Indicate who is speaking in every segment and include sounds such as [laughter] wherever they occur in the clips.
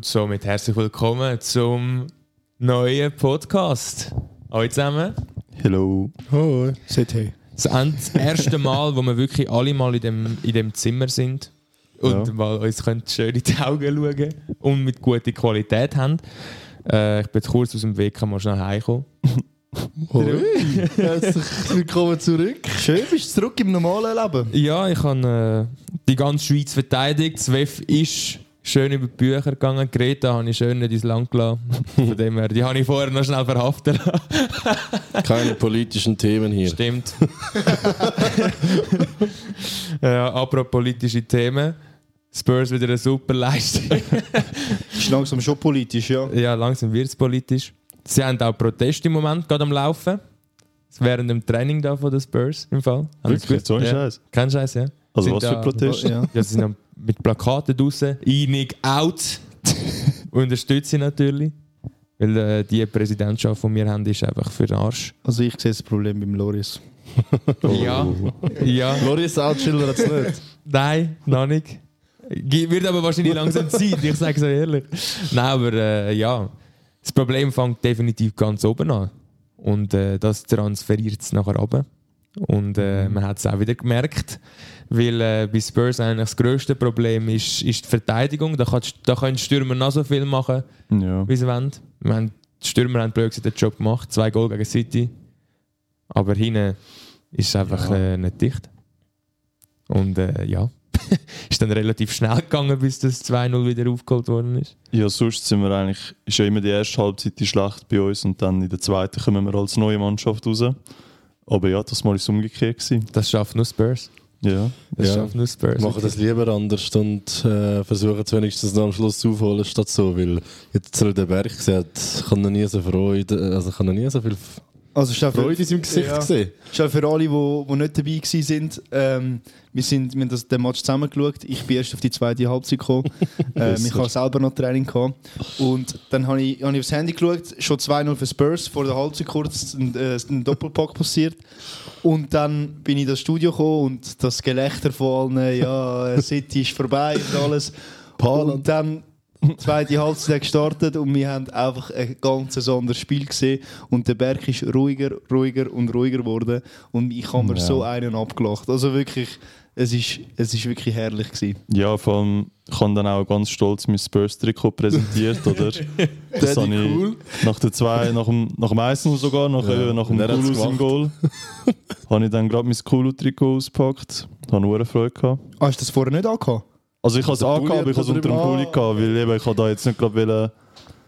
Speaker 1: Somit herzlich willkommen zum neuen Podcast. Hallo zusammen.
Speaker 2: Hello.
Speaker 3: Oh, CT.
Speaker 1: Das en- das erste Mal, wo wir wirklich alle mal in dem, in dem Zimmer sind und
Speaker 2: Ja.
Speaker 1: mal uns können schön in die Augen schauen und mit guter Qualität haben. Äh, ich bin jetzt kurz aus dem Weg, kann mal schnell heimkommen.
Speaker 3: Herzlich willkommen zurück.
Speaker 2: Schön bist
Speaker 3: Bist du zurück im normalen Leben?
Speaker 1: Ja, ich habe äh, die ganze Schweiz verteidigt. Das WEF ist schön über die Bücher gegangen. Greta habe ich schön nicht ins Land gelassen. Von dem her, die habe ich vorher noch schnell verhaftet.
Speaker 4: Keine politischen Themen hier.
Speaker 1: Stimmt. [laughs] ja, apropos politische Themen. Spurs wieder eine super Leistung.
Speaker 2: [laughs] Ist langsam schon politisch, ja.
Speaker 1: ja, langsam wird es politisch. Sie haben auch Proteste im Moment gerade am Laufen. Während dem Training da von den Spurs im Fall. Haben sie gut-
Speaker 2: So ein
Speaker 1: ja.
Speaker 2: Scheiß.
Speaker 1: Kein Scheiß, ja.
Speaker 2: Also
Speaker 1: Sind
Speaker 2: was für
Speaker 1: da-
Speaker 2: Proteste?
Speaker 3: Ja.
Speaker 1: Ja, sie sind am- mit Plakaten draußen. Einig
Speaker 2: [laughs]
Speaker 1: out. Unterstütze sie natürlich. Weil äh, die Präsidentschaft, die wir haben, ist einfach für den Arsch.
Speaker 3: Also ich sehe das Problem beim Loris.
Speaker 2: Oh.
Speaker 1: Ja. Ja.
Speaker 3: Loris Outschiller hat es nicht.
Speaker 1: Nein, noch nicht. Ge- Wird aber wahrscheinlich langsam Zeit, ich sage es ehrlich. Nein, aber äh, ja, das Problem fängt definitiv ganz oben an. Und äh, das transferiert es nachher runter. Und äh, man hat es auch wieder gemerkt, weil äh, bei Spurs eigentlich das grösste Problem ist, ist die Verteidigung. Da, kannst, da können die Stürmer noch so viel machen,
Speaker 2: Ja.
Speaker 1: wie sie wollen. Wir haben, die Stürmer haben blöd gesagt, den Job gemacht, zwei Goal gegen City. Aber hinten ist es einfach äh, nicht dicht. Und äh, ja, [laughs] ist dann relativ schnell gegangen, bis das 2-0 wieder aufgeholt worden ist.
Speaker 2: ja, sonst sind wir eigentlich, ist ja immer die erste Halbzeit die schlecht bei uns und dann in der zweiten kommen wir als neue Mannschaft raus. Aber ja, das Mal ist umgekehrt gewesen.
Speaker 1: Das schafft nur Spurs.
Speaker 2: Ja.
Speaker 1: Das
Speaker 4: Ja.
Speaker 1: schafft nur Spurs.
Speaker 4: Machen das lieber anders und äh, versuchen es wenigstens noch am Schluss aufholen, statt so. Weil jetzt hat der Berg gesagt, ich habe noch nie so Freude, also ich habe noch nie so viel
Speaker 3: Also ist auch für,
Speaker 4: Freude in seinem Gesicht
Speaker 3: Ja.
Speaker 4: gesehen.
Speaker 3: ist auch für alle, die wo, wo nicht dabei gewesen sind, ähm, wir, sind wir haben das, den Match zusammen geschaut. Ich bin erst auf die zweite Halbzeit gekommen. ähm, ich habe selber noch Training gehabt. Und dann habe ich, habe ich aufs Handy geschaut, schon 2-0 für Spurs, vor der Halbzeit kurz ein, äh, ein Doppelpack passiert. Und dann bin ich ins Studio gekommen und das Gelächter von allen, ja, äh, [laughs] City ist vorbei und alles. Und dann die zweite Halbzeit gestartet und wir haben einfach ein ganz anderes Spiel gesehen und der Berg ist ruhiger, ruhiger und ruhiger geworden und ich habe mir
Speaker 2: Ja.
Speaker 3: so einen abgelacht. Also wirklich, es ist, es ist wirklich herrlich gewesen.
Speaker 2: Ja, vor allem, ich habe dann auch ganz stolz mein Spurs-Trikot
Speaker 4: [laughs]
Speaker 2: präsentiert, oder? Das habe ich nach der zwei, nach dem, nach dem Eisen sogar, nach,
Speaker 4: Ja.
Speaker 2: äh, nach
Speaker 4: Und
Speaker 2: dem
Speaker 4: er hat's
Speaker 2: Kulus im
Speaker 4: gemacht. [laughs]
Speaker 2: Goal, habe ich dann gerade mein Kulu-Trikot ausgepackt. Habe eine Freude gehabt.
Speaker 3: Ah, hast du das vorher nicht angehabt?
Speaker 2: Also ich habe es
Speaker 4: Der Pulli
Speaker 2: angehabt, aber ich habe es
Speaker 4: hat
Speaker 2: unter dem
Speaker 4: drüber-
Speaker 2: Pulli gehabt, weil eben, ich habe da jetzt nicht gerade wollen...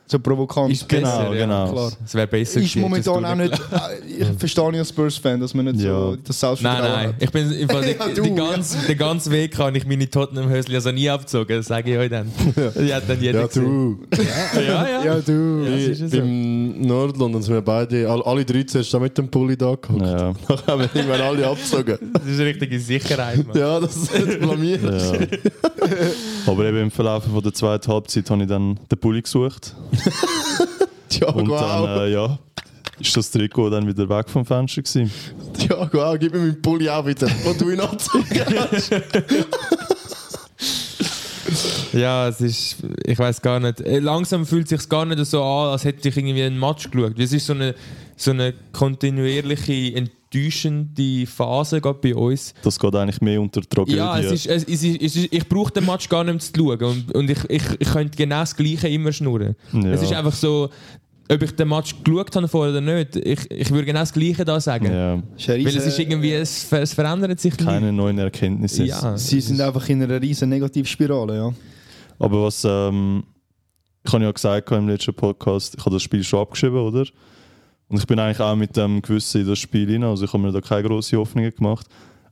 Speaker 3: So provokant.
Speaker 1: Ist
Speaker 2: Genau,
Speaker 1: besser, ja.
Speaker 2: genau.
Speaker 3: klar.
Speaker 1: Es wäre besser
Speaker 3: ist
Speaker 1: gewesen, hättest
Speaker 3: momentan
Speaker 1: du
Speaker 3: auch nicht. äh, Ich verstehe nicht als Spurs-Fan, dass man nicht so
Speaker 2: Ja.
Speaker 3: das
Speaker 1: Nein,
Speaker 3: Selbstvertrauen
Speaker 1: nein. Ich
Speaker 3: [laughs]
Speaker 1: bin, im Fall, die,
Speaker 3: Ja, du,
Speaker 1: die
Speaker 3: ja.
Speaker 1: ganz, Den ganzen Weg habe ich meine Tottenham-Hösli also nie abgezogen, das sage ich euch
Speaker 4: [laughs]
Speaker 1: dann. Die hat dann jeder
Speaker 4: Ja,
Speaker 1: gesehen.
Speaker 4: du.
Speaker 1: Ja, ja.
Speaker 3: hat. Ja, du.
Speaker 1: das
Speaker 4: Bei-
Speaker 1: ist ja so.
Speaker 4: Beim Nordlondon sind wir beide, all, alle drei zuerst da mit dem Pulli da geguckt. [laughs]
Speaker 2: Ja,
Speaker 4: Nachher haben wir irgendwann alle abgezogen.
Speaker 1: Das ist richtige Sicherheit, Mann.
Speaker 4: Ja, das ist nicht blamiert.
Speaker 2: ja. [laughs] aber eben im Verlauf von der zweiten Halbzeit habe ich dann den Pulli gesucht. Und
Speaker 4: Thiago,
Speaker 2: dann,
Speaker 4: wow.
Speaker 2: äh, ja, ist das Trikot dann wieder weg vom Fenster gewesen.
Speaker 4: Thiago, wow, gib mir meinen Pulli auch bitte, wo du ihn
Speaker 2: [laughs]
Speaker 4: anziehst.
Speaker 2: Also,
Speaker 1: Ja, es ist, ich weiß gar nicht. Äh, Langsam fühlt es sich gar nicht so an, als hätte ich irgendwie einen Match geschaut. Es ist so eine, so eine kontinuierliche, enttäuschende Phase gerade bei uns.
Speaker 2: Das geht eigentlich mehr unter die Tragödie.
Speaker 1: Ja, es ist, es, es ist, es ist, ich brauche den Match gar nicht mehr zu schauen und, und ich, ich, ich könnte genau das Gleiche immer schnurren.
Speaker 2: Ja.
Speaker 1: Es ist einfach so, ob ich den Match geschaut habe vorher oder nicht, ich, ich würde genau das Gleiche da sagen.
Speaker 2: ja,
Speaker 1: Weil es ist irgendwie, es, ver- es verändert sich
Speaker 2: keine
Speaker 1: nicht.
Speaker 2: neuen Erkenntnisse.
Speaker 1: Ja.
Speaker 3: Sie sind einfach in einer riesen Negativspirale, ja.
Speaker 2: Aber was, ähm, ich habe ja gesagt im letzten Podcast, ich habe das Spiel schon abgeschrieben, oder? Und ich bin eigentlich auch mit dem Gewissen in das Spiel hinein, also ich habe mir da keine grossen Hoffnungen gemacht.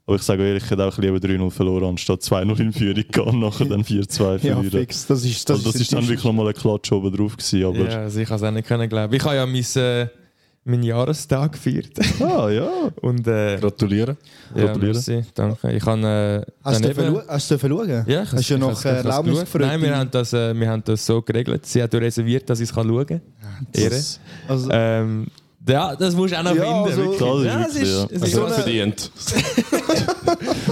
Speaker 2: Aber ich sage ehrlich, ich hätte auch lieber 3-0 verloren, anstatt 2-0 in Führung gehen und nachher dann 4-2
Speaker 3: Ja,
Speaker 2: verlieren.
Speaker 3: fix. Das ist,
Speaker 2: das
Speaker 3: das
Speaker 2: also das ist dann wirklich nochmal ein Klatsch oben drauf gewesen, aber...
Speaker 1: Ja, also ich kann es auch nicht können glauben. Ich habe ja mein, äh, meinen Jahrestag gefeiert.
Speaker 2: Ah, ja.
Speaker 1: Und, äh,
Speaker 4: Gratulieren.
Speaker 1: ja,
Speaker 2: Gratuliere.
Speaker 1: merci, danke. Ich habe äh,
Speaker 3: Hast
Speaker 1: dann
Speaker 3: du
Speaker 1: eben-
Speaker 3: verlu- hast du schauen?
Speaker 1: Ja, ich
Speaker 3: hast du äh, ja
Speaker 1: ich
Speaker 3: nach
Speaker 1: hab's- ich hab's
Speaker 3: Erlaubnis
Speaker 1: geschaut.
Speaker 3: gefragt?
Speaker 1: Nein, wir haben, das, äh, wir haben das so geregelt. Sie hat ja reserviert, dass ich es schauen kann. Ehre.
Speaker 4: Das-
Speaker 3: Also,
Speaker 1: Ähm, ja, das musst du auch noch
Speaker 3: Ja,
Speaker 1: finden.
Speaker 3: also-
Speaker 1: wirklich.
Speaker 2: Das ist
Speaker 1: ja, Also es ist,
Speaker 2: wirklich, ja.
Speaker 1: es ist
Speaker 4: Also
Speaker 1: so eine-
Speaker 4: verdient.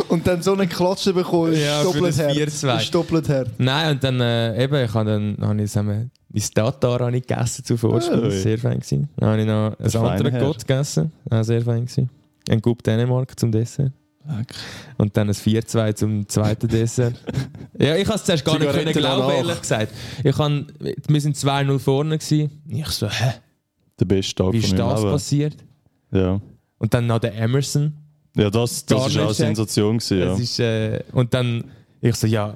Speaker 3: Und dann so eine Klatsche bekommen, ist
Speaker 1: Ja, für
Speaker 3: doppelt
Speaker 1: das
Speaker 3: hart.
Speaker 1: 4-2.
Speaker 3: Ist doppelt hart.
Speaker 1: Nein, und dann äh, eben, ich habe dann habe ich zusammen mein Tatar habe ich gegessen zu Vorsprung.
Speaker 2: Oh.
Speaker 1: Das war sehr fein. Gewesen. Dann habe ich noch
Speaker 2: ist
Speaker 1: ein
Speaker 2: fein,
Speaker 1: anderes
Speaker 2: Herr.
Speaker 1: Gott gegessen. Auch sehr fein. Gewesen. Ein Gub Dänemark zum Dessert. Und dann ein 4-2 zum zweiten
Speaker 2: [laughs]
Speaker 1: Dessert. ja, ich habe es zuerst gar nicht
Speaker 4: Zigarette
Speaker 1: können glauben,
Speaker 4: danach.
Speaker 1: ehrlich gesagt. Ich kann, wir sind 2-0 vorne. Gewesen. Ich so, hä,
Speaker 2: Der beste Tag
Speaker 1: wie
Speaker 2: von
Speaker 1: ist
Speaker 2: meinem
Speaker 1: das
Speaker 2: Leben.
Speaker 1: passiert?
Speaker 2: Ja.
Speaker 1: Und dann noch der Emerson.
Speaker 2: ja, das, das ist auch eine
Speaker 1: Garnischer.
Speaker 2: Sensation. Gewesen, ja.
Speaker 1: Es ist, äh, und dann, ich so, ja,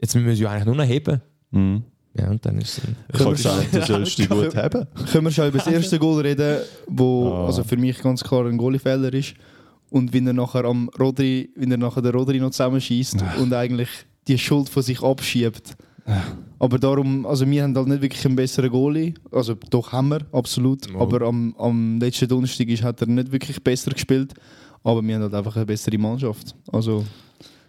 Speaker 1: jetzt müssen wir sie eigentlich nur noch heben.
Speaker 2: Mhm.
Speaker 1: Ja, und dann ist äh, es.
Speaker 2: Ich habe gesagt, du sollst dich gut
Speaker 3: Ja.
Speaker 2: haben.
Speaker 3: Können wir schon über das erste Goal reden, wo
Speaker 2: Ah.
Speaker 3: also für mich ganz klar ein Goalifehler ist. Und wenn er nachher am Rodri, wenn er nachher den Rodri noch zusammenschießt und eigentlich die Schuld von sich abschiebt. Aber darum, also wir haben halt nicht wirklich einen besseren Goalie. Also doch haben wir, absolut.
Speaker 1: Mal.
Speaker 3: Aber am, am letzten Donnerstag ist, hat er nicht wirklich besser gespielt. Aber wir haben halt einfach eine bessere Mannschaft. Also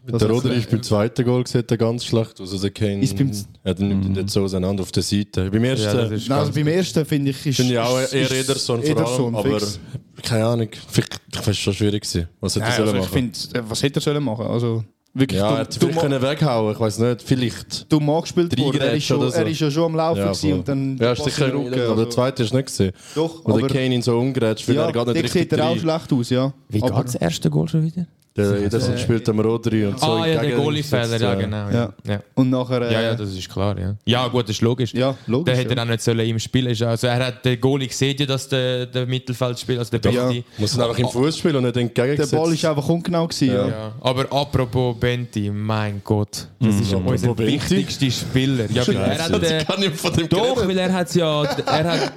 Speaker 3: das
Speaker 4: der
Speaker 3: hat's-
Speaker 4: Roder ist beim zweiten Goal gesehen, ganz schlecht. Also der Kane
Speaker 3: Ist beim-
Speaker 4: ja, der nimmt ihn jetzt so auseinander auf der Seite. Beim ersten
Speaker 1: ist
Speaker 3: Nein, also beim ersten finde ich ist.
Speaker 4: finde ich auch
Speaker 3: ist-
Speaker 4: eher
Speaker 3: ist
Speaker 4: Ederson vor
Speaker 3: Ederson
Speaker 4: allem, aber
Speaker 3: fix.
Speaker 4: keine Ahnung. Vielleicht- Ich weiß, es schon schwierig gewesen. Was hätte er
Speaker 3: Nein,
Speaker 4: sollen
Speaker 3: also ich
Speaker 4: machen?
Speaker 3: finde, äh, was hätte er sollen machen? Also wirklich
Speaker 4: ja,
Speaker 3: dumm-
Speaker 4: er hätte
Speaker 3: dumm-
Speaker 4: vielleicht können weghauen. Ich weiß nicht, vielleicht.
Speaker 3: dumm angespielt
Speaker 4: Drei
Speaker 3: worden. Er ist,
Speaker 4: Gerätsche
Speaker 3: schon,
Speaker 4: oder so.
Speaker 3: er ist ja schon am Laufen
Speaker 4: Ja,
Speaker 3: gewesen
Speaker 4: voll.
Speaker 3: und dann
Speaker 4: ja,
Speaker 3: passt
Speaker 4: ist sicher
Speaker 3: er
Speaker 4: Rücken,
Speaker 3: also.
Speaker 4: aber der zweite ist nicht gesehen.
Speaker 3: Doch,
Speaker 4: Oder
Speaker 3: aber
Speaker 4: Kane ihn so umgerätscht, weil
Speaker 3: ja,
Speaker 4: er gerade
Speaker 3: der
Speaker 4: nicht richtig
Speaker 3: sieht er auch
Speaker 4: rein.
Speaker 3: schlecht aus, ja.
Speaker 1: Wie
Speaker 3: aber,
Speaker 1: geht das erste Goal schon wieder?
Speaker 4: Der Ederson spielt am Rodri und so.
Speaker 1: ah, ja, der
Speaker 4: entgegen-
Speaker 1: Goalie-Fehler, ja, genau. Ja. Ja.
Speaker 3: Und nachher...
Speaker 1: Ja.
Speaker 3: Äh,
Speaker 1: ja, das ist klar. Ja, ja gut, das ist logisch.
Speaker 3: ja, logisch.
Speaker 1: Der hätte
Speaker 3: ja.
Speaker 1: dann nicht sollen im Spiel ist also er hat der Goalie gesehen ja dass der, der Mittelfeld spielt also der
Speaker 3: Ja.
Speaker 1: Benti Ah,
Speaker 4: Muss ihn einfach im Fuß spielen und nicht
Speaker 3: Oh. der
Speaker 4: entgegengesetzt.
Speaker 3: Ball ist einfach ungenau gewesen, ja.
Speaker 1: ja. aber apropos Benti mein Gott das
Speaker 3: Hm.
Speaker 1: ist ja
Speaker 3: Oh,
Speaker 1: unser
Speaker 4: Benti?
Speaker 1: wichtigster Spieler ja, weil er
Speaker 4: Scheiße.
Speaker 1: hat, äh,
Speaker 4: Kann nicht von dem
Speaker 1: doch
Speaker 4: reden.
Speaker 1: weil er hat ja er hat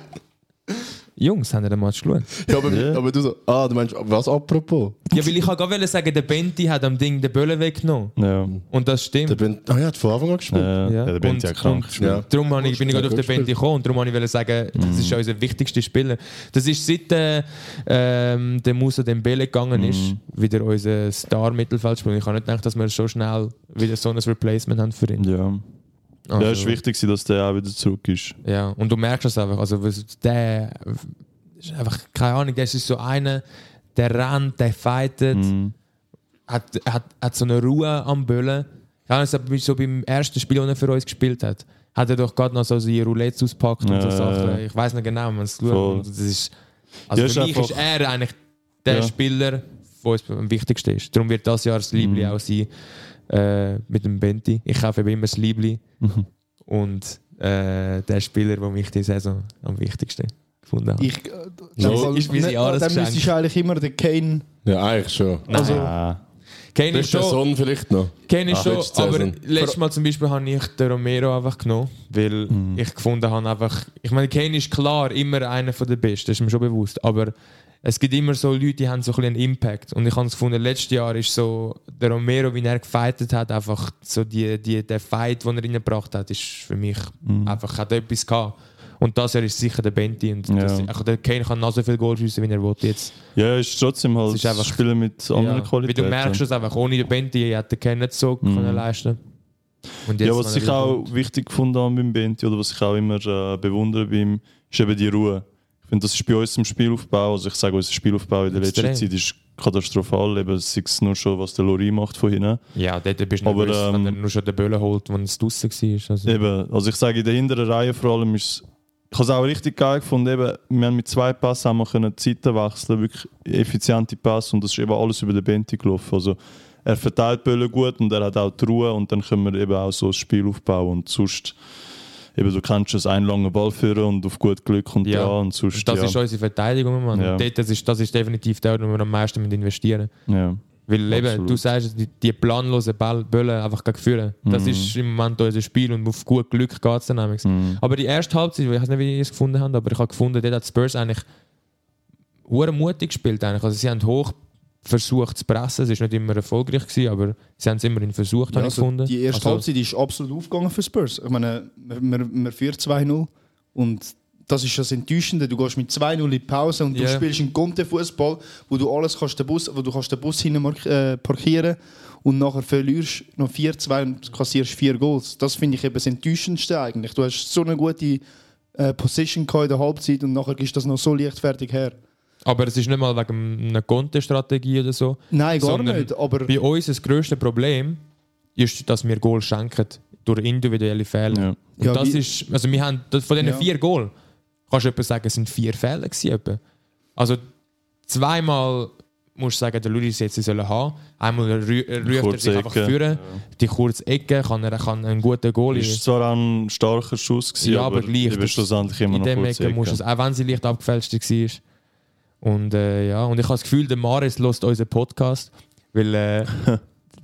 Speaker 1: Jungs haben den Match geschaut?
Speaker 4: Ja, aber, aber du so, ah, du meinst, was apropos?
Speaker 1: ja weil ich auch gerade sagen der Benti hat am Ding den Böllen weggenommen
Speaker 2: Ja.
Speaker 1: und das
Speaker 4: Der
Speaker 1: stimmt
Speaker 4: bin, ah, ja, hat von Anfang an gespielt.
Speaker 2: Ja.
Speaker 1: Ja.
Speaker 2: Ja, da bin ich
Speaker 1: Und-
Speaker 2: ja krank.
Speaker 1: und-
Speaker 4: Ja.
Speaker 1: Darum habe ich, bin ich gerade auf den
Speaker 4: Gut gespielt.
Speaker 1: Band gekommen und darum wollte ich wollen sagen,
Speaker 2: Mhm.
Speaker 1: das ist ja unser wichtigster Spieler. Das ist seit äh, ähm, der Musa Dembele
Speaker 2: Mhm.
Speaker 1: gegangen ist, wieder unser Star-Mittelfeldspieler. Ich habe nicht gedacht, dass wir so schnell wieder so ein Replacement haben für ihn.
Speaker 2: Ja.
Speaker 1: Also,
Speaker 2: ja, es ist wichtig, gewesen, dass der auch wieder zurück ist.
Speaker 1: Ja, und du merkst es einfach. Also, was- der ist einfach, keine Ahnung, das ist so einer, der rennt, der fightet,
Speaker 2: Mhm.
Speaker 1: hat, hat, hat so eine Ruhe am Böllen. Ich habe es so beim ersten Spiel, das er für uns gespielt hat, hat er doch gerade noch so seine Roulettes auspackt und so
Speaker 2: Ja, ja, ja.
Speaker 1: Sachen. Ich weiß nicht genau, man es
Speaker 2: Voll.
Speaker 1: schaut. Das ist, also
Speaker 2: Ja,
Speaker 1: für
Speaker 2: ist
Speaker 1: mich
Speaker 2: einfach-
Speaker 1: ist er eigentlich der
Speaker 2: Ja.
Speaker 1: Spieler, der uns am wichtigsten ist. Darum wird das Jahr das
Speaker 2: Mhm.
Speaker 1: Liebling auch sein äh, mit dem Benti. Ich kaufe eben immer das Liebling.
Speaker 2: Mhm.
Speaker 1: Und äh, der Spieler, der mich diese Saison am wichtigsten gefunden hat.
Speaker 3: Ich, äh,
Speaker 1: So
Speaker 3: dann-
Speaker 1: ist mein
Speaker 3: ne-
Speaker 1: Jahresgeschenk.
Speaker 3: Dann müsstest du eigentlich immer den eh, Kane...
Speaker 4: Ja, eigentlich schon.
Speaker 1: also,
Speaker 2: Ah.
Speaker 1: kenne ich
Speaker 4: Bist der
Speaker 1: schon,
Speaker 4: Sohn vielleicht noch?
Speaker 1: kenn ich
Speaker 4: Ah,
Speaker 1: schon
Speaker 4: letzte
Speaker 1: aber
Speaker 4: Saison.
Speaker 1: letztes Mal zum Beispiel habe ich den Romero einfach genommen, weil ich gefunden habe, einfach, ich meine, Kane ist klar immer einer der Besten, das ist mir schon bewusst, aber es gibt immer so Leute, die haben so ein bisschen einen Impact und ich habe es gefunden, letztes Jahr ist so, der Romero, wie er gefightet hat, einfach so die, die, der Fight, den er reingebracht hat, ist für mich einfach, hat etwas gehabt. Und das Jahr ist sicher der Benti und
Speaker 2: Ja.
Speaker 1: das, ach, der Kane kann noch so viel Goal schiessen, wie er will jetzt.
Speaker 2: Ja, es ist trotzdem halt
Speaker 1: Es ist einfach-
Speaker 2: Spielen mit anderen
Speaker 1: Ja,
Speaker 2: Qualitäten.
Speaker 1: Weil du merkst es einfach, ohne den Benti hätte er keinen nicht so können leisten Und
Speaker 2: Mhm. ja,
Speaker 1: jetzt,
Speaker 2: was
Speaker 1: wenn er
Speaker 2: ich auch
Speaker 1: wiederkommt-
Speaker 2: wichtig gefunden habe beim Benti oder was ich auch immer äh, bewundere bei ihm, ist eben die Ruhe. Ich finde, das ist bei uns im Spielaufbau, also ich sage, unser Spielaufbau in der letzten
Speaker 1: Extrem.
Speaker 2: Zeit ist katastrophal, eben sei es nur schon, was der Lori macht von hinten.
Speaker 1: Ja, dort bist du
Speaker 2: Aber,
Speaker 1: nervös, wenn er
Speaker 2: ähm,
Speaker 1: nur schon den Böllen holt, wenn es draußen war. Also,
Speaker 2: Eben, also ich sage, in der hinteren Reihe vor allem ist es- ich habe es auch richtig geil gefunden, eben, wir haben mit zwei Pässen haben wir können Zeiten wechseln, wirklich effiziente Pässe und das ist eben alles über den Benti gelaufen. Also er verteilt die Bälle gut und er hat auch die Ruhe und dann können wir eben auch so das Spiel aufbauen und sonst eben, du kannst das einen langen Ball führen und auf gut Glück kommt
Speaker 1: Ja.
Speaker 2: ja. und sonst
Speaker 1: das
Speaker 2: ja.
Speaker 1: ist unsere Verteidigung, Mann.
Speaker 2: Ja.
Speaker 1: Und dort, das, ist, das ist definitiv der, wo wir am meisten mit investieren.
Speaker 2: ja.
Speaker 1: Weil eben,
Speaker 2: Absolut.
Speaker 1: du sagst, es, die, die planlosen Ball- Bälle einfach gegen führen. Das ist im Moment unser Spiel und auf gut Glück geht es dann nämlich. Aber die erste Halbzeit, ich weiß nicht, wie ihr es gefunden habt, aber ich habe gefunden, dort hat Spurs eigentlich hure mutig gespielt. Eigentlich. Also sie haben hoch versucht zu pressen. Es war nicht immer erfolgreich, gewesen, aber sie haben es immerhin versucht, habe ich
Speaker 3: also
Speaker 1: gefunden.
Speaker 3: Die erste
Speaker 1: Also,
Speaker 3: Halbzeit ist absolut aufgegangen für Spurs. Ich meine, wir, wir, wir führen 2-0 und das ist das Enttäuschende. Du gehst mit 2-0 in die Pause und du
Speaker 1: Ja.
Speaker 3: spielst einen Conte-Fußball, wo du alles kannst, den Bus, wo du kannst den Bus hinten mark- äh, parkieren und nachher verlierst noch 4-2 und kassierst 4 Goals. Das finde ich eben das Enttäuschendste eigentlich. Du hast so eine gute äh, Position gehabt in der Halbzeit und nachher gibst das noch so leichtfertig her.
Speaker 1: Aber es ist nicht mal wegen einer Konterstrategie oder so.
Speaker 3: Nein, gar
Speaker 1: Sondern
Speaker 3: nicht. Aber
Speaker 1: Bei uns das grösste Problem ist, dass wir Goal schenken durch individuelle Fehler.
Speaker 2: Ja.
Speaker 1: Und
Speaker 3: Ja,
Speaker 1: das
Speaker 3: wie-
Speaker 1: ist, also wir haben das- von diesen
Speaker 3: Ja.
Speaker 1: vier Goal, kannst du etwa sagen, es sind vier Fehler gewesen. Etwa. Also zweimal musst du sagen, der Luris hätte sie sollen haben. Einmal rü äh, ruft er
Speaker 2: Kurze
Speaker 1: sich einfach
Speaker 2: Ecke.
Speaker 1: führen. Die kurze Ecke kann er kann einen guten Goal
Speaker 2: Ist zwar auch ein starker Schuss, gewesen,
Speaker 1: Ja, aber
Speaker 2: aber,
Speaker 1: gleich,
Speaker 2: eben
Speaker 1: das-
Speaker 2: schlussendlich immer
Speaker 1: in
Speaker 2: noch
Speaker 1: dem
Speaker 2: kurz
Speaker 1: Ecke musst du es, auch wenn sie leicht abgefälscht war. Und äh, ja, und ich habe das Gefühl, der Maris hört unseren Podcast, weil
Speaker 2: [laughs]
Speaker 1: äh,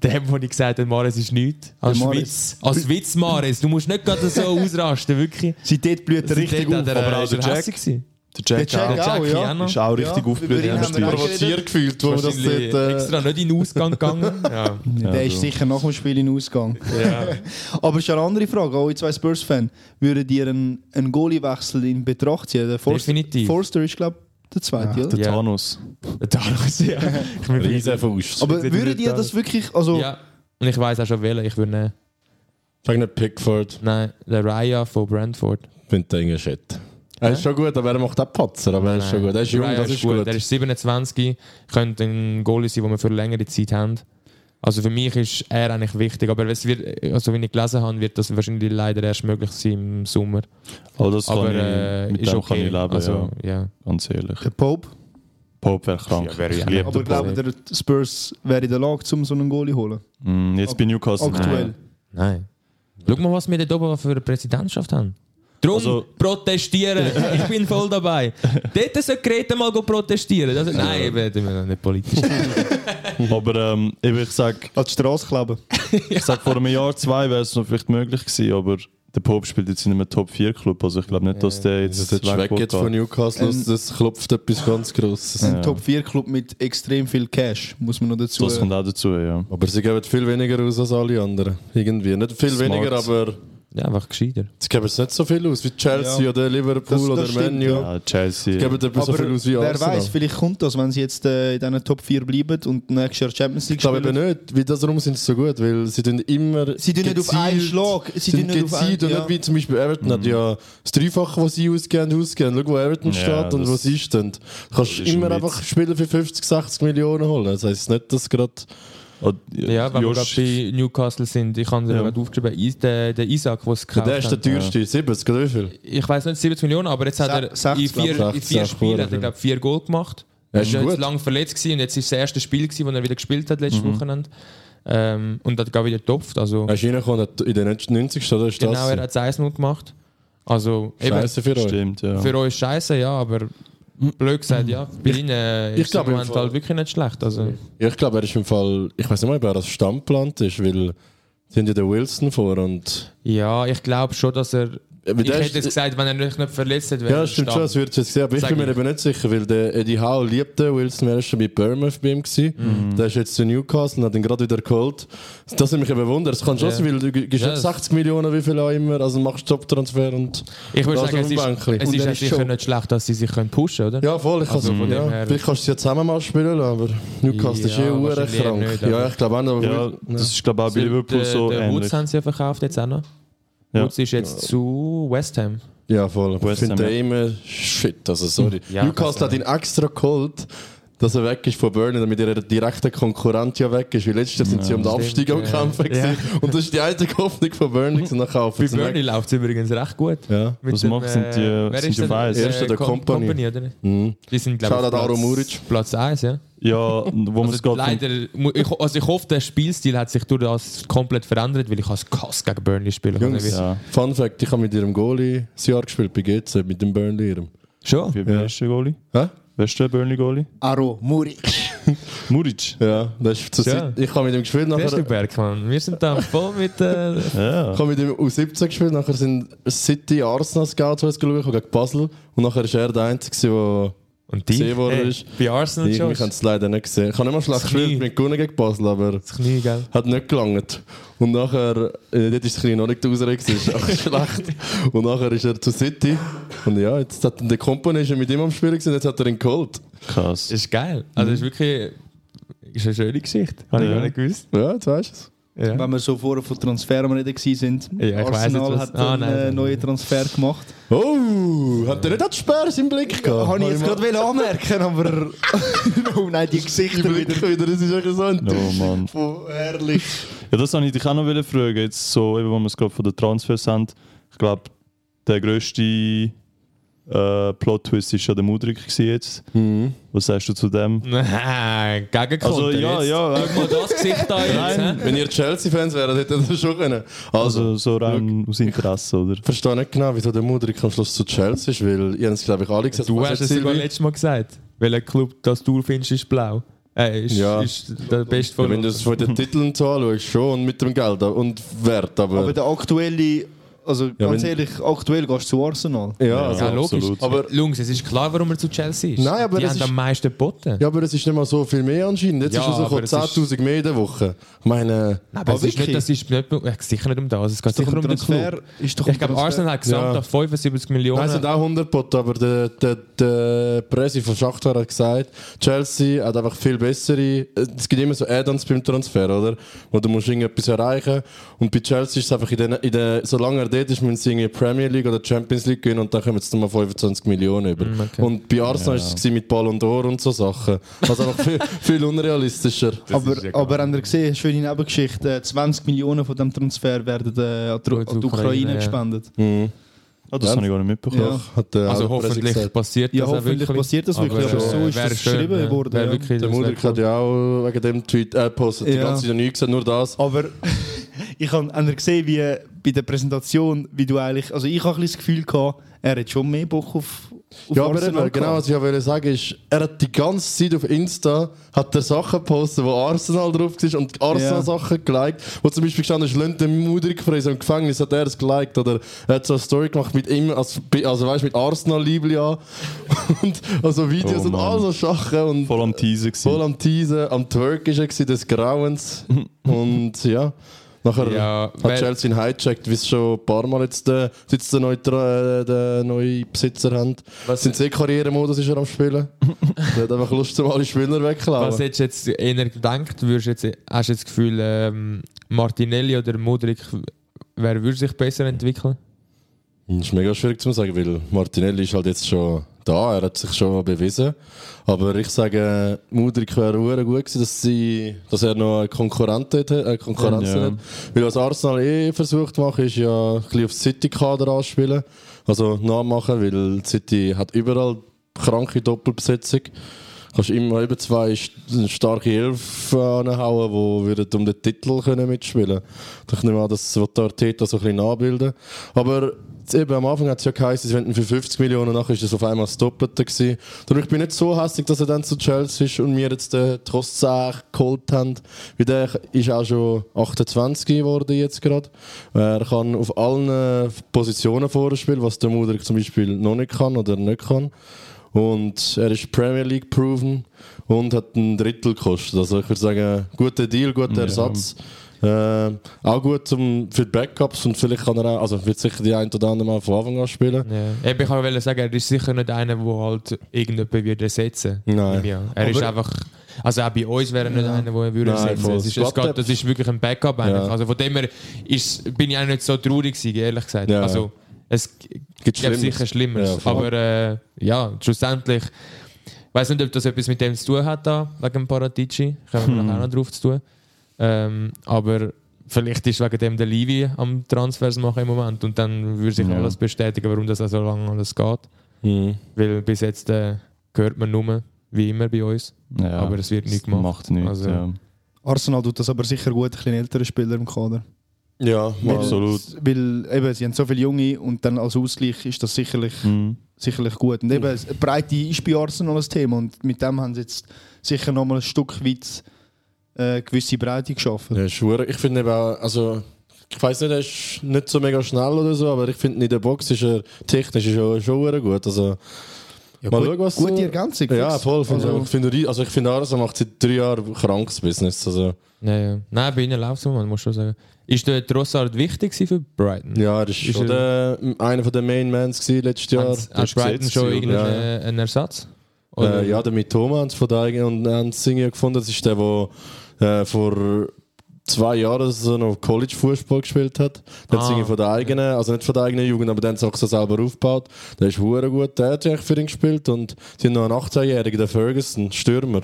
Speaker 1: dem, wo ich gesagt habe, Maris ist nichts. Als
Speaker 3: Maris-
Speaker 1: Witz, als Witz Maris, du musst nicht gerade
Speaker 2: [laughs]
Speaker 1: so ausrasten, wirklich.
Speaker 3: seitdem blüht er richtig auf.
Speaker 1: der,
Speaker 2: aber
Speaker 1: aber
Speaker 2: auch
Speaker 1: auch
Speaker 2: der Jack.
Speaker 1: gewesen.
Speaker 2: Der Jack,
Speaker 3: Der Jack
Speaker 2: auch.
Speaker 3: auch. ja.
Speaker 1: noch.
Speaker 2: ist auch
Speaker 3: Ja,
Speaker 2: richtig
Speaker 3: über
Speaker 2: aufgeblüht.
Speaker 3: ihn
Speaker 2: im
Speaker 3: haben wir
Speaker 2: Spiel.
Speaker 3: auch
Speaker 4: Provoziert gefühlt,
Speaker 2: Oh,
Speaker 4: wo man das dort,
Speaker 1: Wahrscheinlich
Speaker 4: äh,
Speaker 1: extra nicht in den Ausgang gegangen. ja.
Speaker 3: Der
Speaker 2: [laughs] Ja,
Speaker 3: ist
Speaker 2: so.
Speaker 3: sicher nach dem Spiel in den Ausgang. Aber ist eine andere Frage, auch ihr zwei Spurs-Fan. Würdet ihr einen, einen Goalie-Wechsel in Betracht ziehen? Der Forster,
Speaker 1: Definitiv.
Speaker 3: Forster ist, glaube ich, der zweite, ja.
Speaker 2: Der
Speaker 1: Ja.
Speaker 2: Thanos.
Speaker 1: Der Thanos, ja. Ich bin
Speaker 4: Riesen Faust.
Speaker 3: Aber
Speaker 1: Wird
Speaker 3: würdet ihr
Speaker 1: brutal.
Speaker 3: das wirklich, also
Speaker 1: ja. Und ich weiß auch schon wählen, ich würde nehmen.
Speaker 4: Sag nicht Pickford,
Speaker 1: Nein, der Raya von Brentford.
Speaker 4: ich bin der Engel Shit. Er ist schon gut, aber er macht auch Patzer, aber er ist schon gut. Er ist jung,
Speaker 1: Raya
Speaker 4: das ist gut.
Speaker 1: Er ist 27, könnte ein Goalie sein, den wir für längere Zeit haben. Also für mich ist er eigentlich wichtig, aber es wird, also wenn ich gelesen habe, wird das wahrscheinlich leider erst möglich sein im Sommer.
Speaker 2: Aber das
Speaker 1: aber
Speaker 2: kann
Speaker 1: äh,
Speaker 2: ich, mit
Speaker 1: ist
Speaker 2: dem
Speaker 1: okay.
Speaker 2: kann ich leben,
Speaker 1: also, ja.
Speaker 2: ja. ganz ehrlich.
Speaker 3: der Pope?
Speaker 2: Pope wäre krank.
Speaker 1: Ja, wäre
Speaker 2: ich
Speaker 1: ja.
Speaker 2: liebe
Speaker 3: Aber
Speaker 2: den Pope.
Speaker 3: glaubt ihr, die Spurs wäre in der Lage, um so einen Goalie zu holen?
Speaker 2: Mm, Jetzt bei Newcastle.
Speaker 3: Aktuell.
Speaker 1: Nein. Schau mal, was wir dort oben für eine Präsidentschaft haben. Drum
Speaker 2: Also-
Speaker 1: protestieren.
Speaker 2: [laughs]
Speaker 1: Ich bin voll dabei. Dort sollte Greta mal go protestieren. Das, nein, eben, das ist nicht politisch.
Speaker 2: Aber ähm, eben,
Speaker 1: [laughs]
Speaker 2: ich sage,
Speaker 3: An die Straße kleben.
Speaker 2: ich sag, vor einem Jahr, zwei wäre es noch vielleicht möglich gewesen, aber der Pope spielt jetzt in einem Top-4-Club. Also ich glaube nicht, dass der
Speaker 4: Das ist
Speaker 2: jetzt
Speaker 4: jetzt weg
Speaker 2: will
Speaker 4: jetzt
Speaker 2: gehen.
Speaker 4: von Newcastle,
Speaker 3: Ähm,
Speaker 4: das klopft etwas ganz Grosses.
Speaker 3: Ein Top-4-Club mit extrem viel Cash, muss man noch dazu
Speaker 2: Das kommt auch dazu, ja.
Speaker 4: Aber sie geben viel weniger aus als alle anderen. Irgendwie. Nicht viel
Speaker 2: Smart.
Speaker 4: weniger, aber
Speaker 1: Ja, einfach gescheiter.
Speaker 4: sie geben es nicht so viel aus wie Chelsea
Speaker 3: Ja.
Speaker 4: oder Liverpool
Speaker 3: Das- das
Speaker 4: oder
Speaker 3: stimmt,
Speaker 4: Man U.
Speaker 3: ja.
Speaker 2: ja Chelsea.
Speaker 4: Sie geben etwa so viel aus wie
Speaker 3: wer
Speaker 4: Arsenal.
Speaker 3: weiß, vielleicht kommt das, wenn sie jetzt äh, in diesen Top 4 bleiben und nächstes Jahr Champions League
Speaker 4: Ich glaube
Speaker 3: spielen.
Speaker 4: eben nicht, weil das darum sind sie so gut, weil sie tun immer
Speaker 3: Sie tun nicht auf einen Schlag. Sie
Speaker 4: Sie
Speaker 3: tun
Speaker 4: sind
Speaker 3: nicht
Speaker 4: gezielt
Speaker 3: auf
Speaker 4: und
Speaker 3: einen-
Speaker 4: nicht wie zum Beispiel Everton hat ja das Dreifache, was sie ausgeben, ausgeben. Schau, wo Everton
Speaker 2: Ja,
Speaker 4: steht und wo
Speaker 2: das-
Speaker 4: sie stehen. Du kannst
Speaker 2: ist ein
Speaker 4: immer
Speaker 2: Witz.
Speaker 4: einfach Spieler für 50, 60 Millionen holen. Das heisst nicht, dass gerade...
Speaker 2: Oh,
Speaker 1: Ja, wenn
Speaker 2: Josh-
Speaker 1: wir gerade bei Newcastle sind, ich habe
Speaker 2: Ja.
Speaker 1: ja. gerade aufgeschrieben, Is- der, der Isaac, der es gekauft
Speaker 4: Der ist der
Speaker 1: hat.
Speaker 4: teuerste, 70 oder wie eh viel?
Speaker 1: Ich weiß nicht, 70 Millionen, aber jetzt hat er
Speaker 3: Sech-
Speaker 1: in
Speaker 3: 60,
Speaker 1: vier,
Speaker 4: glaub ich.
Speaker 1: in vier
Speaker 4: 60,
Speaker 1: Spielen hat er,
Speaker 4: Bruder.
Speaker 1: glaub, vier Goal gemacht.
Speaker 4: Ja,
Speaker 1: Er
Speaker 4: ist
Speaker 1: war
Speaker 4: gut.
Speaker 1: jetzt lange verletzt gewesen und jetzt ist das erste Spiel, gewesen, das er wieder gespielt hat letztes Wochenende. Ähm, und hat gerade wieder getopft. Also,
Speaker 4: Er ist reingekommen in den 90. oder ist
Speaker 1: genau, er
Speaker 4: das?
Speaker 1: hat es 1-0 gemacht. Also, eben,
Speaker 4: Scheiße für euch.
Speaker 2: Stimmt, ja.
Speaker 1: Für euch scheiße, ja, aber blöd gesagt, ja. Bei ihnen äh,
Speaker 4: ich
Speaker 1: ist der
Speaker 4: glaub im
Speaker 1: Moment
Speaker 4: Fall-
Speaker 1: halt wirklich nicht schlecht. Also,
Speaker 4: Ja, ich glaube, er ist im Fall... Ich weiß nicht mal, ob er als Stamm geplant ist, weil... Sind ja der Wilson vor und...
Speaker 1: ja, ich glaube schon, dass er.
Speaker 4: aber
Speaker 1: Ich
Speaker 4: der ist-
Speaker 1: hätte jetzt gesagt, wenn er nicht, nicht verletzt hätte, wäre
Speaker 4: Ja,
Speaker 1: er
Speaker 4: stimmt schon,
Speaker 1: Stamm.
Speaker 4: das wird jetzt sehen. Aber ich
Speaker 1: Sag
Speaker 4: bin mir
Speaker 1: ich.
Speaker 4: eben nicht sicher, weil der Eddie Howe liebt den Wilson, er war schon bei Bournemouth bei ihm. Mhm. Der ist jetzt zu Newcastle und hat ihn gerade wieder geholt. Das nimmt mich eben wunder. Es kann schon
Speaker 1: Ja.
Speaker 4: sein, weil du gibst nicht
Speaker 1: Ja, das-
Speaker 4: 60 Millionen, wie viel auch immer, also machst Top-Transfer und...
Speaker 1: Ich würde
Speaker 4: Da
Speaker 1: sagen,
Speaker 4: auf
Speaker 1: es
Speaker 4: dem
Speaker 1: ist,
Speaker 4: Bänkli.
Speaker 1: es
Speaker 4: Und
Speaker 1: ist
Speaker 4: er
Speaker 1: ja
Speaker 4: ist
Speaker 1: sicher
Speaker 4: schon-
Speaker 1: nicht schlecht, dass sie sich können pushen können, oder?
Speaker 4: Ja, voll, ich also,
Speaker 1: Also von
Speaker 4: ja,
Speaker 1: dem her-
Speaker 4: vielleicht kannst du sie ja zusammen mal spielen, aber Newcastle ist
Speaker 1: Ja,
Speaker 4: eh hure
Speaker 1: wahrscheinlich eher
Speaker 4: krank.
Speaker 1: nicht, aber-
Speaker 4: ja, ich glaube auch nicht, aber...
Speaker 2: Ja, das ist, glaube ich, auch bei Liverpool
Speaker 1: Also, der,
Speaker 2: so
Speaker 1: der Woods
Speaker 2: ähnlich.
Speaker 1: haben sie ja verkauft jetzt auch noch.
Speaker 2: Ja.
Speaker 1: Woods ist jetzt zu West Ham.
Speaker 4: Ja, voll.
Speaker 2: West
Speaker 4: ich finde
Speaker 2: Ham,
Speaker 4: den immer shit. Also, sorry.
Speaker 1: Ja,
Speaker 4: Newcastle hat ihn extra geholt, dass er weg ist von Burnley, damit ihre direkte Konkurrent ja weg ist. Weil letztes Jahr sind sie um den
Speaker 1: stimmt,
Speaker 4: Abstieg am
Speaker 1: ja.
Speaker 4: Kämpfen.
Speaker 1: Ja.
Speaker 4: gewesen. Und das ist die einzige Hoffnung von Burnley, und dann kaufen
Speaker 1: Bei
Speaker 4: sie ihn
Speaker 1: Burnley
Speaker 4: weg.
Speaker 1: läuft es übrigens recht gut.
Speaker 4: Ja.
Speaker 1: Mit
Speaker 2: Was
Speaker 1: dem, äh,
Speaker 2: macht, sind die- äh,
Speaker 1: wer
Speaker 2: sind
Speaker 1: ist
Speaker 2: die
Speaker 1: denn-
Speaker 2: weiß?
Speaker 4: Erster der
Speaker 1: Com-
Speaker 4: Company.
Speaker 1: oder?
Speaker 4: Mhm.
Speaker 1: Die sind, glaube ich,
Speaker 4: Shoutout
Speaker 1: auf
Speaker 4: Aro
Speaker 1: Platz-
Speaker 4: Muric.
Speaker 1: Platz 1, ja.
Speaker 2: Ja, wo man es
Speaker 1: Also
Speaker 2: gerade
Speaker 1: leider, mu- ich, ho- also ich hoffe, der Spielstil hat sich durch das komplett verändert, weil ich als Kass gegen Burnley spielen kann.
Speaker 4: Jungs,
Speaker 1: Wie-
Speaker 2: Ja.
Speaker 4: Fun Fact: Ich habe mit ihrem Goalie das Jahr gespielt bei GC, mit dem Burnley. Ihrem.
Speaker 1: Schon?
Speaker 2: Wie ja. ist der Goalie?
Speaker 4: Hä?
Speaker 2: Wer ist der Burnley Goalie?
Speaker 3: Aro, Muric.
Speaker 2: Muric.
Speaker 4: Ja, das ist zur
Speaker 1: Ja.
Speaker 4: Zeit- Ich habe mit ihm gespielt,
Speaker 1: Der ist der
Speaker 4: nachher.
Speaker 1: Bergmann. Wir sind da voll mit.
Speaker 4: [laughs]
Speaker 1: Äh,
Speaker 2: Ja.
Speaker 4: Ich habe mit ihm U17 gespielt, nachher sind City Arsenal Scouts geschaut, gegen Basel. Und nachher war er der Einzige, der.
Speaker 1: und die?
Speaker 4: Gesehen worden
Speaker 1: Hey,
Speaker 4: ist.
Speaker 1: Bei Arsenal
Speaker 4: Ich,
Speaker 1: schon.
Speaker 4: mich haben es leider nicht gesehen. Ich habe nicht mal schlecht
Speaker 1: Das Knie.
Speaker 4: gespielt, ich bin gewonnen gegen Basel, aber
Speaker 1: Das Knie, gell?
Speaker 4: hat nicht gelangt. Und nachher, äh, dort ist das Knie noch nicht die Ausrede, gewesen, ist auch [laughs] schlecht. Und nachher ist er zu City. Und ja, jetzt hat der Company ist ja mit ihm am Spielen gewesen, jetzt hat er ihn geholt.
Speaker 2: Krass.
Speaker 1: Ist geil. Also, das ist wirklich. Ist eine schöne Geschichte. Habe ich
Speaker 2: Ja.
Speaker 1: gar nicht gewusst.
Speaker 4: Ja, jetzt weißt du es.
Speaker 1: Ja.
Speaker 3: Wenn wir so vorher von Transfer am Reden waren,
Speaker 1: Ja, ich weiss
Speaker 3: Arsenal
Speaker 1: jetzt, was-
Speaker 3: hat
Speaker 1: Ah,
Speaker 3: einen
Speaker 1: nein,
Speaker 3: äh,
Speaker 1: nein.
Speaker 3: neuen Transfer gemacht.
Speaker 4: Oh, hat er nicht den Sperr im Blick gehabt?
Speaker 3: Habe ich jetzt
Speaker 4: mal-
Speaker 3: gerade wollen anmerken, aber. [laughs] oh nein, die
Speaker 4: Die
Speaker 3: Gesichter wieder.
Speaker 4: Blicke wieder, das ist echt so ein
Speaker 2: Oh Mann.
Speaker 4: Oh, herrlich.
Speaker 2: Ja, das wollte ich dich auch noch fragen. Jetzt so, eben, wo wir es gerade von den Transfers haben. Ich glaube, der grösste äh, Plot-Twist war ja der Mudrik gewesen jetzt.
Speaker 4: Mhm.
Speaker 2: Was sagst du zu dem?
Speaker 1: [laughs] Nein, Gegenkonter
Speaker 2: Also, ja,
Speaker 1: jetzt.
Speaker 2: ja.
Speaker 1: Schau mal das Gesicht da jetzt.
Speaker 2: Nein.
Speaker 1: hä?
Speaker 4: Wenn ihr Chelsea-Fans wäret, hättet ihr das schon können. Also,
Speaker 2: Also, so rein aus Interesse, oder?
Speaker 4: ich verstehe nicht genau, wieso der Mudrik am Schluss zu Chelsea ist, weil ihr habt es, glaube ich, alle gesagt.
Speaker 1: Du
Speaker 4: was
Speaker 1: hast
Speaker 4: hat
Speaker 1: es sogar
Speaker 4: Also, Silvi?
Speaker 1: letztes Mal gesagt. Welcher Club das du findest, ist blau. Äh, ist,
Speaker 4: Ja.
Speaker 1: ist der beste
Speaker 4: Ja,
Speaker 1: von
Speaker 4: wenn du es von den Titeln so anschaust, schon und mit dem Geld und Wert, aber.
Speaker 3: Aber der aktuelle. Also ganz
Speaker 4: wenn-
Speaker 3: ehrlich, aktuell gehst du zu Arsenal.
Speaker 4: ja, also
Speaker 1: Ja, logisch.
Speaker 4: absolut. Aber,
Speaker 1: Aber Lungs, es ist klar, warum er zu Chelsea ist.
Speaker 4: Nein, aber
Speaker 1: die
Speaker 4: das
Speaker 1: haben
Speaker 4: ist-
Speaker 1: am meisten geboten.
Speaker 4: ja, aber es ist nicht mal so viel mehr anscheinend. Jetzt
Speaker 1: Ja,
Speaker 4: ist es so
Speaker 1: aber es ist-
Speaker 4: 10.000 mehr in der Woche. Ich meine,
Speaker 1: Nein, aber
Speaker 3: Ah,
Speaker 1: es ist nicht,
Speaker 3: wirklich?
Speaker 1: das ist nicht, es geht sicher nicht um das. Es geht
Speaker 3: Doch
Speaker 1: sicher
Speaker 3: ein
Speaker 1: um den
Speaker 3: Transfer
Speaker 1: Club.
Speaker 3: ist doch ein
Speaker 1: Ich glaube,
Speaker 3: Transfer.
Speaker 1: Arsenal hat gesamt
Speaker 4: Ja.
Speaker 1: auf 75 Millionen.
Speaker 4: Nein, es sind auch 100 Pott, aber der, der, der Presse von Schachtar hat gesagt, Chelsea hat einfach viel bessere. äh, Es gibt immer so Add-ons beim Transfer, oder? Wo du musst irgendetwas erreichen. Und bei Chelsea ist es einfach, in den, in den, solange er dort ist, müssen sie irgendwie Premier League oder Champions League gehen und dann kommen jetzt nochmal 25 Millionen über.
Speaker 1: Mm, okay.
Speaker 4: Und bei Arsenal war es gewesen mit Ballon d'Or und so Sachen. Also
Speaker 1: [laughs]
Speaker 4: einfach viel, viel unrealistischer.
Speaker 3: Aber,
Speaker 1: ist ja klar.
Speaker 3: aber habt ihr gesehen, schöne Nebengeschichte, äh, 20 Millionen von diesem Transfer werden äh, an, die-
Speaker 1: Gut,
Speaker 3: an die
Speaker 1: Ukraine,
Speaker 3: Ukraine
Speaker 1: ja.
Speaker 3: gespendet.
Speaker 2: Ah, das
Speaker 4: Ja.
Speaker 2: habe ich gar nicht mitbekommen.
Speaker 3: Ja.
Speaker 4: Mm, Hat der
Speaker 1: also
Speaker 4: Alvarez
Speaker 1: hoffentlich
Speaker 4: gesagt.
Speaker 1: passiert
Speaker 3: Ja,
Speaker 1: das auch
Speaker 3: hoffentlich
Speaker 1: wirklich. äh,
Speaker 3: passiert das wirklich, aber so ist
Speaker 1: wär
Speaker 3: das geschrieben
Speaker 1: ja.
Speaker 3: worden,
Speaker 1: Wär
Speaker 3: ja.
Speaker 1: Wirklich,
Speaker 4: Der
Speaker 1: das
Speaker 4: Mutter
Speaker 1: wär
Speaker 4: hat ja auch wegen dem Tweet äh, postet. Die
Speaker 3: Ja.
Speaker 4: ganze Zeit nichts gesagt, nur das.
Speaker 3: Aber [laughs] ich habe habt ihr gesehen, wie äh, bei der Präsentation, wie du eigentlich, also ich habe ein bisschen das Gefühl gehabt, er hat schon mehr Bock auf, auf
Speaker 4: Ja, aber
Speaker 3: Arsenal
Speaker 4: eben, genau,
Speaker 3: gehabt.
Speaker 4: was ich auch wollte sagen ist, er hat die ganze Zeit auf Insta hat er Sachen gepostet, wo Arsenal drauf war und Arsenal-Sachen geliked. Wo zum Beispiel gestanden ist, Lönn den Mudrik frei, so im Gefängnis hat er es geliked. Oder er hat so eine Story gemacht mit ihm, als, also weißt mit Arsenal-Liebli an. [laughs] und also Videos
Speaker 2: Oh
Speaker 4: und
Speaker 2: Mann.
Speaker 4: all so Sachen. Und
Speaker 2: Voll am Teasen
Speaker 4: voll
Speaker 2: gewesen.
Speaker 4: am Teasen, am Twerk war er gewesen, des
Speaker 2: [laughs]
Speaker 4: Grauens. und ja. Nachher
Speaker 1: Ja, wer-
Speaker 4: hat Chelsea ihn hijacked, wie es schon ein paar Mal jetzt äh, seit sie den neuen, Tra- äh, den neuen Besitzer haben.
Speaker 1: Was-
Speaker 4: Sind sie Karrieremodus ist er am Spielen? [laughs] der hat einfach Lust, um alle Spieler wegklauen.
Speaker 1: Was hättest du jetzt eher gedacht? Würdest du jetzt, hast du jetzt das Gefühl, ähm, Martinelli oder Mudrik, wer würde sich besser entwickeln?
Speaker 4: Das Hm, ist mega schwierig zu sagen, weil Martinelli ist halt jetzt schon da, er hat sich schon bewiesen. Aber ich sage, Mudrik wäre hure gut gewesen, dass, sie, dass er noch eine Konkurrenz hätte. Äh, Konkurrenz
Speaker 2: Ja.
Speaker 4: hat. Weil was Arsenal eh versucht zu machen, ist ja ein bisschen auf das City-Kader anspielen. Also nachmachen, weil die City hat überall kranke Doppelbesetzung. Kannst immer über zwei st- starke Elf anhauen, die würden um den Titel können mitspielen können. Ich nehme an, das will der Arteta so ein bisschen nachbilden. Aber jetzt eben am Anfang hat es ja geheißen, sie wenden für 50 Millionen, nachher ist das auf einmal das Doppelte gewesen. Darum ich bin nicht so hässlich, dass er dann zu Chelsea ist und wir jetzt den Trossach geholt haben. Weil der ist auch schon 28 geworden jetzt gerade. Er kann auf allen Positionen vorspielen, was der Muder zum Beispiel noch nicht kann oder nicht kann. Und er ist Premier League proven und hat ein Drittel gekostet. Also ich würde sagen, guter Deal, guter Ersatz. Äh, auch gut zum, für die Backups und vielleicht kann er auch, also wird sicher die ein oder andere Mal von Anfang an spielen.
Speaker 1: Ja. Eben, Ich wollte sagen, er ist sicher nicht einer, der halt irgendjemanden würde ersetzen
Speaker 4: Nein.
Speaker 1: Ja. Er ist einfach. Also auch bei uns wäre er nicht einer, der würde
Speaker 4: Nein,
Speaker 1: ersetzen
Speaker 4: voll.
Speaker 1: es ist, es
Speaker 4: Slotep.
Speaker 1: geht, Das ist wirklich ein Backup eigentlich.
Speaker 4: Ja.
Speaker 1: Also von dem her ist, bin ich auch nicht so traurig gewesen, ehrlich gesagt.
Speaker 4: Ja.
Speaker 1: Also es g-
Speaker 4: Gibt
Speaker 1: gäbe
Speaker 4: Schlimmeres.
Speaker 1: sicher Schlimmeres.
Speaker 4: Ja, voll.
Speaker 1: aber äh, ja, schlussendlich. Ich weiß nicht, ob das etwas mit dem zu tun hat, da, wegen dem Paratici. Können wir nachher auch noch drauf zu tun. Ähm, aber vielleicht ist wegen dem der Levi am Transfers machen im Moment und dann würde sich
Speaker 2: Ja.
Speaker 1: alles bestätigen, warum das auch so lange alles geht.
Speaker 4: Mhm.
Speaker 1: Weil bis jetzt äh, hört man nur, wie immer bei uns.
Speaker 2: Ja.
Speaker 1: Aber es wird
Speaker 2: Das
Speaker 1: nicht gemacht.
Speaker 2: Macht nichts,
Speaker 1: Also-
Speaker 2: ja.
Speaker 3: Arsenal tut das aber sicher gut, ein bisschen ältere Spieler im Kader.
Speaker 4: Ja, mal.
Speaker 2: Absolut.
Speaker 3: Weil eben, sie haben so viele Junge und dann als Ausgleich ist das sicherlich
Speaker 2: Mhm.
Speaker 3: sicherlich gut. Und eben, es- Breite ist bei Arsenal ein Thema und mit dem haben sie jetzt sicher nochmal ein Stück weit äh, gewisse Breite geschaffen.
Speaker 4: Ja, ist hure- ich finde eben auch, also ich weiß nicht, er ist nicht so mega schnell oder so, aber ich finde in der Box ist er technisch ist er schon hure gut. Also, mal
Speaker 3: gut-
Speaker 4: schauen, was
Speaker 3: gute
Speaker 4: so-
Speaker 3: Ergänzung,
Speaker 4: Ja,
Speaker 3: fix.
Speaker 4: voll. Find
Speaker 3: Also-
Speaker 4: also, ich finde, also ich finde, Arsenal macht seit drei Jahren krankes Business. Also,
Speaker 1: Ja, ja. Nein, bei ihnen läuft es man muss schon sagen. Ist der Trossard wichtig gewesen für Brighton?
Speaker 4: ja, er ist,
Speaker 1: Ist
Speaker 4: schon der, einer von den Main Mans gewesen letztes Jahr.
Speaker 1: Hat, hat Brighton
Speaker 2: gesetzt,
Speaker 1: schon
Speaker 2: oder?
Speaker 1: irgendeinen äh,
Speaker 4: Ja,
Speaker 1: einen Ersatz? Oder-
Speaker 4: Äh, ja, der mit Thomas von da und haben sie irgendwie gefunden. Das ist der, der äh, vor zwei Jahren, dass er noch College-Fußball gespielt hat. Dann
Speaker 1: Ah.
Speaker 4: ah. von der eigenen, also nicht von der eigenen Jugend, aber dann hat er sich selber aufgebaut. Der ist hure gut, der hat eigentlich für ihn gespielt. Und sie haben noch einen 18-Jährigen, der Ferguson, Stürmer.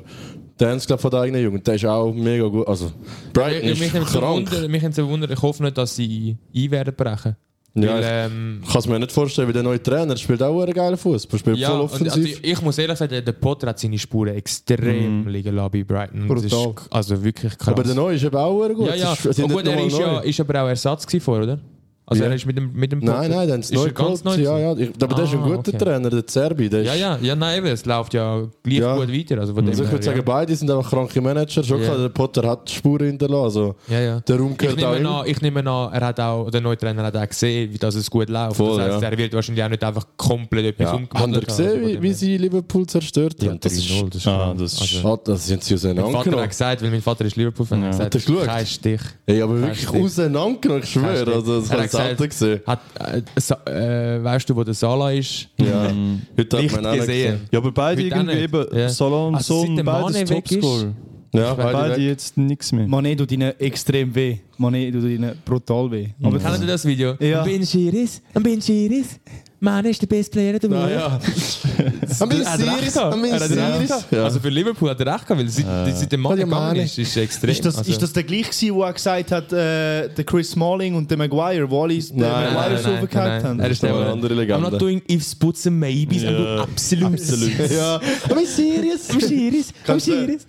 Speaker 4: Der haben sie, glaub, von der eigenen Jugend. Der ist auch mega gut. Also, Brighton
Speaker 1: mich
Speaker 4: ist
Speaker 1: nimmt es
Speaker 4: krank.
Speaker 1: Wunder, mich nimmt es Wunder, ich hoffe nicht, dass sie ein werden brechen.
Speaker 4: Ja,
Speaker 1: Weil,
Speaker 4: ich
Speaker 1: ähm,
Speaker 4: kann es mir nicht vorstellen, wie der neue Trainer spielt auch einen geilen Fußball. Spielt
Speaker 1: ja,
Speaker 4: voll
Speaker 1: und, also
Speaker 4: offensiv. Mhm.
Speaker 1: ich muss ehrlich sagen, der Potter hat seine Spuren extrem liegen lassen bei Brighton. Das
Speaker 3: Brutal.
Speaker 1: Ist, also wirklich krass.
Speaker 4: aber der neue ist eben auch hure gut.
Speaker 1: ja, ja.
Speaker 4: Es ist- es sind
Speaker 1: Obwohl,
Speaker 4: nicht
Speaker 1: er
Speaker 4: nur
Speaker 1: ist, ja,
Speaker 4: neu.
Speaker 1: ist aber auch Ersatz gewesen vor, oder? Also
Speaker 4: Ja.
Speaker 1: er ist mit dem, mit dem
Speaker 4: Nein, nein, dann ist
Speaker 1: Ist
Speaker 4: neu
Speaker 1: er ganz
Speaker 4: geholt.
Speaker 1: neu
Speaker 4: Ja, ja. Ich, aber der ist ein
Speaker 1: Ah,
Speaker 4: guter
Speaker 1: okay.
Speaker 4: Trainer, der Zerbi. Der ist,
Speaker 1: Ja, ja, ja, nein, eben, es läuft ja gleich
Speaker 4: Ja.
Speaker 1: gut weiter. Also, von dem
Speaker 4: Also ich
Speaker 1: her,
Speaker 4: würde sagen,
Speaker 1: ja.
Speaker 4: beide sind einfach kranke Manager. Schon
Speaker 1: Ja.
Speaker 4: klar, der Potter hat Spuren hinterlassen. Also
Speaker 1: Ja, ja.
Speaker 4: der Raum
Speaker 1: Ich
Speaker 4: gehört auch
Speaker 1: nehme,
Speaker 4: ihm.
Speaker 1: an, ich nehme an, er hat auch, der neue Trainer hat auch gesehen, wie das es gut läuft.
Speaker 4: Voll,
Speaker 1: das heißt,
Speaker 4: ja.
Speaker 1: er wird wahrscheinlich auch nicht einfach komplett etwas
Speaker 4: Ja.
Speaker 1: umgemacht also
Speaker 4: Haben wir gesehen, wie, wie sie Liverpool zerstört haben?
Speaker 1: das
Speaker 4: das
Speaker 1: ist
Speaker 4: ist
Speaker 1: 0 das ist
Speaker 2: Ah,
Speaker 1: klar.
Speaker 2: das ist-
Speaker 1: also,
Speaker 4: schade, das sind sie
Speaker 1: mein Vater hat
Speaker 4: auseinandergenommen.
Speaker 1: gesagt, weil mein Vater ist Liverpool-Fan,
Speaker 2: Ja.
Speaker 1: hat
Speaker 4: genau. Hat er
Speaker 1: gesagt,
Speaker 4: geschaut?
Speaker 1: kein Stich.
Speaker 4: Ey, aber
Speaker 1: Kein
Speaker 4: wirklich
Speaker 1: Stich.
Speaker 4: auseinandergenommen, ich schwöre.
Speaker 1: Stich.
Speaker 4: Also, das
Speaker 1: Er
Speaker 4: habe
Speaker 1: hat
Speaker 4: ich selten
Speaker 1: gesagt-
Speaker 4: gesehen.
Speaker 1: Hat, äh, Sa äh, weißt du, wo der Salah ist? [laughs]
Speaker 4: Ja. Heute
Speaker 1: Nicht
Speaker 4: auch
Speaker 1: gesehen.
Speaker 2: Ja, aber beide
Speaker 1: Heute auch
Speaker 2: irgendwie
Speaker 1: nicht.
Speaker 2: eben,
Speaker 1: Ja.
Speaker 2: Salah und
Speaker 1: Also, seit
Speaker 2: Son,
Speaker 1: der Mane
Speaker 2: beides
Speaker 1: weg ist-
Speaker 2: Topscorer.
Speaker 4: Ja,
Speaker 1: Beide
Speaker 4: beide
Speaker 2: Beide
Speaker 4: weg.
Speaker 2: jetzt nichts mehr.
Speaker 3: Mané tut ihnen extrem weh. Mané tut ihnen brutal weh.
Speaker 1: Aber kennen Sie das Video?
Speaker 3: Ja.
Speaker 1: Ben Shiris, Ben Shiris, Mann ist der beste Player der
Speaker 4: Ah, ja. [laughs] Am
Speaker 1: Er hat recht
Speaker 4: Siris,
Speaker 1: gehabt.
Speaker 4: am
Speaker 1: Er hat recht
Speaker 4: Siris.
Speaker 1: gehabt.
Speaker 4: Ja.
Speaker 1: Also für Liverpool hat er recht gehabt, weil seit, seit der Mann
Speaker 4: Ja,
Speaker 1: gegangen
Speaker 4: Mane.
Speaker 1: ist, ist es extrem.
Speaker 3: Ist das,
Speaker 1: also,
Speaker 3: ist das der gleiche, gewesen, der auch gesagt hat, äh, der Chris Smalling und der Maguire, wo alle den
Speaker 4: Nein,
Speaker 1: nein, nein,
Speaker 3: Maguire
Speaker 1: nein,
Speaker 3: so
Speaker 1: nein, nein.
Speaker 3: aufgehängt haben?
Speaker 1: Er ist der,
Speaker 4: Aber
Speaker 1: der-
Speaker 4: eine andere
Speaker 1: I'm
Speaker 4: Legende.
Speaker 1: not doing ifs, buts and maybes, I'm doing
Speaker 2: Ja.
Speaker 1: absolutes. [laughs]
Speaker 4: Ja. Am Siris, am
Speaker 2: [laughs]
Speaker 4: Siris, am Siris.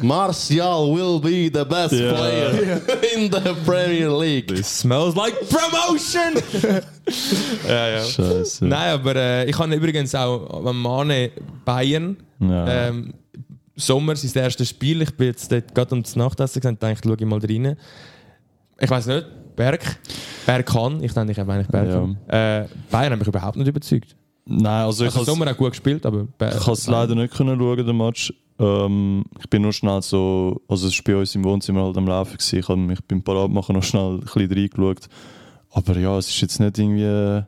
Speaker 4: Martial will be the best
Speaker 2: Ja.
Speaker 4: player in the Premier League.
Speaker 1: Smells like [laughs] promotion!
Speaker 2: Scheiße.
Speaker 1: Nein, aber äh, ich habe übrigens auch am Mane Bayern
Speaker 2: Ja.
Speaker 1: ähm, Sommer sein erstes Spiel. Ich bin jetzt dort gerade um das Nachtessen gesagt, dachte ich, schaue ich mal rein. Ich weiß nicht, Berg. Berg kann. Ich denke, ich habe eigentlich Berg.
Speaker 2: Ja.
Speaker 1: Äh, Bayern hat mich überhaupt nicht überzeugt.
Speaker 2: Nein, also ich
Speaker 1: Also
Speaker 2: has-
Speaker 1: Sommer hat gut gespielt, aber Berg.
Speaker 2: Ich habe es leider nicht können schauen, den Match. Ähm, ich bin nur schnell so, also es war bei uns im Wohnzimmer halt am Laufen. Gewesen. Ich habe mich beim Paratmachen noch schnell ein bisschen reingeschaut. Aber ja, es ist jetzt nicht irgendwie, äh,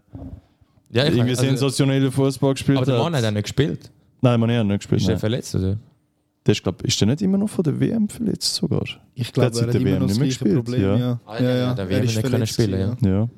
Speaker 1: ja, ich
Speaker 2: irgendwie
Speaker 1: also,
Speaker 2: sensationeller Fußball gespielt.
Speaker 1: Aber der Mann hat auch nicht gespielt.
Speaker 2: Nein, man hat nicht gespielt.
Speaker 1: Ist er
Speaker 2: Nein. Hm?
Speaker 1: verletzt? Oder?
Speaker 2: Der ist, glaub, ist der nicht immer noch von der WM verletzt sogar?
Speaker 3: Ich
Speaker 2: Der
Speaker 3: glaube,
Speaker 2: hat
Speaker 3: er
Speaker 2: seit
Speaker 3: hat
Speaker 2: der
Speaker 3: immer
Speaker 2: WM
Speaker 3: noch das
Speaker 2: nicht mehr
Speaker 3: gleiche Problem.
Speaker 2: gespielt,
Speaker 3: Ja.
Speaker 2: ja.
Speaker 3: Ja.
Speaker 1: Ah, ja, ja, der WM nicht können
Speaker 3: verletzt
Speaker 1: spielen,
Speaker 3: gewesen,
Speaker 2: Ja.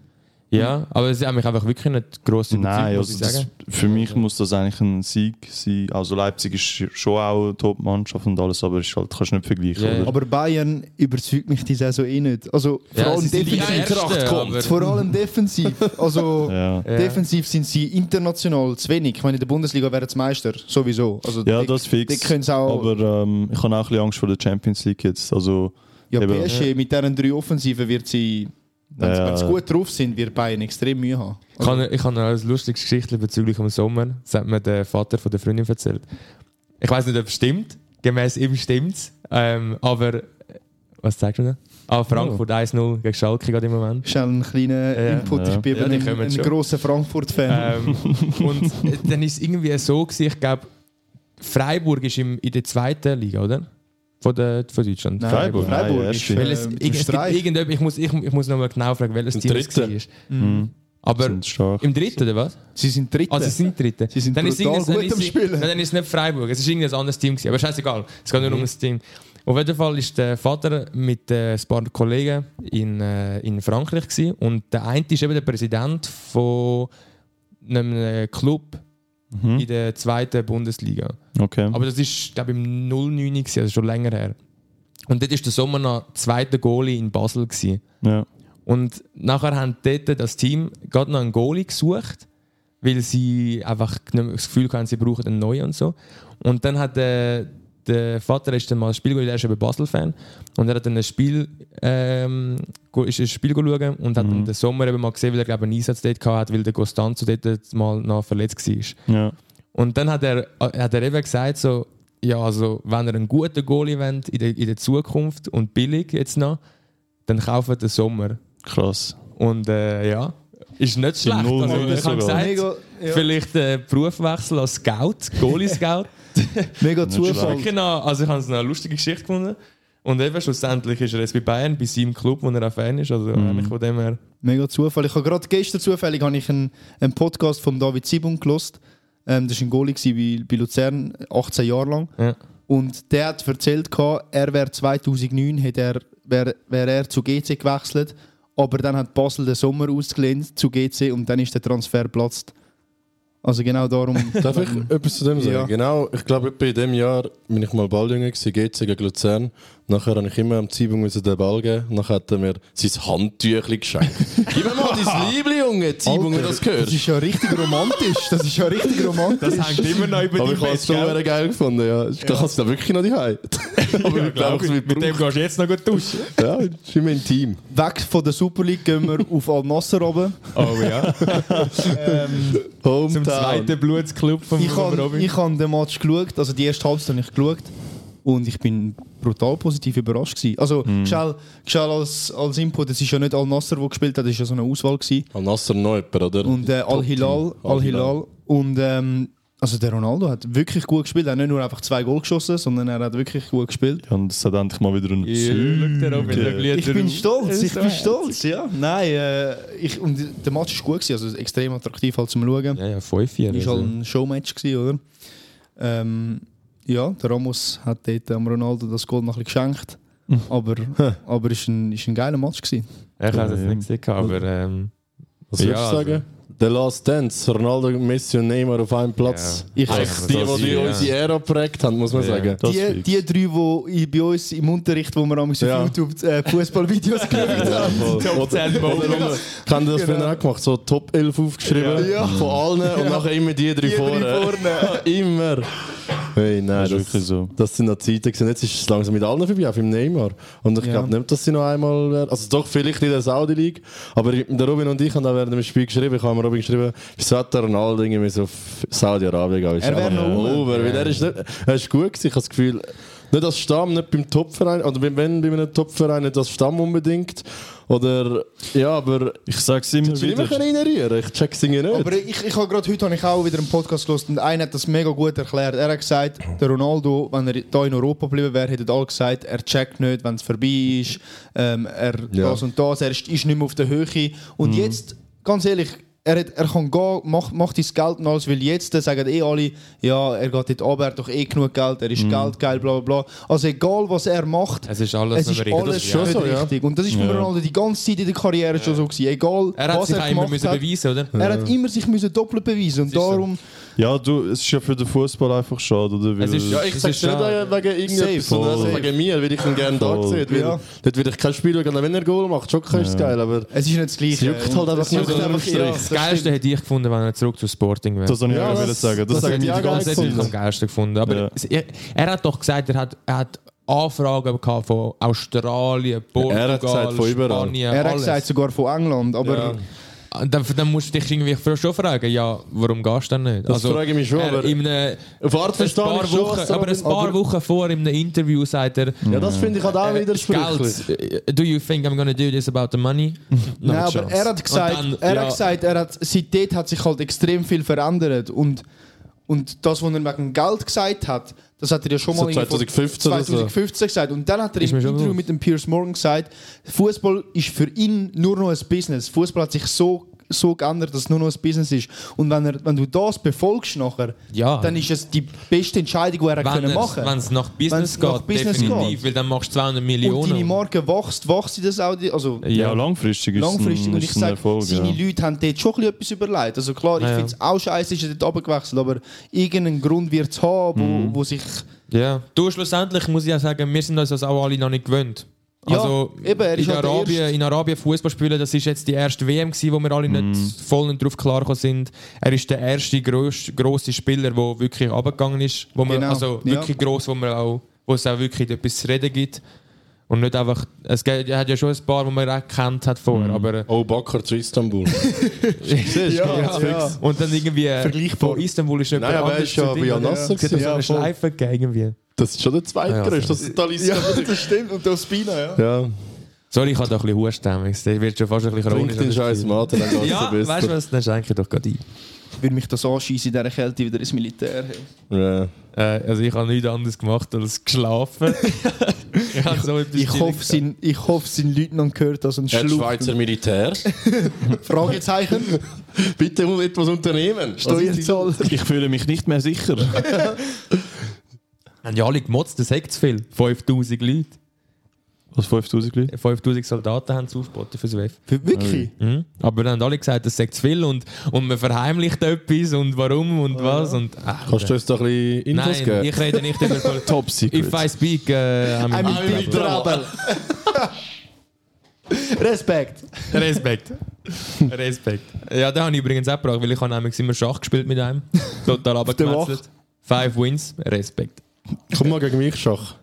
Speaker 1: Ja, aber sie haben mich einfach wirklich nicht gross überzeugt,
Speaker 2: Nein,
Speaker 1: muss
Speaker 2: also
Speaker 1: ich
Speaker 2: das,
Speaker 1: sagen.
Speaker 2: für mich muss das eigentlich ein Sieg sein. Also Leipzig ist schon auch eine Top-Mannschaft und alles, aber ist halt, kannst du nicht vergleichen.
Speaker 1: Ja, ja.
Speaker 2: oder?
Speaker 3: Aber Bayern überzeugt mich die Saison eh nicht. Also vor,
Speaker 1: Ja,
Speaker 3: allem,
Speaker 1: sie sind die
Speaker 3: defensiv,
Speaker 1: Ersten,
Speaker 4: Eintracht kommt.
Speaker 1: aber-
Speaker 3: vor allem defensiv. Also
Speaker 2: Ja.
Speaker 1: Ja.
Speaker 3: defensiv sind sie international zu wenig. Ich meine, in der Bundesliga wären sie Meister, sowieso. Also
Speaker 2: Ja,
Speaker 3: die-
Speaker 2: das fix.
Speaker 3: Die können es auch.
Speaker 2: Aber ähm, ich habe auch ein bisschen Angst vor der Champions League jetzt. Also,
Speaker 3: ja,
Speaker 2: eben.
Speaker 3: PSG mit diesen drei Offensiven wird sie, wenn sie
Speaker 2: Ja.
Speaker 3: wenn sie gut drauf sind, wird Bayern extrem Mühe haben.
Speaker 1: Ich habe, ich habe noch eine lustige Geschichte bezüglich dem Sommer. Das hat mir der Vater von der Freundin erzählt. Ich weiß nicht, ob es stimmt. Gemäß ihm stimmt es. Ähm, aber. Was zeigst du denn? Ah, Frankfurt
Speaker 2: Oh.
Speaker 1: 1-0 gegen Schalke gerade im Moment.
Speaker 3: Schnell einen kleinen
Speaker 1: Ja.
Speaker 3: Input.
Speaker 2: Ja.
Speaker 3: Ich bin
Speaker 1: Ja, die
Speaker 3: eben ein,
Speaker 1: kommen
Speaker 3: ein
Speaker 1: schon.
Speaker 3: grosser Frankfurt-Fan.
Speaker 2: [laughs]
Speaker 1: Ähm, und dann ist es irgendwie so, gewesen, ich glaube, Freiburg ist im, in der zweiten Liga, oder? Von, der, von Deutschland.
Speaker 3: Nein,
Speaker 2: Freiburg?
Speaker 3: Freiburg
Speaker 2: Nein,
Speaker 3: ist
Speaker 2: erste.
Speaker 3: äh,
Speaker 1: Weil es,
Speaker 3: mit dem
Speaker 1: irgend- es gibt
Speaker 3: Streich.
Speaker 1: irgendetwas, Also, ich muss, ich, ich muss nochmal genau fragen, welches
Speaker 4: Im
Speaker 1: Team es
Speaker 4: dritten.
Speaker 1: war.
Speaker 2: Mhm.
Speaker 1: Aber
Speaker 2: sind stark.
Speaker 1: im dritten, oder was?
Speaker 3: Sie sind Dritte.
Speaker 1: Ah, sie sind Dritte.
Speaker 3: Sie sind
Speaker 1: ist
Speaker 3: brutal
Speaker 1: irgendein-
Speaker 3: gut am
Speaker 1: ist,
Speaker 3: Spielen.
Speaker 1: Nein, dann ist es nicht Freiburg, es war irgendein anderes Team. Gewesen. Aber scheißegal, es geht nur
Speaker 3: Mhm.
Speaker 1: um das Team. Auf jeden Fall war der Vater mit äh, ein paar Kollegen in, äh, in Frankreich. Gewesen. Und der eine ist eben der Präsident von einem äh, Club
Speaker 3: Mhm.
Speaker 1: in der zweiten Bundesliga.
Speaker 2: Okay.
Speaker 1: Mhm. Aber das ist, glaube ich, im 09 gewesen, also schon länger her. Und dort war der Sommer noch zweiter Goalie in Basel. Gewesen.
Speaker 2: ja.
Speaker 1: Und nachher haben dort das Team gerade noch einen Goalie gesucht, weil sie einfach nicht mehr das Gefühl hatten, sie brauchen einen neuen und so. Und dann hat äh, der Vater ist dann mal ein Spiel geschaut, er ist eben Basel-Fan. Und er hat dann ein Spiel, ähm, go- ist ein Spiel schauen und hat dann den Sommer eben mal gesehen, weil er glaube ich, einen Einsatz dort gehabt hat, weil der Costanzo dort mal noch verletzt war.
Speaker 2: ja.
Speaker 1: Und dann hat er, äh, hat er eben gesagt, so, ja, also, wenn ihr einen guten Goalie wollt in der, in der Zukunft und billig jetzt noch, dann kauft den Sommer.
Speaker 2: Krass.
Speaker 1: Und äh, ja, ist nicht schlecht.
Speaker 2: null
Speaker 1: Also,
Speaker 2: Minuten
Speaker 1: ich habe
Speaker 2: sogar.
Speaker 1: gesagt,
Speaker 3: Mega, ja,
Speaker 1: vielleicht äh, Berufwechsel als Scout, [laughs] Goalie-Scout.
Speaker 3: mega
Speaker 2: schlecht.
Speaker 3: Zufall.
Speaker 1: genau, also ich habe es eine lustige Geschichte gefunden. Und eben schlussendlich ist er jetzt bei Bayern, bei seinem Club, wo er auch Fan ist. Also eigentlich von dem her.
Speaker 3: Mega Zufall. Ich habe gerade gestern zufällig habe ich einen, einen Podcast von David Sibum gelost. Ähm, das war ein Goalie gewesen bei, bei Luzern, 18 Jahre lang.
Speaker 1: Ja.
Speaker 3: Und der hat erzählt, gehabt, er wäre 2009 hat er wäre wär er zu GC gewechselt, aber dann hat Basel den Sommer ausgelehnt zu GC und dann ist der Transfer geplatzt. Also genau darum.
Speaker 4: [laughs] Darf ich etwas zu dem sagen?
Speaker 3: Ja.
Speaker 4: Genau, ich glaube, etwa in dem Jahr bin ich mal Balljünger, gewesen, GC gegen Luzern. Nachher habe ich immer am Zeitpunkt müssen den Ball geben. Nachher hat er mir sein Handtüchli geschenkt. [laughs] Gib mir mal dein Liebling, Junge, Zeitpunkt, wenn du
Speaker 3: Das
Speaker 4: das gehört.
Speaker 3: ist ja richtig romantisch. Das ist ja richtig
Speaker 4: [laughs]
Speaker 3: romantisch.
Speaker 1: Das hängt immer noch über
Speaker 4: Aber
Speaker 1: deinem
Speaker 4: ich habe
Speaker 1: Bett,
Speaker 4: es schon
Speaker 1: gell?
Speaker 4: sehr geil gefunden, ja. Ich ja. habe es da wirklich noch die [laughs] Hause. Aber
Speaker 1: Ja,
Speaker 4: ich glaube, ich
Speaker 1: mit
Speaker 4: mit
Speaker 1: dem gehst du jetzt noch gut duschen.
Speaker 4: Ja, ist immer intim.
Speaker 3: Weg von der Super League gehen wir auf Al Nasser oben.
Speaker 1: Oh
Speaker 4: [laughs]
Speaker 1: ja. Zum
Speaker 4: Hometown.
Speaker 1: zweiten Blutsclub von
Speaker 3: Ich habe
Speaker 1: Robin.
Speaker 3: ich hab den Match geschaut, also die erste Halbzeit habe ich geschaut und ich bin brutal positiv überrascht gewesen. Also schnell, schnell als, als Input, es ist ja nicht Al Nasser, der gespielt hat, es ist ja so eine Auswahl gewesen.
Speaker 4: Al Nasser Neuper, oder?
Speaker 3: und äh, Al Hilal, Al Hilal und ähm, also der Ronaldo hat wirklich gut gespielt, er hat nicht nur einfach zwei Goal geschossen, sondern er hat wirklich gut gespielt.
Speaker 2: Ja, und es hat endlich mal wieder einen Züge.
Speaker 3: Ich bin stolz, ich bin stolz, ja. Nein, äh, ich, und der Match war gut, gewesen, also extrem attraktiv halt zum Schauen.
Speaker 1: Ja, also. ja, 5-4.
Speaker 3: Ist
Speaker 2: Also.
Speaker 3: halt ein Showmatch, gewesen, oder? Ähm, ja, der Ramos hat dort am Ronaldo das Gold noch ein bisschen geschenkt.
Speaker 2: Mhm. [laughs]
Speaker 3: Aber es aber ist ein, ist ein geiler Match. Gewesen.
Speaker 1: Ich habe es jetzt nicht gesehen, aber ähm,
Speaker 4: Was würdest
Speaker 1: Ja, also,
Speaker 4: du sagen? The Last Dance, Ronaldo, Messi und Neymar auf einem Platz.
Speaker 1: Ja.
Speaker 3: Ich,
Speaker 4: Eigentlich die,
Speaker 1: Das-
Speaker 4: die, die
Speaker 1: ja.
Speaker 4: unsere Ära geprägt haben, muss man
Speaker 1: [laughs] Ja.
Speaker 4: sagen.
Speaker 2: Das
Speaker 3: die,
Speaker 2: fix.
Speaker 3: die drei, die bei uns im Unterricht, wo wir am auf
Speaker 4: Ja.
Speaker 3: YouTube äh, Fußballvideos [laughs] geschaut haben.
Speaker 1: Top 10 Bowler.
Speaker 4: Ich habe das früher auch gemacht, so Top 11 aufgeschrieben von allen und nachher immer die drei vorne. [laughs] immer. Hey, nein,
Speaker 2: Das ist
Speaker 4: das,
Speaker 2: wirklich so.
Speaker 4: das sind noch Zeiten gewesen. Jetzt ist es langsam mit allen vorbei, auch im Neymar. Und ich
Speaker 3: Ja.
Speaker 4: glaube nicht, dass sie noch einmal werden. Also doch, vielleicht in der Saudi League. Aber der Robin und ich haben auch während dem Spiel geschrieben. Ich habe dem Robin geschrieben, wieso hat der Ronaldo irgendwie so auf Saudi-Arabien gegangen? Ist
Speaker 3: Er wäre
Speaker 4: einfach
Speaker 3: noch oben.
Speaker 4: over. Weil er ist, nicht, er ist gut gewesen. Ich habe das Gefühl, nicht als Stamm, nicht beim Topverein, oder wenn- wenn bei einem Topverein, nicht als Stamm unbedingt. Oder, ja, aber
Speaker 2: Ich sag's immer
Speaker 4: ich will mich
Speaker 2: wieder.
Speaker 4: reinrühren, ich check's irgendwie nicht.
Speaker 3: Aber ich, ich habe gerade heute habe ich auch wieder einen Podcast gehört und einer hat das mega gut erklärt. Er hat gesagt, der Ronaldo, wenn er hier in Europa geblieben wäre, hätten alle gesagt, er checkt nicht, wenn es vorbei ist, ähm, er
Speaker 4: Ja.
Speaker 3: das und das, er ist, ist nicht mehr auf der Höhe. Und jetzt, ganz ehrlich, er, hat, er kann gehen, macht, macht das Geld und alles, weil jetzt äh, sagen eh alle, ja, er geht dort ab, er hat doch eh genug Geld, er ist geldgeil, bla bla bla. Also egal, was er macht,
Speaker 1: Es ist alles
Speaker 3: es ist
Speaker 1: nicht mehr
Speaker 3: alles
Speaker 1: richtig. Ja.
Speaker 3: schon
Speaker 4: so, ja.
Speaker 3: richtig. Und das ist bei
Speaker 2: Ja.
Speaker 3: Ronaldo die ganze Zeit in der Karriere schon so gewesen. Egal,
Speaker 1: Er hat
Speaker 3: was
Speaker 1: sich
Speaker 3: er
Speaker 1: auch immer
Speaker 3: gemacht
Speaker 1: müssen
Speaker 3: hat.
Speaker 1: beweisen, oder?
Speaker 3: Er hat immer sich müssen doppelt beweisen und
Speaker 1: ist so.
Speaker 3: darum
Speaker 2: Ja, du, es ist ja für den Fußball einfach schade, oder? Weil
Speaker 1: Es ist-
Speaker 4: Ja, ich
Speaker 1: Das
Speaker 4: sag's
Speaker 1: ist
Speaker 4: nicht
Speaker 1: schade.
Speaker 4: wegen irgendetwas,
Speaker 3: Safe,
Speaker 4: sondern
Speaker 2: voll.
Speaker 4: wegen mir, weil ich ihn gerne da
Speaker 2: Voll.
Speaker 4: sehe. Weil
Speaker 3: Ja.
Speaker 4: Dort will ich kein Spiel schauen, auch wenn er Goal macht. Schon ist es geil, aber
Speaker 3: es ist nicht das Gleiche.
Speaker 4: Es juckt halt
Speaker 3: Und
Speaker 4: einfach
Speaker 3: es
Speaker 4: nur
Speaker 3: juckt
Speaker 4: so einen
Speaker 3: einfach- ja,
Speaker 4: Strich.
Speaker 3: das
Speaker 1: Das Geilste
Speaker 3: stimmt.
Speaker 1: hätte ich gefunden, wenn er zurück zu Sporting wäre.
Speaker 2: Das wollte ich
Speaker 4: Ja,
Speaker 2: ja,
Speaker 4: das-
Speaker 2: wollte sagen. Das,
Speaker 4: das
Speaker 2: sage
Speaker 4: hätte
Speaker 2: ich
Speaker 4: ich
Speaker 2: die
Speaker 4: auch geil
Speaker 2: ganze
Speaker 1: Das
Speaker 2: Zeit.
Speaker 1: hätte ich
Speaker 4: gefunden.
Speaker 1: am geilsten gefunden. Aber
Speaker 2: Ja.
Speaker 1: es- er, er hat doch gesagt, er hat, er hat Anfragen gehabt von Australien, Portugal,
Speaker 4: Er hat gesagt, von überall.
Speaker 1: Spanien,
Speaker 3: Er hat
Speaker 1: alles.
Speaker 3: gesagt sogar von England, aber
Speaker 4: Ja.
Speaker 1: dann, dann musst du dich irgendwie schon fragen, ja, warum gehst du denn nicht?
Speaker 4: Das frage ich mich schon,
Speaker 1: also, er
Speaker 4: aber-
Speaker 1: in einem,
Speaker 4: auf Art
Speaker 1: ein
Speaker 4: verstehe
Speaker 1: paar
Speaker 4: ich schon,
Speaker 1: Wochen,
Speaker 4: was er
Speaker 1: aber ein
Speaker 4: damit-
Speaker 1: paar
Speaker 4: aber-
Speaker 1: Wochen vor in einem Interview sagt er,
Speaker 4: Ja, das finde ich halt auch
Speaker 1: äh,
Speaker 4: widersprüchlich.
Speaker 1: Geld, äh, do you think I'm gonna do this about the money? Not
Speaker 3: [laughs] Nein,
Speaker 1: a
Speaker 3: aber
Speaker 1: chance.
Speaker 3: er hat
Speaker 1: Und
Speaker 3: gesagt,
Speaker 1: dann,
Speaker 3: er
Speaker 1: ja,
Speaker 3: hat gesagt, er hat seitdem hat sich halt extrem viel verändert und und das, was er wegen Geld gesagt hat, das hat er ja schon
Speaker 4: So
Speaker 3: mal in
Speaker 4: 2015 oder so.
Speaker 3: 2015 gesagt. Und dann hat er
Speaker 1: Ist
Speaker 3: im
Speaker 1: mir schon
Speaker 3: Interview
Speaker 1: bewusst.
Speaker 3: mit dem Piers Morgan gesagt, Fußball ist für ihn nur noch ein Business. Fußball hat sich so so geändert, dass es nur noch ein Business ist. Und wenn, er, wenn du das befolgst nachher,
Speaker 1: Ja.
Speaker 3: dann ist es die beste Entscheidung, die er hat
Speaker 1: wenn
Speaker 3: können machen.
Speaker 1: es nach Business
Speaker 3: Wenn's nach
Speaker 1: geht,
Speaker 3: Business
Speaker 1: definitiv,
Speaker 3: geht.
Speaker 1: weil dann machst du 200 Millionen.
Speaker 3: Und deine Marke wächst, wächst in das Audi, also
Speaker 2: Ja,
Speaker 1: ja,
Speaker 2: langfristig ist es
Speaker 3: langfristig.
Speaker 2: ein,
Speaker 3: Und ich
Speaker 2: ist ein
Speaker 3: sage,
Speaker 2: Erfolg.
Speaker 3: seine
Speaker 2: ja.
Speaker 3: Leute haben dort schon ein bisschen etwas überlegt. Also klar, ich
Speaker 1: Ja, ja.
Speaker 3: finde es auch scheiße, ist er dort abgewechselt, aber irgendeinen Grund wird es haben, wo,
Speaker 2: Mhm.
Speaker 3: wo sich.
Speaker 1: ja. Du, schlussendlich muss ich auch sagen, wir sind uns das auch alle noch nicht gewöhnt.
Speaker 3: Ja,
Speaker 1: also
Speaker 3: eben, er ist
Speaker 1: in,
Speaker 3: halt der
Speaker 1: Arabien,
Speaker 3: Erste. Mhm.
Speaker 1: in Arabien Fußball spielen, das ist jetzt die erste WM gewesen, wo wir alle nicht voll nicht drauf klar gekommen sind. Er ist der erste gross, grosse Spieler, der wirklich abgegangen ist, wo man,
Speaker 3: Genau,
Speaker 1: also
Speaker 3: ja.
Speaker 1: wirklich gross, wo man auch, wo es auch wirklich etwas zu reden gibt und nicht einfach, es gibt- er hat ja schon ein paar, wo man auch gekannt hat vorher,
Speaker 3: Mhm.
Speaker 1: aber
Speaker 4: Oh, Bakar zu [laughs] Istanbul. Siehst du?
Speaker 3: Ja, ja.
Speaker 1: und dann irgendwie äh,
Speaker 3: Vergleichbar.
Speaker 1: von Istanbul ist
Speaker 4: Nein, aber er ist ja bei Al-Nassr
Speaker 1: gewesen. so
Speaker 4: gewesen,
Speaker 1: eine
Speaker 4: ja, voll.
Speaker 1: Schleife gegeben irgendwie.
Speaker 4: Das ist schon der zweitgrößte, das ist Talisman.
Speaker 3: das stimmt, und das Spina, ja.
Speaker 4: Ja,
Speaker 1: Sorry, ich habe da ein bisschen Husten, es wird schon fast ein bisschen
Speaker 4: bringt den
Speaker 1: chronisch.
Speaker 4: scheiß Mate, dann geht's
Speaker 1: Ja,
Speaker 4: dir besser.
Speaker 1: weißt du was, dann schenke ich doch gerade ein.
Speaker 3: Würde mich das anschießen, in dieser Kälte wieder ins Militär. hey.
Speaker 4: Ja.
Speaker 1: Äh, also ich habe nichts anderes gemacht als [laughs] geschlafen. ich habe so etwas
Speaker 3: Ich hoffe, sein, ich hoffe, sein Leutnant gehört das und
Speaker 4: Er hat
Speaker 3: schluckt.
Speaker 4: Schweizer Militär.
Speaker 2: [laughs]
Speaker 3: Fragezeichen?
Speaker 4: Bitte muss etwas unternehmen.
Speaker 3: Steuerzahl?
Speaker 2: Ich fühle mich nicht mehr sicher.
Speaker 1: Haben ja alle gemotzt, das sagt zu viel. 5000 Leute.
Speaker 2: Was, 5000 Leute?
Speaker 1: 5000 Soldaten haben es aufgeboten für das WEF.
Speaker 3: Wirklich?
Speaker 1: Mhm. Aber dann haben alle gesagt, das sagt zu viel und, und man verheimlicht etwas und warum und was. Und, ach,
Speaker 4: Kannst du uns da ein bisschen Infos
Speaker 1: Nein,
Speaker 4: geben?
Speaker 1: ich rede nicht über
Speaker 4: [laughs]
Speaker 1: Politik.
Speaker 2: Top Secret.
Speaker 1: If I speak, äh, I'm,
Speaker 3: I'm
Speaker 1: in
Speaker 3: in big
Speaker 1: trouble.
Speaker 3: trouble. Respekt.
Speaker 1: Respekt. Respekt. Ja, den habe ich übrigens auch gebracht, weil ich habe nämlich immer Schach gespielt mit einem. Total runtergemetzelt. Five Wins, Respekt.
Speaker 4: Komm mal gegen mich, Schach.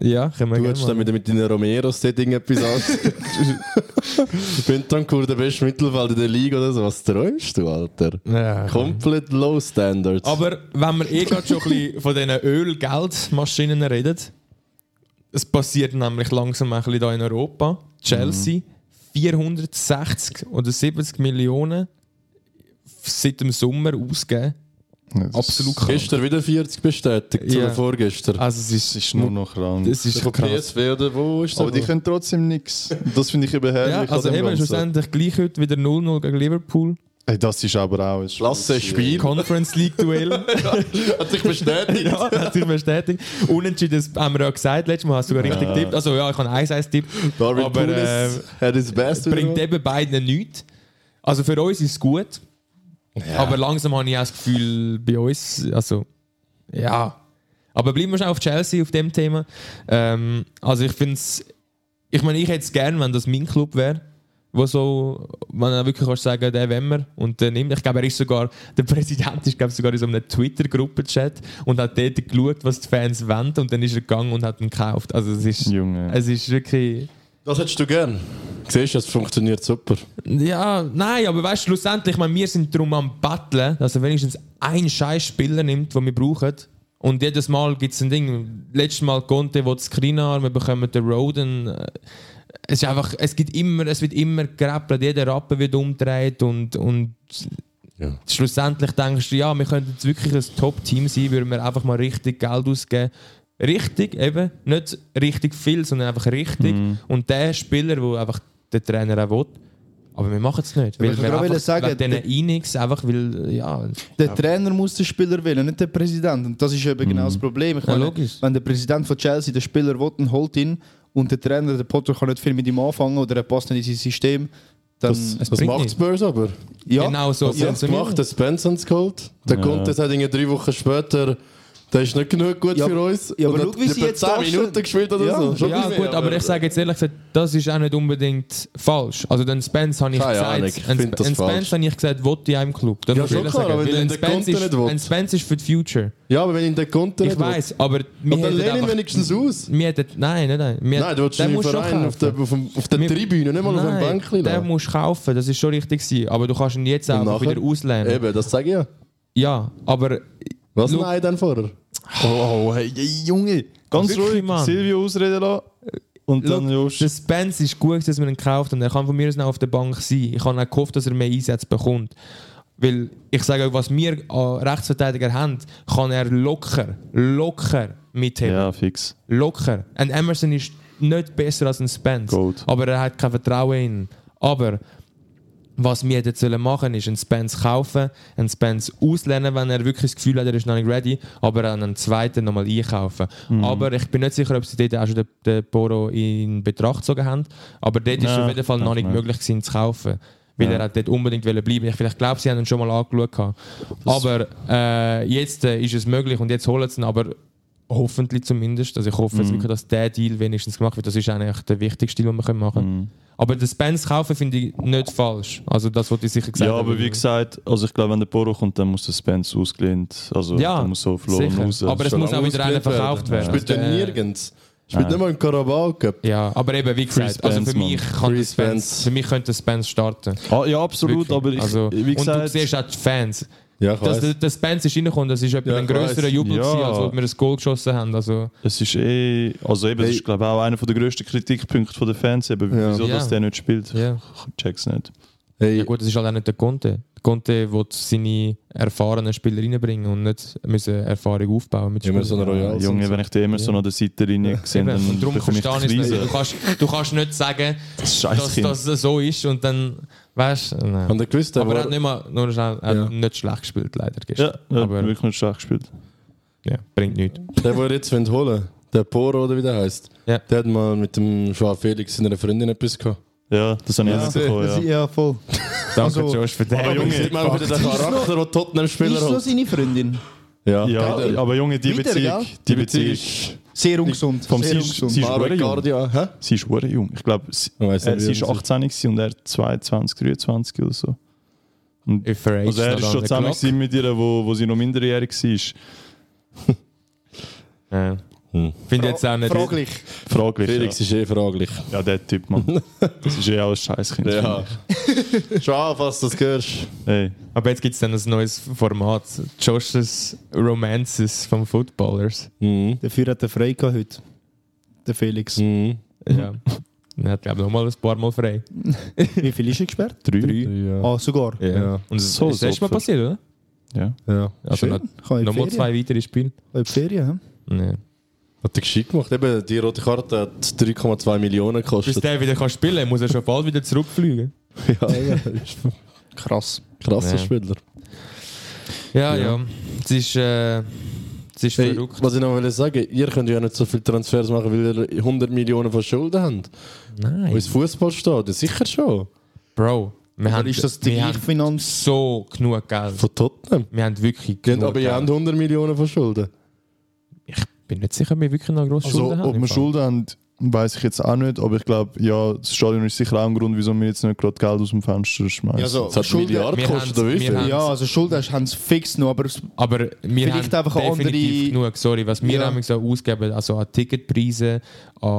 Speaker 1: Ja, können wir
Speaker 4: Du
Speaker 1: gerne
Speaker 4: hättest dann
Speaker 1: machen.
Speaker 4: mit, mit deinen Romeros dort irgendetwas an. Bentancur, der beste Mittelfeld in der Liga oder so. Was träumst du, Alter?
Speaker 1: Ja.
Speaker 4: Komplett low standards.
Speaker 1: Aber wenn wir eh gerade schon ein bisschen von diesen Öl-Geldmaschinen reden, es passiert nämlich langsam ein bisschen hier in Europa. Chelsea, 460 oder 70 Millionen seit dem Sommer ausgegeben.
Speaker 2: Ja, das
Speaker 1: Absolut krass.
Speaker 4: gestern wieder 40 bestätigt,
Speaker 1: Ja.
Speaker 4: oder vorgestern.
Speaker 1: Also es ist,
Speaker 2: Das ist nur noch krank.
Speaker 1: es ist
Speaker 4: Von
Speaker 1: krass.
Speaker 4: PSV oder wo ist
Speaker 2: Aber
Speaker 4: der?
Speaker 2: die können trotzdem nichts. Das finde ich eben
Speaker 1: Ja,
Speaker 2: herrlich. an
Speaker 1: also
Speaker 2: dem
Speaker 1: eben
Speaker 2: Ganzen.
Speaker 1: schlussendlich gleich heute wieder 0-0 gegen Liverpool.
Speaker 2: Ey, das ist aber auch ein
Speaker 4: Klasse Spiel.
Speaker 1: Conference League Duell.
Speaker 4: Hat sich
Speaker 1: [laughs]
Speaker 4: bestätigt.
Speaker 1: ja, hat sich bestätigt. Unentschieden das haben wir ja gesagt, letztes Mal hast du sogar richtig
Speaker 2: Ja.
Speaker 1: getippt. Also ja, ich habe 1-1 tippt.
Speaker 4: Darwin
Speaker 1: Aber,
Speaker 4: Tunis
Speaker 1: äh,
Speaker 4: hat his best wieder
Speaker 1: Bringt
Speaker 4: gemacht.
Speaker 1: eben beiden nichts. Also für uns ist es gut. Aber langsam habe ich auch das Gefühl, bei uns, also ja. Aber bleiben wir schon auf Chelsea, auf dem Thema. Ähm, also ich finde es, ich meine, ich hätte es gern, wenn das mein Club wäre. Wo so, wenn du wirklich kannst sagen, der wollen wir und der nimmt. Ich glaube, er ist sogar, der Präsident ist glaube ich, sogar in so einem Twitter-Gruppen-Chat und hat dort geschaut, was die Fans wollen und dann ist er gegangen und hat ihn gekauft. Also es ist,
Speaker 2: Junge.
Speaker 1: es ist wirklich...
Speaker 4: Das hättest du gern. Siehst du, das funktioniert super.
Speaker 1: Ja, nein, aber weißt du, schlussendlich, ich meine, wir sind darum am Battlen, dass er wenigstens einen scheiß Spieler nimmt, den wir brauchen. Und jedes Mal gibt es ein Ding. Letztes Mal Conte, wo das Krinar, wir bekommen den Roden. Äh, Es, ist einfach, es, gibt immer, es wird immer gerappelt, jeder Rappen wird umgedreht und, und
Speaker 4: Ja.
Speaker 1: schlussendlich denkst du, ja, wir könnten jetzt wirklich ein Top-Team sein, würden wir einfach mal richtig Geld ausgeben. Richtig, eben. Nicht richtig viel, sondern einfach richtig. Und der Spieler, wo einfach der Trainer auch will. Aber wir machen es nicht.
Speaker 3: Aber
Speaker 1: Weil
Speaker 3: ich
Speaker 1: wir
Speaker 3: wollte
Speaker 1: einfach
Speaker 3: sagen,
Speaker 1: wegen diesen Einix, einfach weil, ja...
Speaker 3: Der Trainer muss den Spieler wählen, nicht der Präsident. Und das ist eben genau das Problem. Ich meine,
Speaker 1: logisch.
Speaker 3: wenn der Präsident von Chelsea den Spieler will, dann holt ihn und der Trainer, der Potter, kann nicht viel mit ihm anfangen oder er passt nicht in sein System, dann...
Speaker 4: Das,
Speaker 1: es
Speaker 4: das
Speaker 1: bringt
Speaker 4: macht
Speaker 1: nicht.
Speaker 4: Spurs aber.
Speaker 3: ja,
Speaker 1: genau so
Speaker 4: Sie haben es gemacht, den Spence haben sie geholt. Der
Speaker 2: Ja.
Speaker 4: Conte sagt irgendwie drei Wochen später, der ist nicht genug gut
Speaker 3: Ja,
Speaker 4: für uns.
Speaker 3: ja, aber
Speaker 4: Und
Speaker 3: schau,
Speaker 4: hat
Speaker 3: wie sie
Speaker 4: etwa
Speaker 3: jetzt
Speaker 4: 10
Speaker 3: dastehen.
Speaker 4: Minuten gespielt oder
Speaker 3: Ja,
Speaker 4: so. Schon
Speaker 1: Ja
Speaker 4: ein bisschen
Speaker 1: gut,
Speaker 4: mehr,
Speaker 1: aber ich sage jetzt ehrlich gesagt, das ist auch nicht unbedingt falsch. Also den Spence habe ich
Speaker 4: Keine
Speaker 1: gesagt,
Speaker 4: Ahnung, ich
Speaker 1: ein,
Speaker 4: finde das
Speaker 1: ein
Speaker 4: falsch.
Speaker 1: Spence habe ich gesagt, wollte ich auch im Club. Das
Speaker 4: Ja,
Speaker 1: muss
Speaker 4: schon
Speaker 1: ich ehrlich
Speaker 4: klar,
Speaker 1: sagen.
Speaker 4: aber
Speaker 1: Weil
Speaker 4: wenn
Speaker 1: ein
Speaker 4: der
Speaker 1: Spence
Speaker 4: Conte
Speaker 1: ist,
Speaker 4: nicht will.
Speaker 1: ein Spence ist für die Future.
Speaker 4: Ja, aber wenn ihn der Conte
Speaker 1: Ich
Speaker 4: nicht will.
Speaker 1: weiß, aber
Speaker 4: Und dann
Speaker 1: hätten
Speaker 4: lehne ihn
Speaker 1: einfach-
Speaker 4: wenigstens aus.
Speaker 1: Wir hätten, nein, nein, nein. Wir
Speaker 4: Nein, du willst
Speaker 1: den
Speaker 4: ihn im
Speaker 1: musst du
Speaker 4: Verein
Speaker 1: schon
Speaker 4: auf der,
Speaker 1: kaufen.
Speaker 4: auf, dem- auf der
Speaker 1: Wir-
Speaker 4: Tribüne, nicht mal auf dem
Speaker 1: Nein,
Speaker 4: Bänkchen.
Speaker 1: Den
Speaker 4: lassen.
Speaker 1: musst du kaufen, das ist schon richtig gewesen. Aber du kannst ihn jetzt
Speaker 4: Und
Speaker 1: auch
Speaker 4: nachher?
Speaker 1: wieder auslernen.
Speaker 4: Eben, das sage ich ja.
Speaker 1: Ja, aber
Speaker 4: Was
Speaker 1: Schau-
Speaker 4: nein dann vorher?
Speaker 2: Oh, hey, Junge. Ganz
Speaker 1: Wirklich,
Speaker 2: ruhig,
Speaker 1: Mann.
Speaker 2: Silvio ausreden lassen. Und dann
Speaker 1: Schau,
Speaker 2: Jost.
Speaker 1: der Spence ist gut, dass wir ihn gekauft haben. Er kann von mir aus noch auf der Bank sein. Ich habe auch gehofft, dass er mehr Einsätze bekommt. Weil ich sage euch, was wir an Rechtsverteidiger haben, kann er locker, locker mithelfen.
Speaker 2: Ja, fix.
Speaker 1: Locker. Ein Emerson ist nicht besser als ein Spence.
Speaker 2: Gold.
Speaker 1: Aber er hat kein Vertrauen in ihn. Aber was wir jetzt sollen machen ist, einen Spence kaufen, einen Spence auslernen, wenn er wirklich das Gefühl hat, er ist noch nicht ready, aber dann einen zweiten nochmal einkaufen.
Speaker 2: Mhm.
Speaker 1: Aber ich bin nicht sicher, ob sie dort auch schon den, den Poro in Betracht gezogen haben. Aber dort ist
Speaker 2: Nein,
Speaker 1: auf jeden Fall noch
Speaker 2: denke
Speaker 1: nicht
Speaker 2: nicht.
Speaker 1: möglich, gewesen, ihn zu kaufen. Weil er hat dort unbedingt wollen bleiben Ich vielleicht glaube, sie haben ihn schon mal angeschaut. gehabt. Aber äh, jetzt äh, ist es möglich und jetzt holen sie ihn. Aber Hoffentlich zumindest. Also ich hoffe
Speaker 2: Mhm.
Speaker 1: jetzt wirklich, dass der Deal wenigstens gemacht wird. Das ist eigentlich der wichtigste Deal, den wir können machen können.
Speaker 2: Mhm.
Speaker 1: Aber den Spence kaufen finde ich nicht falsch. Also das, was ich sicher gesagt
Speaker 2: Ja,
Speaker 1: habe.
Speaker 2: aber wie gesagt, also ich glaube, wenn der Poro kommt, dann muss der Spence ausgelehnt. Also
Speaker 1: Ja,
Speaker 2: dann muss so verloren
Speaker 1: sicher.
Speaker 2: raus.
Speaker 1: Aber es
Speaker 4: Schon
Speaker 1: muss auch
Speaker 4: lange
Speaker 1: wieder einer
Speaker 4: ausgelehnt
Speaker 1: verkauft werden.
Speaker 4: Spielt
Speaker 1: Also
Speaker 4: er
Speaker 1: der-
Speaker 4: nirgends. Spielt
Speaker 2: Nein.
Speaker 4: nicht mal im Carabao Cup.
Speaker 1: Ja, aber eben, wie gesagt, also
Speaker 2: Spence,
Speaker 1: für mich,
Speaker 2: Mann.
Speaker 1: kann
Speaker 4: Free
Speaker 1: der Spence,
Speaker 4: Spence.
Speaker 1: für mich könnte der Spence starten.
Speaker 2: ah, ja, absolut,
Speaker 1: Wirklich.
Speaker 2: aber ich,
Speaker 1: also,
Speaker 2: wie
Speaker 1: und du
Speaker 2: gesagt,
Speaker 1: siehst auch die Fans.
Speaker 4: Ja, ich
Speaker 1: Dass
Speaker 4: weiss.
Speaker 1: der, der Spence ist reingekommen, das ist etwa
Speaker 4: Ja,
Speaker 1: ein
Speaker 4: ich weiss.
Speaker 1: grösserer Jubel,
Speaker 2: Ja.
Speaker 1: gewesen, als ob wir ein Goal geschossen haben. Also,
Speaker 2: es ist eh, also eben, das
Speaker 4: Hey.
Speaker 2: ist glaube ich auch einer der grössten Kritikpunkte der Fans, eben,
Speaker 4: Ja.
Speaker 2: wieso
Speaker 1: Ja.
Speaker 2: dass der nicht spielt.
Speaker 1: ja.
Speaker 2: Ich check's nicht.
Speaker 4: Hey,
Speaker 1: ja gut, das ist halt auch nicht der Conte. Conte will seine erfahrenen Spieler reinbringen und nicht müssen Erfahrung aufbauen mit
Speaker 4: immer
Speaker 1: Spielern.
Speaker 4: so ein Royal.
Speaker 2: Junge, wenn ich den immer so
Speaker 1: Ja.
Speaker 2: an der Seitenlinie sehe,
Speaker 1: Eben,
Speaker 2: dann
Speaker 1: und darum
Speaker 2: bekomme ich
Speaker 1: verstehe ich es nicht. Du
Speaker 2: Krise.
Speaker 1: kannst, du kannst nicht sagen, dass
Speaker 2: Das Scheißkind.
Speaker 1: das so ist und dann, weißt du, nein.
Speaker 4: Habt ihr gewusst, der
Speaker 1: Aber er
Speaker 4: war,
Speaker 1: hat nicht, mal, nur schnell, er
Speaker 4: Ja.
Speaker 1: hat nicht schlecht gespielt, leider,
Speaker 2: Ja,
Speaker 1: gestern.
Speaker 2: ja
Speaker 1: Aber
Speaker 2: wirklich nicht schlecht gespielt.
Speaker 1: ja, bringt nichts.
Speaker 4: der, den ihr jetzt holen wollt, Der Poro, oder wie der heißt.
Speaker 1: Ja.
Speaker 4: Der hat mal mit dem Joao Felix seiner Freundin etwas gehabt.
Speaker 2: Ja, das habe ich
Speaker 3: Ja,
Speaker 2: auch mitbekommen.
Speaker 3: das-
Speaker 2: Ja.
Speaker 3: ja, voll.
Speaker 1: Danke,
Speaker 3: Also-
Speaker 1: Josh, für den.
Speaker 2: Aber Junge,
Speaker 4: Sieht mal wieder den Charakter, den Tottenham-Spieler
Speaker 3: Ist so
Speaker 4: hat.
Speaker 3: seine Freundin.
Speaker 4: Ja.
Speaker 2: Ja, aber Junge, die
Speaker 3: Wieder,
Speaker 2: Beziehung,
Speaker 3: gell?
Speaker 2: die Beziehung ist.
Speaker 3: Sehr ungesund.
Speaker 2: Vom
Speaker 3: sehr
Speaker 2: Sis-
Speaker 3: ungesund.
Speaker 2: Sis- ist
Speaker 4: Mario
Speaker 2: verdammt jung.
Speaker 4: Guardia, hä?
Speaker 2: Sie ist hure jung. Ich glaube, sie,
Speaker 4: Ich weiss
Speaker 2: äh,
Speaker 4: nicht, wie
Speaker 2: sie
Speaker 4: alt
Speaker 2: ist 18 gewesen und er 22, 23 oder so.
Speaker 1: If her age
Speaker 2: Also er
Speaker 1: not
Speaker 2: ist
Speaker 1: on
Speaker 2: schon
Speaker 1: the
Speaker 2: zusammen
Speaker 1: clock.
Speaker 2: gewesen mit ihr, wo, wo sie noch minderjährig war.
Speaker 1: Ja.
Speaker 4: Hm.
Speaker 1: Finde jetzt auch nicht.
Speaker 3: Fraglich.
Speaker 2: Fraglich.
Speaker 4: Felix ist eh fraglich.
Speaker 2: Ja. ja, der Typ, Mann. Das ist eh auch ein Scheißkind.
Speaker 4: Ja. [laughs] Schau, falls du das hörst.
Speaker 2: Hey.
Speaker 1: Aber jetzt gibt es dann ein neues Format. Josh's Romances von Footballers.
Speaker 4: Mhm.
Speaker 3: Dafür hat er frei gehabt heute. Der Felix.
Speaker 4: Mhm.
Speaker 1: Ja. Er hat, glaube ich, nochmal ein paar Mal frei.
Speaker 3: Wie viel ist er gesperrt?
Speaker 2: Drei.
Speaker 4: Ja.
Speaker 3: Ah, sogar.
Speaker 1: Ja.
Speaker 4: Ja.
Speaker 1: Und das
Speaker 2: So
Speaker 1: ist das erste Mal
Speaker 2: Opfer.
Speaker 1: passiert, oder?
Speaker 2: Ja.
Speaker 4: ja.
Speaker 1: Also
Speaker 3: Schön.
Speaker 1: noch-
Speaker 3: Kann in die Ferien.
Speaker 1: nochmal zwei weitere Spiele.
Speaker 3: Kann in die Ferien,
Speaker 1: Nee.
Speaker 4: Hat er geschickt gemacht. Eben, die rote Karte hat 3,2 Millionen
Speaker 1: Bis
Speaker 4: gekostet.
Speaker 1: der wieder kann spielen kann, muss er schon bald wieder zurückfliegen.
Speaker 4: Ja, [laughs] ist ein
Speaker 3: hä? Krass.
Speaker 4: krasser
Speaker 1: Ja.
Speaker 4: Spieler.
Speaker 1: Ja, ja.
Speaker 4: Ja.
Speaker 1: Es ist, äh, es ist
Speaker 4: Hey,
Speaker 1: verrückt.
Speaker 4: was ich noch wollte sagen, ihr könnt ja nicht so viele Transfers machen, weil ihr 100 Millionen von Schulden habt.
Speaker 1: Nein.
Speaker 4: Weil es Fußball steht, ja, sicher schon.
Speaker 1: Bro, wir
Speaker 3: Oder
Speaker 1: haben,
Speaker 3: ist das die
Speaker 1: wir
Speaker 3: gleiche
Speaker 1: haben
Speaker 3: Finanz?
Speaker 1: so genug Geld.
Speaker 4: Von Tottenham.
Speaker 1: Wir haben wirklich
Speaker 4: Ihr habt
Speaker 1: genug
Speaker 4: aber ihr habt 100 Millionen von Schulden.
Speaker 1: Ich bin nicht sicher, ob wir wirklich noch grosse
Speaker 2: Also,
Speaker 1: Schulden haben.
Speaker 2: ob wir
Speaker 1: im Fall.
Speaker 2: Schulden haben, weiß ich jetzt auch nicht. Aber ich glaube, ja, das Stadion ist sicher auch ein Grund, wieso wir jetzt nicht gerade Geld aus dem Fenster schmeißen.
Speaker 3: Ja, so.
Speaker 4: Das hat
Speaker 3: Schulden-
Speaker 4: Milliarden
Speaker 1: Wir
Speaker 4: gekostet,
Speaker 1: haben-
Speaker 4: oder wie
Speaker 1: wir
Speaker 4: viel?
Speaker 1: haben-
Speaker 3: Ja, also Schulden hast- haben sie fix noch, aber es-
Speaker 1: Aber wir
Speaker 3: Vielleicht
Speaker 1: haben
Speaker 3: einfach eine
Speaker 1: definitiv
Speaker 3: andere-
Speaker 1: genug, sorry, was wir
Speaker 3: Ja.
Speaker 1: nämlich so ausgeben, also an Ticketpreisen, an,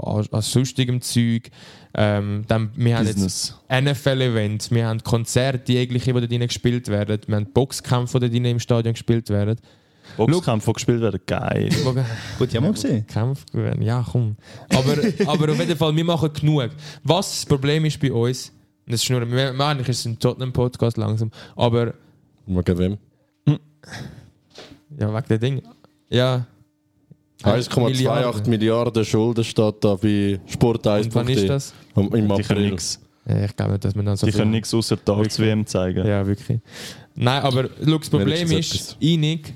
Speaker 1: an, an sonstigem Zeug. Ähm, dann, wir haben
Speaker 2: Business.
Speaker 1: jetzt NFL-Events, wir haben Konzerte, die jegliche, die dort drinnen gespielt werden, wir haben Boxkämpfe, die dort drinnen im Stadion gespielt werden.
Speaker 2: Boxkämpfe, die gespielt werden,
Speaker 1: [laughs]
Speaker 2: geil.
Speaker 3: gut, ja, mal gesehen.
Speaker 1: Kämpfe gewinnen, ja komm. Aber, aber auf jeden Fall, wir machen genug. Was das Problem ist bei uns, und das ist nur, wir- wir- eigentlich ist es ein Tottenham-Podcast langsam, aber
Speaker 4: Mal gegen wem?
Speaker 1: ja, wegen der Dinge. Ja.
Speaker 2: Ah,
Speaker 4: 1,28 Milliarden Schulden steht da bei Sport 1.
Speaker 1: Und wann ist das?
Speaker 4: Im
Speaker 2: Die können
Speaker 4: April.
Speaker 2: nichts.
Speaker 1: Ja, ich glaube nicht, dass man dann so
Speaker 2: Die
Speaker 1: viel-
Speaker 2: können nichts außer Tags-WM zeigen.
Speaker 1: Ja, wirklich. Nein, aber look, das Problem
Speaker 4: Wenigstens
Speaker 1: ist,
Speaker 4: etwas.
Speaker 1: einig,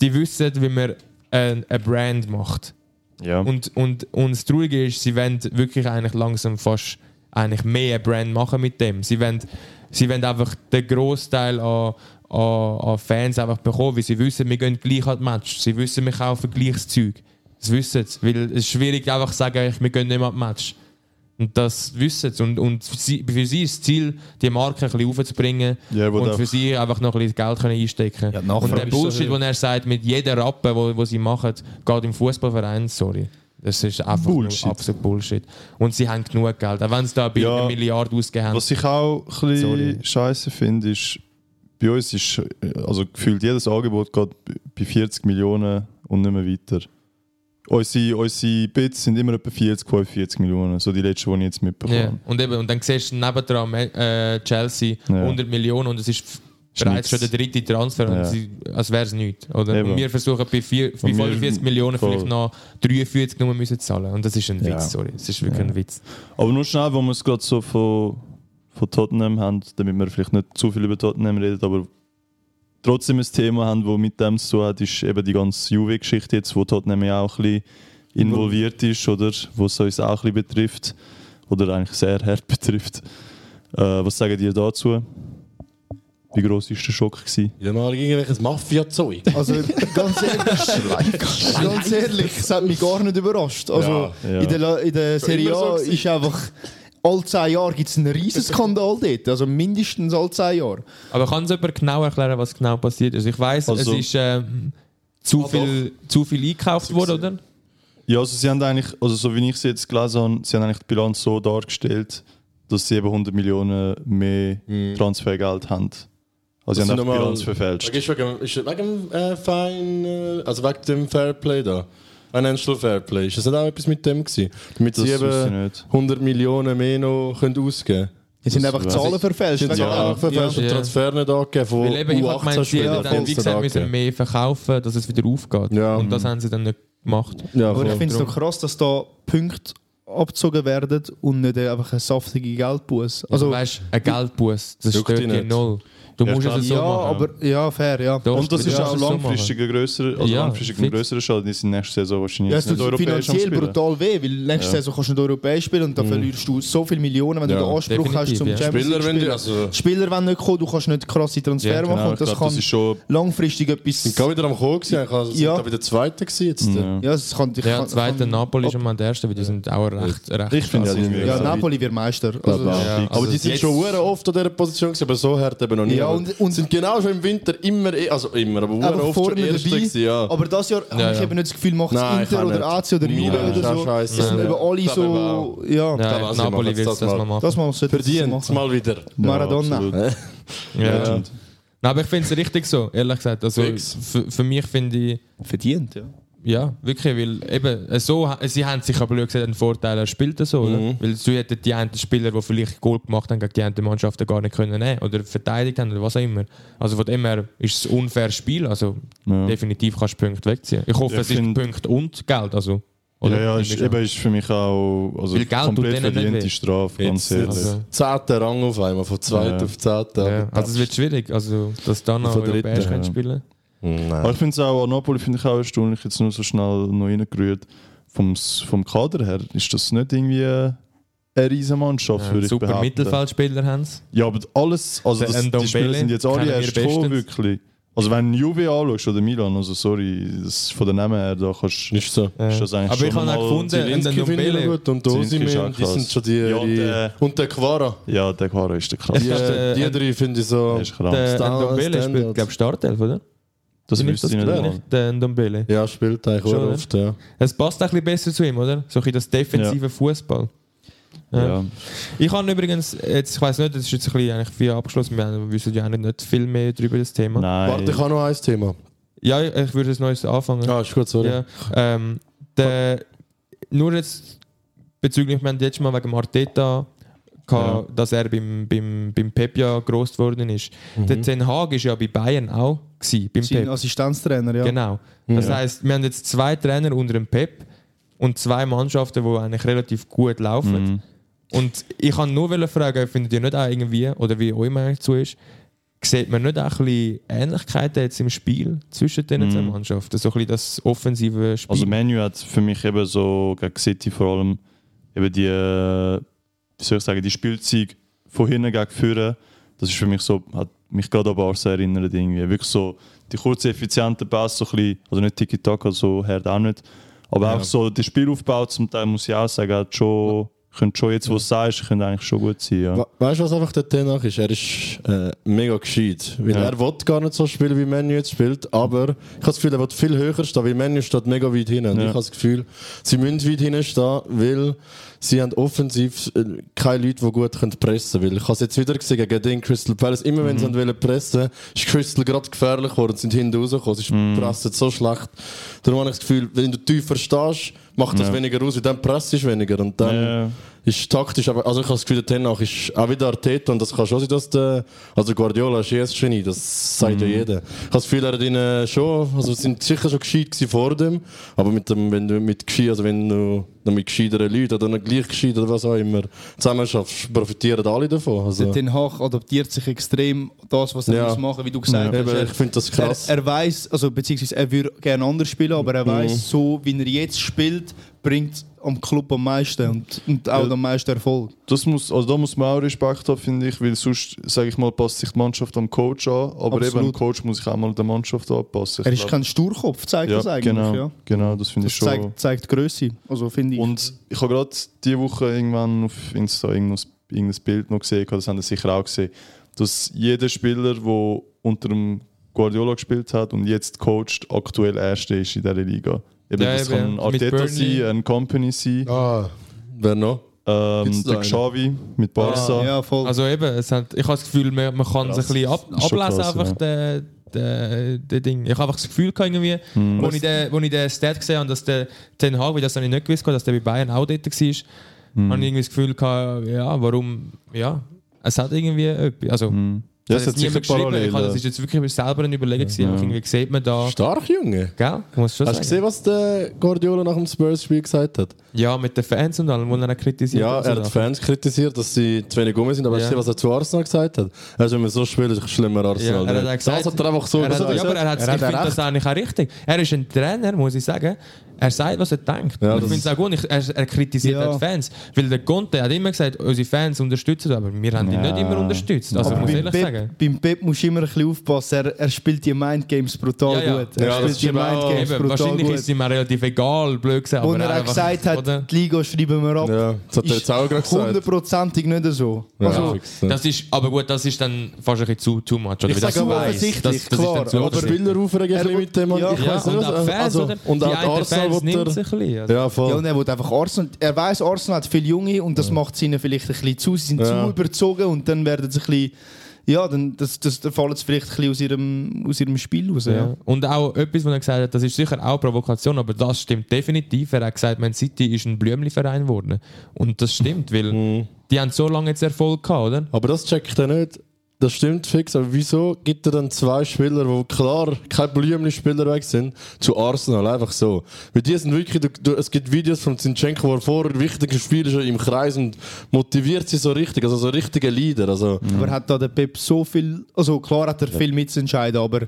Speaker 1: die wissen, wie man ein- eine Brand macht.
Speaker 2: Ja.
Speaker 1: Und, und, und das Traurige ist, sie wollen wirklich eigentlich langsam fast eigentlich mehr eine Brand machen mit dem. Sie wollen, sie wollen einfach den Großteil an, an, an Fans einfach bekommen, weil sie wissen, wir gehen gleich an die Match. Sie wissen, wir kaufen gleiches Zeug. Das wissen sie, weil es ist schwierig einfach zu sagen, ich- wir gehen nicht mehr an die Match. Und das wissen sie. Und, und sie, für sie ist das Ziel, die Marke ein bisschen aufzubringen
Speaker 2: Ja, wo
Speaker 1: und
Speaker 2: doch.
Speaker 1: für sie einfach noch ein bisschen Geld können einstecken
Speaker 3: Ja, die
Speaker 1: können.
Speaker 3: Nachfrage
Speaker 1: und der
Speaker 3: ist so
Speaker 1: Bullshit,
Speaker 3: hoch.
Speaker 1: den er sagt, mit jeder Rappe, wo, wo sie machen, geht im Fußballverein, sorry. Das ist einfach nur
Speaker 2: Bullshit.
Speaker 1: absolut Bullshit. Und sie haben genug Geld, auch wenn sie da bei
Speaker 2: Ja.
Speaker 1: einer Milliarde ausgegeben haben.
Speaker 2: Was ich auch ein
Speaker 1: Sorry.
Speaker 2: bisschen scheiße finde, ist, bei uns ist, äh, also gefühlt jedes Angebot geht b- bei 40 Millionen und nicht mehr weiter. Unsere, unsere Bits sind immer etwa 40, 45 Millionen, so die letzten, die ich jetzt mitbekomme.
Speaker 1: Ja. Und, eben, und dann siehst du nebendran äh, Chelsea
Speaker 2: Ja.
Speaker 1: 100 Millionen und es ist f- bereits
Speaker 2: nix.
Speaker 1: schon der dritte Transfer, und
Speaker 2: Ja.
Speaker 1: sie, als wäre es nichts. Oder?
Speaker 2: Eben.
Speaker 1: Und wir versuchen bei, vier, bei
Speaker 2: Und wir-
Speaker 1: 45 Millionen vielleicht
Speaker 2: voll.
Speaker 1: noch 43 Nummer müssen zahlen. Und das ist ein
Speaker 2: Ja.
Speaker 1: Witz, sorry. Es ist wirklich ein Witz.
Speaker 2: Aber nur schnell, wo wir es gerade so von, von Tottenham haben, damit wir vielleicht nicht zu viel über Tottenham reden, aber trotzdem ein Thema haben, das mit dem zu tun hat, ist eben die ganze Juve-Geschichte jetzt, wo Tottenham ja auch ein bisschen involviert ist, oder? Wo es uns auch ein bisschen betrifft. Oder eigentlich sehr hart [laughs] betrifft. Äh, was sagen die dazu? Wie gross war der Schock? Gewesen?
Speaker 4: Ja, mal irgendwelches Mafia-Zeug.
Speaker 3: Also ganz ehrlich, ganz ehrlich, es hat mich gar nicht überrascht. Also
Speaker 2: Ja, ja.
Speaker 3: In, der, La- in der Serie
Speaker 4: immer so
Speaker 3: A
Speaker 4: gewesen.
Speaker 3: ist einfach alle 10 Jahre gibt es einen [laughs] riesen Skandal dort. Also mindestens alle 10 Jahre.
Speaker 1: Aber kann es jemand genau erklären, was genau passiert ist? Ich weiß,
Speaker 2: Also-
Speaker 1: es ist ähm, zu, viel, zu viel eingekauft worden, oder?
Speaker 2: Ja, also sie haben eigentlich, also so wie ich sie jetzt gelesen habe, sie haben eigentlich die Bilanz so dargestellt, dass sie eben 100 Millionen mehr Transfergeld haben. Also sie haben
Speaker 4: sind
Speaker 2: auch die
Speaker 4: nochmal-
Speaker 2: Bilanz verfälscht.
Speaker 4: Ist wegen, ist wegen dem äh, Fein, äh, also wegen dem Fairplay da. Financial Fairplay. Ist das nicht auch etwas mit dem gewesen? Damit
Speaker 2: Das
Speaker 4: sie
Speaker 2: wüsste ich
Speaker 4: eben
Speaker 2: nicht.
Speaker 4: 100 Millionen mehr noch können ausgeben können.
Speaker 3: Es sind
Speaker 2: Das
Speaker 3: einfach
Speaker 2: weiß
Speaker 3: Zahlen
Speaker 2: ich.
Speaker 3: verfälscht.
Speaker 4: Sind sie
Speaker 3: Ja.
Speaker 4: auch verfälscht
Speaker 1: Ja.
Speaker 4: und Transfer nicht angegeben von
Speaker 1: Weil eben, ich habe gemeint, sie
Speaker 4: U18-Spielern?
Speaker 1: hätten dann, wie gesagt, müssen mehr verkaufen, dass es wieder aufgeht.
Speaker 4: Ja.
Speaker 1: Und das haben sie dann nicht gemacht.
Speaker 4: Ja,
Speaker 3: Aber ich
Speaker 4: voll.
Speaker 3: finde es noch krass, dass da Punkte abgezogen werden und nicht einfach eine saftige Geldbuße.
Speaker 1: Also
Speaker 3: Also,
Speaker 1: weißt du, ein Geldbus, das
Speaker 4: Juckt
Speaker 1: stört
Speaker 4: dich
Speaker 1: dir
Speaker 4: nicht.
Speaker 1: null. Du
Speaker 2: Ja,
Speaker 1: musst
Speaker 2: klar.
Speaker 1: es so
Speaker 3: ja,
Speaker 1: machen.
Speaker 3: aber ja, fair, ja.
Speaker 1: Doch,
Speaker 2: Und das
Speaker 1: du
Speaker 2: ist
Speaker 1: musst
Speaker 2: auch
Speaker 1: es so machen.
Speaker 2: langfristig ein grösserer, also
Speaker 1: Ja,
Speaker 2: langfristig ein
Speaker 1: fix.
Speaker 2: grösserer Schaden. Die sind nächstes Jahr wahrscheinlich
Speaker 3: Ja, es
Speaker 2: nicht
Speaker 3: tut
Speaker 2: europäisch am
Speaker 3: finanziell
Speaker 2: Spielen.
Speaker 3: brutal weh, weil nächste
Speaker 2: Ja.
Speaker 3: Saison kannst du nicht europäisch spielen und dann verlierst du so viele Millionen, wenn
Speaker 4: Mhm. Ja,
Speaker 3: du den Anspruch hast zum
Speaker 1: definitiv, ja.
Speaker 3: Champions League
Speaker 4: Spieler, wenn
Speaker 3: spielen.
Speaker 4: du. Also,
Speaker 3: Spieler wollen nicht kommen, du kannst nicht krasse Transfer
Speaker 1: Ja,
Speaker 3: machen
Speaker 2: Genau, ich
Speaker 3: und das
Speaker 2: glaub,
Speaker 3: kann
Speaker 2: das ist schon
Speaker 3: langfristig
Speaker 4: ich
Speaker 3: etwas...
Speaker 4: war wieder am Kommen. gewesen, Ich war
Speaker 3: Ja.
Speaker 4: ja. wieder Zweiter gewesen jetzt.
Speaker 2: Ja.
Speaker 3: Ja, es kann... ich
Speaker 1: Ja,
Speaker 3: kann-
Speaker 1: zweiter
Speaker 3: kann-
Speaker 1: Napoli ist immer der erste, weil die sind auch recht. recht
Speaker 2: Ich finde
Speaker 1: krass.
Speaker 2: ja, die sind
Speaker 3: Ja,
Speaker 2: mega weit.
Speaker 3: Napoli wird Meister. Also,
Speaker 4: Ja.
Speaker 1: Ja,
Speaker 4: Aber die
Speaker 1: also
Speaker 4: sind
Speaker 1: jetzt-
Speaker 4: schon hure oft an dieser Position, gewesen, aber so hart eben noch nie.
Speaker 3: Ja, und- und-
Speaker 4: sind genau schon im Winter immer, eh- also immer, aber hure
Speaker 3: Aber
Speaker 4: oft schon
Speaker 3: vorne
Speaker 4: Erste
Speaker 3: dabei.
Speaker 4: gewesen, ja.
Speaker 3: Aber das Jahr
Speaker 1: Ja,
Speaker 3: habe ich
Speaker 1: ja.
Speaker 3: eben nicht das Gefühl, macht es
Speaker 4: Nein, ich
Speaker 3: Inter
Speaker 4: auch
Speaker 3: oder
Speaker 4: nicht.
Speaker 3: AC oder Juve
Speaker 4: Nein,
Speaker 3: oder
Speaker 4: das
Speaker 3: so.
Speaker 4: ist auch
Speaker 3: Das sind
Speaker 4: scheisse.
Speaker 3: eben alle
Speaker 4: Das
Speaker 3: so...
Speaker 4: aber
Speaker 3: Ja,
Speaker 1: Nein,
Speaker 4: Da weiß ich, machen
Speaker 1: Napoli
Speaker 4: sie
Speaker 1: wird
Speaker 4: das
Speaker 1: das mal
Speaker 4: mal.
Speaker 1: machen.
Speaker 3: das mal sollte
Speaker 4: Verdient, mal wieder.
Speaker 3: Maradona.
Speaker 2: absolut.
Speaker 1: ja.
Speaker 2: Ja.
Speaker 1: Nein, aber ich finde es richtig so, ehrlich gesagt. Also
Speaker 4: Fix.
Speaker 1: für für mich finde ich,
Speaker 3: Verdient, ja.
Speaker 1: ja, wirklich, weil eben äh, so, ha- sie haben sich aber gesagt, einen Vorteil, er spielt das so, oder? Weil so hätten die einen Spieler, die vielleicht Goal gemacht haben, gegen die anderen Mannschaften gar nicht können nehmen oder verteidigt haben oder was auch immer. Also von dem her ist es ein unfaires Spiel, also
Speaker 2: Ja.
Speaker 1: definitiv kannst du Punkte wegziehen. Ich hoffe,
Speaker 2: Ich
Speaker 1: es ist
Speaker 2: find-
Speaker 1: Punkte und Geld, also.
Speaker 2: Ja, ja, ist,
Speaker 1: Nimmst du
Speaker 2: eben ist für mich auch also
Speaker 1: Weil Geld tut
Speaker 2: komplett
Speaker 1: denen nicht
Speaker 2: verdiente
Speaker 1: weh.
Speaker 2: Strafe, ganz
Speaker 4: Jetzt,
Speaker 2: ehrlich.
Speaker 3: also-
Speaker 4: jetzt zehnter Rang auf einmal, von zweit
Speaker 2: Ja.
Speaker 4: auf zehnten.
Speaker 1: Ja, also es wird schwierig, also dass dann noch
Speaker 4: Von dritten,
Speaker 1: europäisch
Speaker 2: ja.
Speaker 1: können spielen
Speaker 2: Aber
Speaker 4: Nein.
Speaker 2: ich finde es auch, an Napoli finde ich auch erstaunlich, jetzt nur so schnell noch reingerührt. Vom, S- vom Kader her ist das nicht irgendwie äh, eine riesen Mannschaft, würde
Speaker 1: ja,
Speaker 2: ich
Speaker 1: Super
Speaker 2: behaupten.
Speaker 1: Mittelfeldspieler haben sie.
Speaker 2: Ja, aber alles, also
Speaker 1: Der
Speaker 2: das, die
Speaker 1: Ndombele
Speaker 2: Spieler sind jetzt alle
Speaker 1: kennen wir
Speaker 2: erst gekommen,
Speaker 1: bestens.
Speaker 2: wirklich. Also wenn du Juve anschaust oder Milan, also sorry, das von den Namen her, da kannst
Speaker 4: Ist so.
Speaker 2: Ist das eigentlich
Speaker 1: äh, Aber
Speaker 2: schon
Speaker 1: ich habe
Speaker 2: mal
Speaker 1: auch gefunden, in der
Speaker 4: Zelinski finde ich noch
Speaker 1: Nobele.
Speaker 4: gut und
Speaker 2: Zelinski ist
Speaker 4: Osimhen,
Speaker 2: auch
Speaker 4: die sind
Speaker 2: krass.
Speaker 4: schon die...
Speaker 2: Ja, und,
Speaker 4: die-
Speaker 2: äh,
Speaker 4: und der Quara.
Speaker 2: Ja, der Quaro ist der krass.
Speaker 1: [laughs]
Speaker 4: Die,
Speaker 1: Ja. der-
Speaker 4: die
Speaker 1: äh,
Speaker 4: drei finde ich so...
Speaker 2: Der ist krank.
Speaker 1: Der
Speaker 4: Standard,
Speaker 1: Ndombele spielt,
Speaker 4: Standard.
Speaker 1: glaube ich, Startelf, oder?
Speaker 2: das
Speaker 1: Bin
Speaker 2: wüsste ich
Speaker 1: das
Speaker 2: nicht.
Speaker 1: richtig?
Speaker 2: mal.
Speaker 1: Der Ndombele.
Speaker 4: Ja, spielt eigentlich
Speaker 1: Schon,
Speaker 4: auch
Speaker 1: oder?
Speaker 4: oft, ja.
Speaker 1: Es passt ein bisschen besser zu ihm, oder? So ein bisschen das defensive Fußball. Ja.
Speaker 2: Ja.
Speaker 1: Ich habe übrigens, jetzt, ich weiß nicht, das ist jetzt ein bisschen eigentlich viel abgeschlossen, wir haben- wir wissen ja eigentlich nicht viel mehr darüber das Thema.
Speaker 2: Nein.
Speaker 4: Warte, ich habe noch ein Thema.
Speaker 1: Ja, ich ich würde ein neues anfangen.
Speaker 4: Ah, ist gut, sorry.
Speaker 1: Ja, ähm, der, nur jetzt bezüglich, wir haben letztes Mal wegen dem Arteta gehabt, dass er beim, beim, beim Pep ja gross geworden ist. Der Ten Hag war ja bei Bayern auch gewesen, beim
Speaker 3: Sein
Speaker 1: Pep.
Speaker 3: Assistenztrainer, ja.
Speaker 1: Genau. Das heisst, wir haben jetzt zwei Trainer unter dem Pep und zwei Mannschaften, die eigentlich relativ gut laufen.
Speaker 3: Mhm.
Speaker 1: Und ich kann nur wollen fragen, findet ihr nicht auch irgendwie, oder wie euch Meinung zu ist, sieht man nicht auch ein bisschen Ähnlichkeiten jetzt im Spiel zwischen diesen
Speaker 3: Mhm.
Speaker 1: zwei Mannschaften? So ein bisschen das offensive Spiel.
Speaker 2: Also Menu hat für mich eben so gegen City vor allem eben die, äh, wie soll ich sagen, die Spielzeit von hinten gegen vorne, das ist für mich so, hat mich gerade an Barca erinnert irgendwie. Wirklich so die kurzen, effizienten Pässe, so ein bisschen, also nicht Tiki-Taka, so hart auch nicht, aber auch so der Spielaufbau zum Teil, muss ich auch sagen, hat schon, könnte schon jetzt, wo du sagst, könnte eigentlich schon gut sein, ja.
Speaker 4: We weißt du, was einfach der Tenach ist? Er ist äh, mega gescheit. Weil
Speaker 2: Ja.
Speaker 4: er will gar nicht so spielen, wie Manu jetzt spielt, aber ich habe das Gefühl, er will viel höher stehen, weil Manu steht mega weit hin. Und
Speaker 2: Ja.
Speaker 4: ich habe das Gefühl, sie müssen weit hinten stehen, weil sie haben offensiv äh, keine Leute, die gut können pressen können. Weil ich habe es jetzt wieder gesehen gegen den Crystal Palace. Immer wenn sie
Speaker 2: Mhm.
Speaker 4: haben wollen pressen ist Crystal gerade gefährlich geworden und sind hinten rausgekommen. Sie
Speaker 2: Mhm.
Speaker 4: pressen so schlecht. Darum habe ich das Gefühl, wenn du tiefer stehst, macht das
Speaker 2: Ja.
Speaker 4: weniger aus, weil dann presst ist weniger. Und dann
Speaker 2: Ja.
Speaker 4: ist taktisch, aber also ich habe das Gefühl, der Tenach ist auch wieder Arteta und das kann schon sein, dass der, also Guardiola ist eh ein Genie, das sagt
Speaker 1: Mhm.
Speaker 4: ja jeder. Ich habe das Gefühl, er hat ihn äh, schon, also sind sicher schon gescheit gewesen vor dem, aber mit dem, wenn du mit gescheit, also wenn du dann mit gescheiteren Leuten oder noch gleich gescheit oder was auch immer zusammen schaffst, profitieren alle davon. Also,
Speaker 3: Der Ten Hag adaptiert sich extrem das, was er
Speaker 4: Ja.
Speaker 3: muss machen, wie du gesagt hast.
Speaker 4: eben,
Speaker 3: Er-
Speaker 4: ich finde das
Speaker 3: Er,
Speaker 4: krass.
Speaker 3: er weiß, also beziehungsweise er würde gerne anders spielen, aber er weiß, so wie er jetzt spielt, bringt am Club am meisten und, und auch am meisten Erfolg.
Speaker 2: Das muss, also da muss man auch Respekt haben, finde ich, weil sonst, sage ich mal, passt sich die Mannschaft am Coach an, aber
Speaker 3: Absolut.
Speaker 2: eben, der Coach muss sich auch mal der Mannschaft anpassen. Ich
Speaker 3: Er ist
Speaker 2: glaub,
Speaker 3: kein Sturkopf, zeigt das eigentlich.
Speaker 2: genau,
Speaker 3: Ja.
Speaker 2: genau, das finde
Speaker 3: Das
Speaker 2: ich schon.
Speaker 3: zeigt, zeigt die Größe, also finde ich.
Speaker 2: Und ich habe gerade diese Woche irgendwann auf Insta irgendwas- irgendein Bild noch gesehen, das haben ihr sicher auch gesehen, dass jeder Spieler, der unter dem Guardiola gespielt hat und jetzt coacht, aktuell Erster ist in dieser Liga. Eben,
Speaker 1: Ja,
Speaker 2: das
Speaker 1: eben,
Speaker 2: kann
Speaker 1: mit
Speaker 2: Arteta
Speaker 1: Burnley.
Speaker 2: sein, ein Company sein,
Speaker 4: ah, wer noch?
Speaker 2: ähm,
Speaker 4: Gibt's da
Speaker 2: der
Speaker 4: einen?
Speaker 2: Xavi mit Barca.
Speaker 3: Ah, ja, voll.
Speaker 1: Also eben, es hat, ich habe das Gefühl, man, man kann sich ein bisschen ab,
Speaker 2: ist schon
Speaker 1: ablesen,
Speaker 2: krass,
Speaker 1: einfach
Speaker 2: ja.
Speaker 1: den, den, den Ding. Ich habe einfach das Gefühl gehabt, irgendwie, wo, ich den, wo ich den Stat gesehen habe, dass der Ten Hag, weil das habe ich nicht gewusst, gehabt, dass der bei Bayern auch dort war, habe ich irgendwie das Gefühl gehabt, ja, warum, ja, es hat irgendwie etwas. Also,
Speaker 2: Ja,
Speaker 1: Das hat jetzt niemand geschrieben. Ich habe- Das ist jetzt wirklich mir selber eine Überlegung gewesen. aber Irgendwie sieht man da.
Speaker 4: Stark, Junge.
Speaker 1: Gell? Ich muss schon
Speaker 4: Hast
Speaker 1: sagen.
Speaker 4: du gesehen, was der Guardiola nach dem Spurs-Spiel gesagt hat?
Speaker 1: Ja, mit den Fans und allem, wo er auch kritisiert
Speaker 4: Ja,
Speaker 1: und
Speaker 4: er hat die
Speaker 1: so.
Speaker 4: Fans kritisiert, dass sie zu wenig rum sind, aber
Speaker 1: Ja.
Speaker 4: hast du gesehen, was er zu Arsenal gesagt hat? Er ist, wenn wir so spielen, ist es schlimmer Arsenal.
Speaker 1: Ja, er hat
Speaker 4: nicht.
Speaker 1: auch gesagt-
Speaker 4: das hat er einfach so
Speaker 1: Er hat,
Speaker 4: gesagt.
Speaker 1: ja, aber er hat, ich
Speaker 4: hat
Speaker 1: finde
Speaker 4: recht.
Speaker 1: das eigentlich auch richtig. Er ist ein Trainer, muss ich sagen. Er sagt, was er denkt.
Speaker 4: Ja,
Speaker 1: Und ich
Speaker 4: das-
Speaker 1: finde es auch gut. Ich, er, er kritisiert
Speaker 3: Ja.
Speaker 1: auch die Fans. Weil der Conte hat immer gesagt, unsere Fans unterstützen, aber wir haben ihn
Speaker 2: Ja.
Speaker 1: nicht immer unterstützt. Also,
Speaker 3: Aber
Speaker 1: muss ich
Speaker 3: beim
Speaker 1: ehrlich
Speaker 3: Pep,
Speaker 1: sagen.
Speaker 3: beim Pep musst du immer ein bisschen aufpassen. Er, er spielt die Mindgames brutal
Speaker 1: Ja, ja.
Speaker 3: gut. Er
Speaker 4: Ja, das
Speaker 3: spielt die
Speaker 4: stimmt auch.
Speaker 3: Mindgames
Speaker 1: Eben,
Speaker 3: brutal
Speaker 1: wahrscheinlich ist es
Speaker 3: gut.
Speaker 1: ihm auch relativ egal, blöd gesagt.
Speaker 3: Wo
Speaker 1: aber
Speaker 3: er auch
Speaker 1: einfach-
Speaker 3: gesagt hat,
Speaker 1: oder?
Speaker 3: die Liga schreiben wir ab.
Speaker 4: Ja, das hat er jetzt auch gerade
Speaker 3: ist
Speaker 4: gesagt.
Speaker 3: hundertprozentig nicht so.
Speaker 4: Ja,
Speaker 3: also,
Speaker 4: fix, ja.
Speaker 1: Das ist, aber gut, das ist dann fast ein bisschen zu too much. Oder
Speaker 3: Ich
Speaker 1: wie das
Speaker 3: sage
Speaker 1: so
Speaker 3: aber
Speaker 1: weiss.
Speaker 3: offensichtlich, klar,
Speaker 1: zu
Speaker 4: Aber
Speaker 1: offensichtlich.
Speaker 4: Spieler aufregen ein bisschen mit dem.
Speaker 3: Ja.
Speaker 4: ich
Speaker 1: ja,
Speaker 4: weiss
Speaker 1: und
Speaker 4: nicht,
Speaker 1: auch
Speaker 4: was-
Speaker 1: Fans,
Speaker 4: also,
Speaker 1: oder?
Speaker 4: und
Speaker 1: die
Speaker 4: auch
Speaker 1: einen
Speaker 4: Arsenal,
Speaker 1: Fans
Speaker 4: wo
Speaker 1: nimmt
Speaker 4: der-
Speaker 1: sich ein bisschen. Also,
Speaker 4: Ja,
Speaker 3: ja,
Speaker 4: voll.
Speaker 3: und er will einfach Arsenal. Er weiß, Arsenal hat viele Junge und das macht es ihnen vielleicht ein bisschen zu. Sie sind
Speaker 4: Ja.
Speaker 3: zu überzogen und dann werden sie ein bisschen. Ja, dann das, das, dann fallen sie vielleicht ein bisschen aus ihrem, aus ihrem Spiel raus. Ja.
Speaker 1: Ja. Und auch etwas, was er gesagt hat, das ist sicher auch Provokation, aber das stimmt definitiv. Er hat gesagt, Man City ist ein Blümli-Verein geworden. Und das stimmt, weil die haben so lange jetzt Erfolg gehabt, oder?
Speaker 4: Aber das check ich dann nicht. Das stimmt fix, aber wieso gibt er dann zwei Spieler, die klar keine Blümli-Spieler weg sind, zu Arsenal? Einfach so. Weil die sind wirklich, du, du, es gibt Videos von Zinchenko, wo er vorher wichtige Spieler schon im Kreis und motiviert sie so richtig, also so richtige Leader. Also,
Speaker 3: Aber hat da der Pep so viel. Also klar hat er viel mitzuentscheiden, aber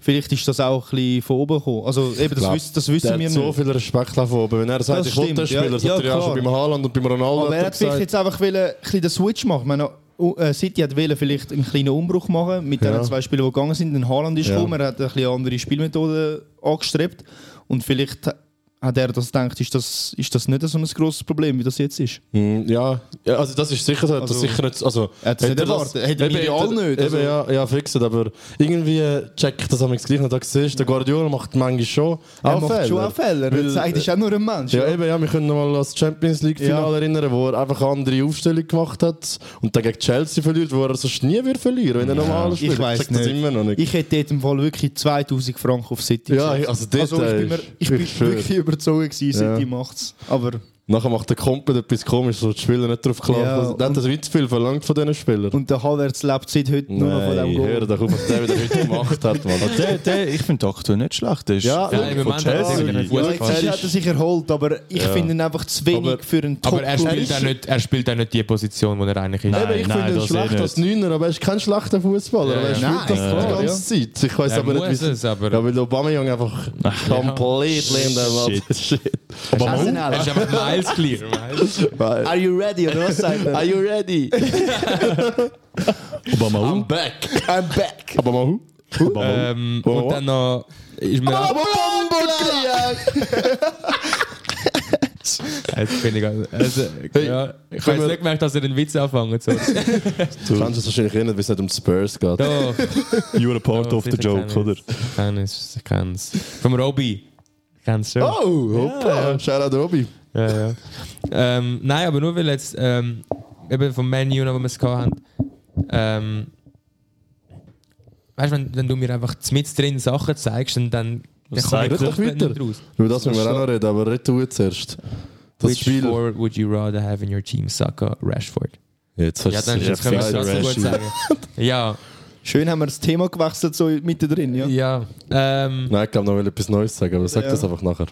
Speaker 3: vielleicht ist das auch ein bisschen von oben gekommen. Also eben, das,
Speaker 4: glaub,
Speaker 3: wiss, das
Speaker 4: der
Speaker 3: wissen
Speaker 4: hat
Speaker 3: wir
Speaker 4: so
Speaker 3: nicht.
Speaker 4: viel Respekt davon. oben. Wenn er sagt,
Speaker 3: Das
Speaker 4: ich will den
Speaker 3: stimmt, ja.
Speaker 4: Spieler, das
Speaker 3: Ja,
Speaker 4: hat er ja auch
Speaker 3: klar.
Speaker 4: schon beim Haaland und beim Ronaldo
Speaker 3: Aber er hat vielleicht
Speaker 4: gesagt.
Speaker 3: jetzt einfach wollen, ein bisschen das Switch machen. Ich meine, oh, äh, City hat wollen vielleicht einen kleinen Umbruch machen mit den
Speaker 4: Ja.
Speaker 3: zwei Spielen, die gegangen sind. Dann Haaland ist
Speaker 4: Ja.
Speaker 3: gekommen, er hat ein bisschen eine andere Spielmethode angestrebt. Und vielleicht hat er das gedacht, ist das, ist das nicht so ein grosses Problem, wie das jetzt ist.
Speaker 4: Mm, Ja, ja, also das ist sicher so. Also,
Speaker 3: Also,
Speaker 4: sicher nicht, also,
Speaker 3: er hat's nicht
Speaker 4: hätte das-
Speaker 3: erwartet. Hätten wir
Speaker 4: eben,
Speaker 3: ja alle
Speaker 4: hätte-
Speaker 3: nicht,
Speaker 4: Eben,
Speaker 3: also.
Speaker 4: ja, ja, fixet, aber irgendwie check ich das am gleich noch. Da siehst du, der Guardiola macht manchmal schon
Speaker 3: Er
Speaker 4: auch
Speaker 3: macht
Speaker 4: Fehler.
Speaker 3: schon auch Fehler.
Speaker 4: Weil, äh,
Speaker 3: Das sagt, ist auch nur ein Mensch.
Speaker 4: ja, eben, ja, wir können noch mal an das Champions League-Finale
Speaker 3: Ja.
Speaker 4: erinnern, wo er einfach eine andere Aufstellung gemacht hat und dann gegen Chelsea verliert, wo er sonst nie wird verlieren, wenn er normal spielt.
Speaker 3: Ich weiß
Speaker 4: check das
Speaker 3: nicht.
Speaker 4: immer noch nicht.
Speaker 3: Ich hätte dort im Fall wirklich 2000 Franken auf City
Speaker 4: ja,
Speaker 3: gesetzt.
Speaker 4: also dort
Speaker 3: also ich bin,
Speaker 4: äh,
Speaker 3: mir,
Speaker 4: ist-
Speaker 3: ich bin
Speaker 4: ist schön.
Speaker 3: wirklich überzeugt, gewesen,
Speaker 4: Ja.
Speaker 3: City macht's. macht es.
Speaker 4: Nachher macht der Kumpel etwas komisch, so die Spieler nicht drauf klar.
Speaker 3: Ja,
Speaker 4: Ja, der hat
Speaker 3: und-
Speaker 4: das viel zu viel verlangt von diesen Spielern.
Speaker 3: Und der Havertz lebt seit heute nur noch von dem Goal.
Speaker 4: hör doch auf, was der wieder
Speaker 3: [laughs]
Speaker 4: heute gemacht hat, Mann.
Speaker 2: Der, der, ich finde den aktuell nicht schlecht. Der ist
Speaker 4: Ja,
Speaker 2: von
Speaker 4: ja,
Speaker 1: im Moment hat er
Speaker 2: Chelsea.
Speaker 1: wieder einen Fuß.
Speaker 3: Ja,
Speaker 1: Fußball.
Speaker 3: jetzt hat er sich erholt, aber ich finde ihn einfach zu wenig
Speaker 4: Aber-
Speaker 3: für einen top
Speaker 1: Aber er spielt, auch nicht, er spielt auch nicht die Position, wo er eigentlich ist.
Speaker 2: Nein,
Speaker 4: Eben, ich
Speaker 2: nein,
Speaker 4: finde ihn
Speaker 2: das eh
Speaker 4: schlecht
Speaker 2: nicht.
Speaker 4: als Neuner, aber er ist kein schlechter Fußballer.
Speaker 1: Ja,
Speaker 4: aber er
Speaker 1: ja.
Speaker 4: spielt
Speaker 3: Nein,
Speaker 4: das
Speaker 3: klar,
Speaker 4: die ganze Zeit. Ich weiß
Speaker 1: Er
Speaker 4: aber nicht,
Speaker 1: muss es, aber-
Speaker 4: Ja, weil Aubameyang einfach completely in der Welt ist.
Speaker 1: Er ist einfach miles clear. Miles.
Speaker 4: Are
Speaker 3: you ready, oder was sagt er?
Speaker 4: you ready?
Speaker 2: Obama
Speaker 4: I'm back.
Speaker 3: I'm back.
Speaker 4: Obama Obama
Speaker 1: ähm,
Speaker 4: Oh.
Speaker 1: Und dann noch... Ist mir
Speaker 4: Ah.
Speaker 1: auch, jetzt bin ich also, also,
Speaker 4: Hey,
Speaker 1: ja, ich habe
Speaker 4: können
Speaker 1: jetzt
Speaker 4: wir-
Speaker 1: nicht gemerkt, dass er einen Witz anfangen soll.
Speaker 4: Du kannst es wahrscheinlich erinnern, wie es nicht um die Spurs geht.
Speaker 1: Doch.
Speaker 2: You're a part
Speaker 1: Ja,
Speaker 2: of the
Speaker 1: sicher
Speaker 2: joke,
Speaker 1: kenn
Speaker 2: oder?
Speaker 1: ich's. Ich kenne es, ich kenne es. Vom Robby. Kennst du schon?
Speaker 4: Oh, hoppa. Shoutout Robi.
Speaker 1: Ja, ja. ähm, nein, aber nur weil jetzt ähm, eben vom Menu, noch, wo wir es hatten. Ähm, weißt du, wenn, wenn du mir einfach mit drin Sachen zeigst, dann, dann, dann
Speaker 2: zeigt
Speaker 1: kommt
Speaker 4: doch
Speaker 1: komplett
Speaker 4: weiter.
Speaker 1: nicht raus.
Speaker 4: Über das müssen wir auch noch reden, aber red du jetzt zuerst. Das
Speaker 1: Which
Speaker 4: Spiel.
Speaker 1: forward would you rather have in your team? Saka, Rashford.
Speaker 4: Jetzt hast
Speaker 1: Ja,
Speaker 4: du
Speaker 1: dann
Speaker 4: es
Speaker 1: jetzt können wir es
Speaker 4: gesagt.
Speaker 1: also gut sagen. Ja,
Speaker 3: Schön haben wir das Thema gewechselt, so mittendrin, ja.
Speaker 1: ja. Ähm,
Speaker 4: Nein, ich glaube, noch will etwas Neues sagen, aber sag
Speaker 3: Ja.
Speaker 4: das einfach nachher.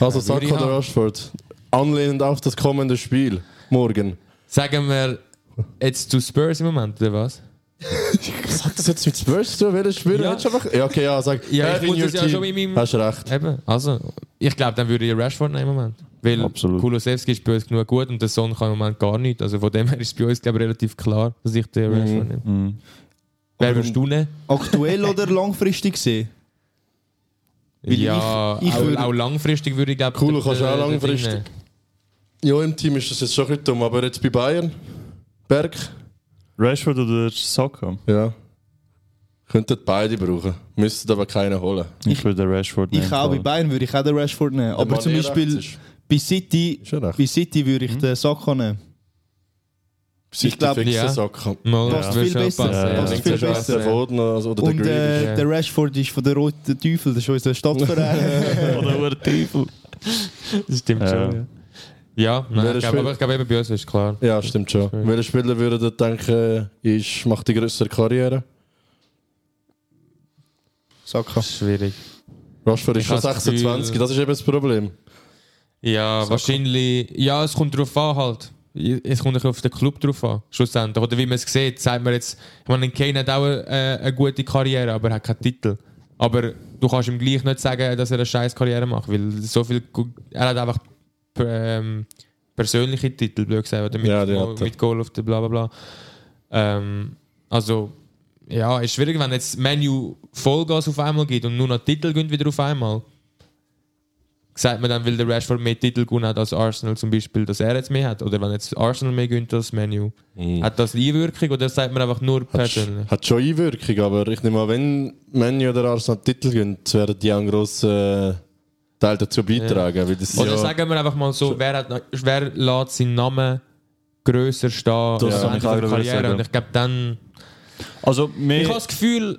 Speaker 4: Also,
Speaker 1: Ja, würde
Speaker 4: Saka
Speaker 1: ich
Speaker 4: oder
Speaker 1: haben.
Speaker 4: Rashford, anlehnend auf das kommende Spiel, morgen.
Speaker 1: sagen wir jetzt zu Spurs im Moment, oder was?
Speaker 4: Sag das jetzt mit Spurs zu, welches Spiel?
Speaker 1: Ja.
Speaker 4: Ja. Einfach, ja, okay, ja, sag.
Speaker 1: Ja,
Speaker 4: have
Speaker 1: ich
Speaker 4: in
Speaker 1: muss
Speaker 4: your
Speaker 1: es ja
Speaker 4: team.
Speaker 1: schon in meinem-
Speaker 4: Hast recht.
Speaker 1: Eben, also, ich glaube, dann würde ich Rashford nehmen im Moment. Weil
Speaker 2: Absolut.
Speaker 1: Kulusevski ist bei uns genug gut und der Sohn kann im Moment gar nicht. Also von dem her ist es bei uns, glaube ich, relativ klar, dass ich den
Speaker 2: Mhm.
Speaker 1: Rashford nehme. Wer würdest du nehmen?
Speaker 3: Aktuell oder langfristig gesehen? Weil
Speaker 1: ja,
Speaker 3: ich- ich
Speaker 1: auch,
Speaker 3: würde-
Speaker 1: auch langfristig würde ich, glaube ich,
Speaker 4: Cool,
Speaker 1: den- äh,
Speaker 4: kannst du auch
Speaker 1: den- den
Speaker 4: langfristig.
Speaker 1: nehmen.
Speaker 4: Ja, im Team ist das jetzt schon ein bisschen dumm, aber jetzt bei Bayern, Berg,
Speaker 2: Rashford oder Saka?
Speaker 4: ja. Könnten beide brauchen, müssten aber keinen holen.
Speaker 2: Ich würde den Rashford nehmen.
Speaker 3: Ich auch, bei Bayern würde ich auch den Rashford nehmen.
Speaker 4: Der
Speaker 3: Aber
Speaker 4: Mané
Speaker 3: zum Beispiel
Speaker 4: rechts ist.
Speaker 3: bei City,
Speaker 4: Ist ja recht. Mhm.
Speaker 3: bei City würde ich den Saka nehmen.
Speaker 4: City
Speaker 3: glaub,
Speaker 4: fixen
Speaker 1: ja.
Speaker 4: Saka.
Speaker 1: Mal,
Speaker 3: Passt
Speaker 1: das würde
Speaker 3: viel
Speaker 1: schon
Speaker 3: besser.
Speaker 1: passen,
Speaker 2: Ja,
Speaker 1: ja.
Speaker 2: passt
Speaker 1: Links
Speaker 3: viel
Speaker 1: ist schon
Speaker 3: besser.
Speaker 1: passen.
Speaker 4: Der Foden also, oder
Speaker 3: Und
Speaker 4: der Grealish.
Speaker 1: ja.
Speaker 3: äh, der Rashford ist von der Roten
Speaker 4: [laughs]
Speaker 3: Teufel, das ist unser Stadtverein.
Speaker 2: Oder Tiefel.
Speaker 1: Das stimmt
Speaker 2: Ja.
Speaker 1: schon. Ja,
Speaker 4: Wer
Speaker 1: nein, ich glaube,
Speaker 4: spielt-
Speaker 1: aber ich glaube, eben bei uns ist klar.
Speaker 4: Ja, stimmt schon.
Speaker 1: Schön.
Speaker 4: Welcher Spieler würde ihr denken, ich mache die größere Karriere?
Speaker 3: Saka.
Speaker 1: Schwierig.
Speaker 4: Rashford ist
Speaker 1: Ich
Speaker 4: schon
Speaker 1: hab das
Speaker 4: 26,
Speaker 1: Gefühl-
Speaker 4: das ist eben das Problem.
Speaker 1: Ja, wahrscheinlich. Ja, es kommt drauf an halt. Es kommt ein bisschen auf den Club drauf an, schlussendlich. Oder wie man es sieht, sagt man jetzt, ich meine, Kane hat auch eine, äh, eine gute Karriere, aber er hat keinen Titel. Aber du kannst ihm gleich nicht sagen, dass er eine scheiß Karriere macht, weil so viel. gu- Er hat einfach per- ähm, persönliche Titel, blöd gesagt, oder mit,
Speaker 4: Ja, die hat er.
Speaker 1: mit Goal auf der bla bla bla. Ähm, also, ja, ist schwierig, wenn jetzt Menu Vollgas auf einmal gibt und nur noch Titel gönnt wieder auf einmal. Sagt man dann, weil der Rashford mehr Titel gewonnen hat als Arsenal zum Beispiel, dass er jetzt mehr hat? Oder wenn jetzt Arsenal mehr gönnt als Menu? Hat das eine Einwirkung oder sagt man einfach nur
Speaker 4: Hm. Hat, sch-
Speaker 1: persönlich?
Speaker 4: hat schon Einwirkung, aber ich nehme an, wenn Manu oder Arsenal Titel gewinnt, werden die einen grossen äh, Teil dazu beitragen. Weil das
Speaker 1: Oder
Speaker 4: ja,
Speaker 1: sagen wir einfach mal so, wer, hat, noch- wer lässt seinen Namen grösser stehen
Speaker 2: Das
Speaker 1: am
Speaker 2: kann ich
Speaker 1: Ende der
Speaker 2: auch gerade sagen.
Speaker 1: Und ich glaube dann...
Speaker 2: Also, mehr.
Speaker 1: Ich habe das Gefühl,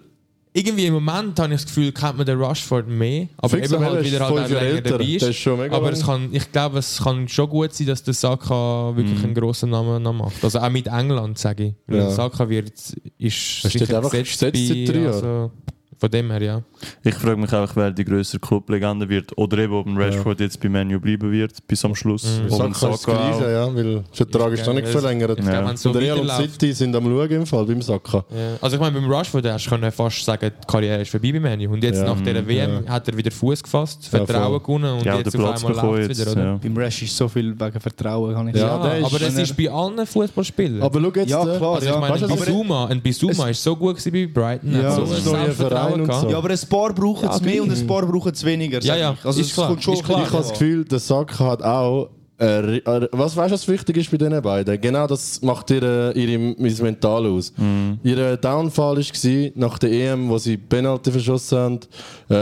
Speaker 1: irgendwie im Moment habe ich das Gefühl, kennt man den Rushford mehr. Aber
Speaker 4: Fix,
Speaker 1: eben
Speaker 4: aber
Speaker 1: halt
Speaker 4: er ist
Speaker 1: wieder halt auch
Speaker 4: fünf Jahre
Speaker 1: länger
Speaker 4: älter.
Speaker 1: dabei
Speaker 4: Der ist
Speaker 1: ist.
Speaker 4: schon mega
Speaker 1: Aber es
Speaker 4: lang.
Speaker 1: kann, ich glaube, es kann schon gut sein, dass der Saka wirklich einen grossen Namen noch macht. Also auch mit England, sage ich. Weil
Speaker 4: Mhm. Ja.
Speaker 1: der Saka wird, ist
Speaker 4: Er steht einfach gesetzt seit drei Jahren.
Speaker 1: also, von dem her, ja.
Speaker 2: Ich frage mich einfach, wer die größere Clublegende wird. Oder eben, ob ein Rashford jetzt bei Manu bleiben wird, bis am Schluss.
Speaker 1: Mhm.
Speaker 2: Ob ein
Speaker 4: Saka ist äh, das
Speaker 2: Saka auch.
Speaker 4: Gleiche, ja, weil der Vertrag ist noch nicht
Speaker 1: Ja,
Speaker 4: verlängert.
Speaker 1: Ich glaube,
Speaker 2: Ja.
Speaker 1: wenn es so
Speaker 4: und Real und
Speaker 1: weiterläuft.
Speaker 4: City sind am Schauen im Fall beim Saka.
Speaker 1: Ja. Also ich meine, beim Rushford hast du können fast sagen, die Karriere ist vorbei bei Manu. Und jetzt
Speaker 4: Ja.
Speaker 1: nach dieser WM hat er wieder Fuß gefasst, Vertrauen
Speaker 4: voll.
Speaker 1: gewonnen und
Speaker 2: Ja, den
Speaker 1: jetzt
Speaker 2: Platz
Speaker 1: auf einmal
Speaker 2: bekommen
Speaker 1: läuft es
Speaker 2: jetzt.
Speaker 1: wieder, oder?
Speaker 2: ja.
Speaker 3: Beim Rash ist so viel wegen Vertrauen, kann ich
Speaker 4: Ja,
Speaker 1: Ja,
Speaker 3: sagen.
Speaker 4: der ist-
Speaker 1: aber das
Speaker 3: wenn er-
Speaker 1: ist bei allen Fußballspielern.
Speaker 4: Aber schau jetzt,
Speaker 3: Ja,
Speaker 4: äh,
Speaker 3: klar,
Speaker 1: Also
Speaker 3: ja.
Speaker 1: ich meine,
Speaker 4: Weißt du,
Speaker 1: ein
Speaker 4: was es-
Speaker 1: Bissouma, ein Bissouma ist so gut gewesen bei Brighton.
Speaker 3: Ja,
Speaker 1: hat so
Speaker 3: das
Speaker 1: ein
Speaker 3: ist ein
Speaker 4: neuer
Speaker 1: Selbstvertrauen
Speaker 4: Verein und
Speaker 1: gehabt.
Speaker 4: so.
Speaker 3: Ja, aber ein paar brauchen es
Speaker 1: Ja,
Speaker 3: mehr
Speaker 1: gleich.
Speaker 3: und ein paar brauchen es weniger.
Speaker 1: Ja,
Speaker 3: sag
Speaker 1: ja,
Speaker 3: ich. Also
Speaker 1: ist
Speaker 3: es
Speaker 1: klar,
Speaker 3: kommt schon
Speaker 1: ist klar.
Speaker 4: Ich habe das
Speaker 3: Ja.
Speaker 4: Gefühl, der Sack hat auch. Äh, äh, was weißt du, was wichtig ist bei diesen beiden? Genau das macht ihre, ihre, ihr Mental aus. Ihr äh, Downfall war nach der EM, wo sie Penalty verschossen haben. Äh,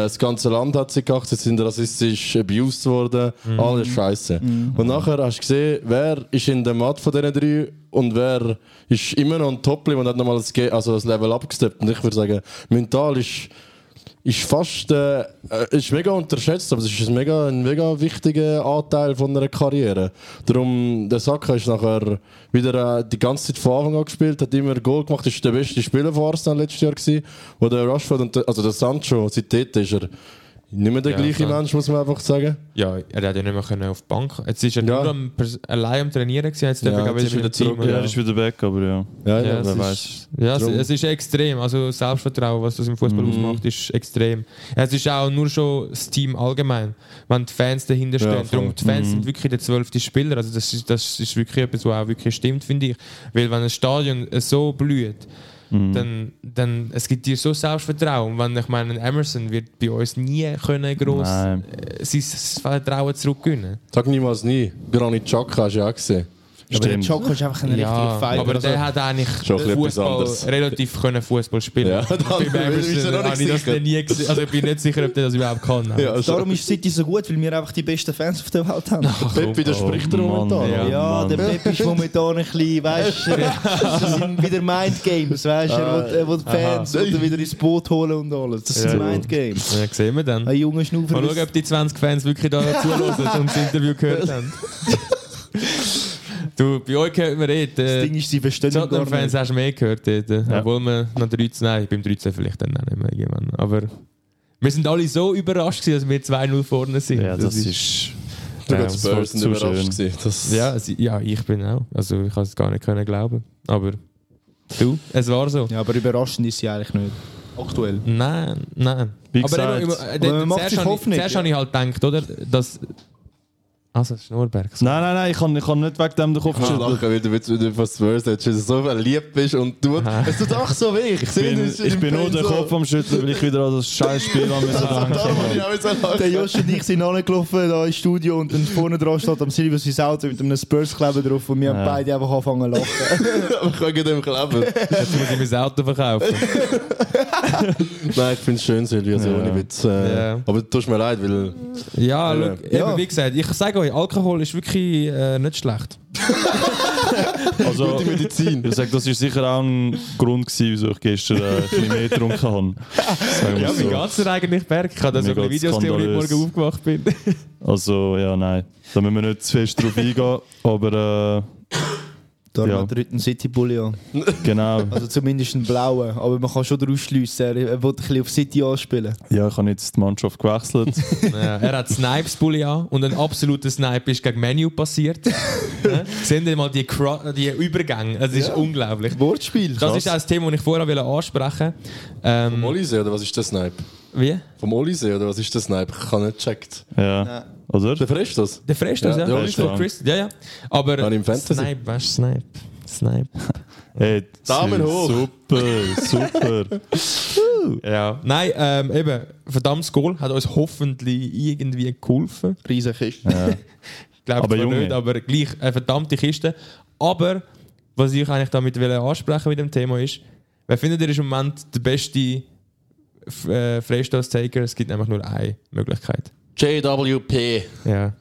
Speaker 4: das ganze Land hat sie gehackt, sie sind rassistisch abused worden. Alles scheiße. Und nachher hast du gesehen, wer ist in der Matt von diesen drei und wer ist immer noch ein Top-Level und hat nochmal das, Ge- also das Level abgesteppt. Und ich würde sagen, mental ist ist fast äh, äh, ist mega unterschätzt, aber es ist ein mega, ein mega wichtiger Anteil von einer Karriere. Darum, der Saka ist nachher wieder äh, die ganze Zeit von Anfang an gespielt, hat immer Goal gemacht, ist der beste Spieler von Arsenal letztes Jahr gewesen. Und der Rashford, und der, also der Sancho, seitdem ist er nicht mehr der
Speaker 1: Ja,
Speaker 4: gleiche
Speaker 1: klar.
Speaker 4: Mensch, muss man einfach sagen.
Speaker 1: Ja, er hat ja nicht mehr können auf die Bank. Jetzt ist er
Speaker 4: Ja.
Speaker 1: nur am, Pers- allein am Trainieren gewesen, jetzt
Speaker 4: Ja,
Speaker 1: darf er auch
Speaker 4: jetzt
Speaker 1: wieder mit
Speaker 4: ist wieder
Speaker 1: dem Team.
Speaker 4: zurück,
Speaker 2: Ja,
Speaker 1: oder?
Speaker 2: er ist wieder weg, aber ja.
Speaker 4: Ja,
Speaker 1: Ja,
Speaker 4: ja.
Speaker 1: es
Speaker 2: Wer
Speaker 1: ist-
Speaker 2: weiß.
Speaker 1: Ja, es,
Speaker 4: Drum.
Speaker 1: es ist extrem. Also das Selbstvertrauen, was das im Fußball
Speaker 4: Mhm.
Speaker 1: ausmacht, ist extrem. Es ist auch nur schon das Team allgemein, wenn die Fans dahinter
Speaker 4: Ja,
Speaker 1: stehen.
Speaker 4: voll. Mhm.
Speaker 1: Darum, die Fans sind wirklich der zwölfte Spieler. Also das ist, das ist wirklich etwas, was auch wirklich stimmt, finde ich. Weil wenn ein Stadion äh, so blüht,
Speaker 4: Mhm.
Speaker 1: dann, dann es gibt dir so Selbstvertrauen. Und Wenn ich meine, ein Emerson wird bei uns nie können gross
Speaker 2: Nein.
Speaker 1: äh, sein Vertrauen zurückgewinnen.
Speaker 4: Sag niemals nie. Granit Xhaka hast du ja auch gesehen.
Speaker 3: Aber der
Speaker 2: Stimmt.
Speaker 3: Joko ist einfach ein richtiger Fighter.
Speaker 1: aber
Speaker 3: also-
Speaker 1: der hat eigentlich
Speaker 4: Schon ein bisschen etwas
Speaker 1: Fußball
Speaker 4: anderes.
Speaker 1: relativ können Fußball spielen.
Speaker 4: [laughs]
Speaker 1: [laughs]
Speaker 4: Ja,
Speaker 1: Und
Speaker 4: dann
Speaker 1: beim
Speaker 4: bin ich
Speaker 1: Emerson
Speaker 4: mir noch nicht
Speaker 1: habe ich das
Speaker 4: sicher. also,
Speaker 1: nie gesehen. Also ich bin nicht sicher, ob der das überhaupt kann.
Speaker 3: Darum ist City so gut, weil wir einfach die besten Fans auf der Welt haben.
Speaker 4: Pep widerspricht er
Speaker 2: Oh, Mann,
Speaker 4: momentan.
Speaker 2: ja.
Speaker 3: Ja,
Speaker 2: Mann.
Speaker 3: der Pep ist momentan ein bisschen, weißt
Speaker 1: [laughs]
Speaker 3: du, das sind wieder Mindgames, weißt du, er will, er will die Fans will er wieder ins Boot holen und alles. Das sind Mindgames.
Speaker 1: Ja, sehen wir dann.
Speaker 3: Ein junger
Speaker 1: Mal
Speaker 3: Schnaufer.
Speaker 1: schauen, ob die 20 Fans wirklich
Speaker 3: [laughs]
Speaker 1: da zuhören und das Interview gehört haben. Du, bei euch hört man eh.
Speaker 3: das
Speaker 1: die-
Speaker 3: Ding ist, sie verstehen ihn gar
Speaker 1: Tottenham-Fans
Speaker 3: nicht.
Speaker 1: hast du mehr gehört dort. äh.
Speaker 2: Ja.
Speaker 1: Obwohl wir noch 13, nein, beim 13 vielleicht dann auch nicht mehr irgendwann. Aber wir sind alle so überrascht, gewesen, dass wir 2-0 vorne sind.
Speaker 2: Ja, das ist.
Speaker 4: Du
Speaker 1: Ja,
Speaker 4: hast
Speaker 2: das war
Speaker 4: Spurs
Speaker 2: zu
Speaker 4: sind überrascht
Speaker 2: schön.
Speaker 4: gewesen. Das-
Speaker 1: Ja, es- ja, ich bin auch. Also ich kann es gar nicht können glauben. Aber du, es war so.
Speaker 3: Ja, aber überraschend ist sie eigentlich nicht. Aktuell.
Speaker 1: Nein, nein.
Speaker 2: Wie
Speaker 1: aber
Speaker 2: gesagt,
Speaker 1: eben, äh,
Speaker 3: man
Speaker 1: d-
Speaker 3: macht
Speaker 1: zuerst
Speaker 3: sich
Speaker 1: habe ich-
Speaker 3: Hoffnung,
Speaker 1: zuerst
Speaker 3: ja.
Speaker 1: habe ich halt gedacht, oder? Dass, also Schnurberg.
Speaker 2: Nein, nein, nein, ich kann, ich kann nicht wegen dem den Kopf
Speaker 4: Ich
Speaker 2: schütteln.
Speaker 4: lache, weil du jetzt wieder von Spurs redest, weil du so verliebt bist und tut. Es tut auch so weh. Ich,
Speaker 2: Ich bin, ich bin nur den Kopf am Schütteln, weil ich wieder an das scheiß Spiel an mir so
Speaker 4: Darum muss
Speaker 2: denke.
Speaker 4: ich auch so
Speaker 3: Der
Speaker 4: lachen.
Speaker 3: Josh und ich sind angelaufen da im Studio und dann vorne dran steht am Silvio sein Auto mit einem Spurs-Kleber drauf und wir haben
Speaker 2: Ja.
Speaker 3: beide einfach angefangen zu lachen.
Speaker 4: Ich kann dem
Speaker 2: [laughs]
Speaker 4: Kleber.
Speaker 1: Jetzt muss ich mein Auto
Speaker 3: [laughs]
Speaker 1: verkaufen.
Speaker 4: Nein, ich finde es schön, Silvia, so
Speaker 2: Ja.
Speaker 4: ohne Witz. Äh,
Speaker 1: Ja.
Speaker 4: Aber du tust mir leid, weil.
Speaker 1: Ja,
Speaker 4: Ja.
Speaker 1: look, eben,
Speaker 3: Ja.
Speaker 1: wie gesagt, ich sage euch, Alkohol ist wirklich äh, nicht schlecht.
Speaker 2: Also,
Speaker 4: Gute Medizin.
Speaker 2: ich sage, das war sicher auch ein Grund, gewesen, wieso ich gestern äh, ein bisschen mehr getrunken habe. Sagen wir
Speaker 1: Ja,
Speaker 2: es
Speaker 1: wie
Speaker 2: so.
Speaker 1: geht's dir eigentlich, Berg? Ich habe das
Speaker 2: Mir
Speaker 1: in den
Speaker 2: geht's
Speaker 1: Videos gesehen, wo ich
Speaker 2: skandalös.
Speaker 1: morgen aufgewacht bin.
Speaker 2: [laughs] Also, ja, nein. Da müssen wir nicht zu fest drauf eingehen, aber äh,
Speaker 3: Da
Speaker 2: Ja.
Speaker 3: hat er heute einen City-Bulli an.
Speaker 2: äh, genau.
Speaker 3: Also zumindest einen blauen. Aber man kann schon daraus schliessen, er will ein bisschen auf City anspielen.
Speaker 2: Ja, ich habe jetzt die Mannschaft gewechselt.
Speaker 1: Ja, er hat Snipes-Bulli an und ein absoluter Snipe ist gegen Menu
Speaker 2: [laughs]
Speaker 1: passiert. ja? Seht ihr mal die, Cro- die Übergänge? Es ist unglaublich.
Speaker 3: Wortspiel.
Speaker 1: Das ist auch ein Thema, das ich vorher wollte ansprechen ähm,
Speaker 4: Olisee oder was ist der Snipe?
Speaker 1: Wie?
Speaker 4: Vom Olisee oder was ist der Snipe? Ich habe nicht gecheckt.
Speaker 2: ja. Oder?
Speaker 4: Der Frist das?
Speaker 1: Der Freistoß,
Speaker 4: Ja,
Speaker 1: ja.
Speaker 4: der
Speaker 1: ja.
Speaker 4: ist
Speaker 1: Von
Speaker 2: dran.
Speaker 1: Chris, ja, ja. Aber
Speaker 4: Dann im Fantasy.
Speaker 1: Snipe, weißt du, Snipe. Snipe.
Speaker 2: Hey,
Speaker 4: Daumen
Speaker 2: su-
Speaker 4: hoch.
Speaker 2: Super, super.
Speaker 1: Ja. Nein, ähm, eben, verdammtes Goal hat uns hoffentlich irgendwie geholfen.
Speaker 3: Riesig ist.
Speaker 1: glaube
Speaker 2: Aber
Speaker 1: aber zwar
Speaker 2: Junge.
Speaker 1: nicht, aber gleich eine verdammte Kiste. Aber was ich eigentlich damit will ansprechen mit dem Thema ist, wer findet ihr ist im Moment der beste F- äh, Freistoßtaker? Es gibt nämlich nur eine Möglichkeit.
Speaker 4: JWP.
Speaker 1: Ja.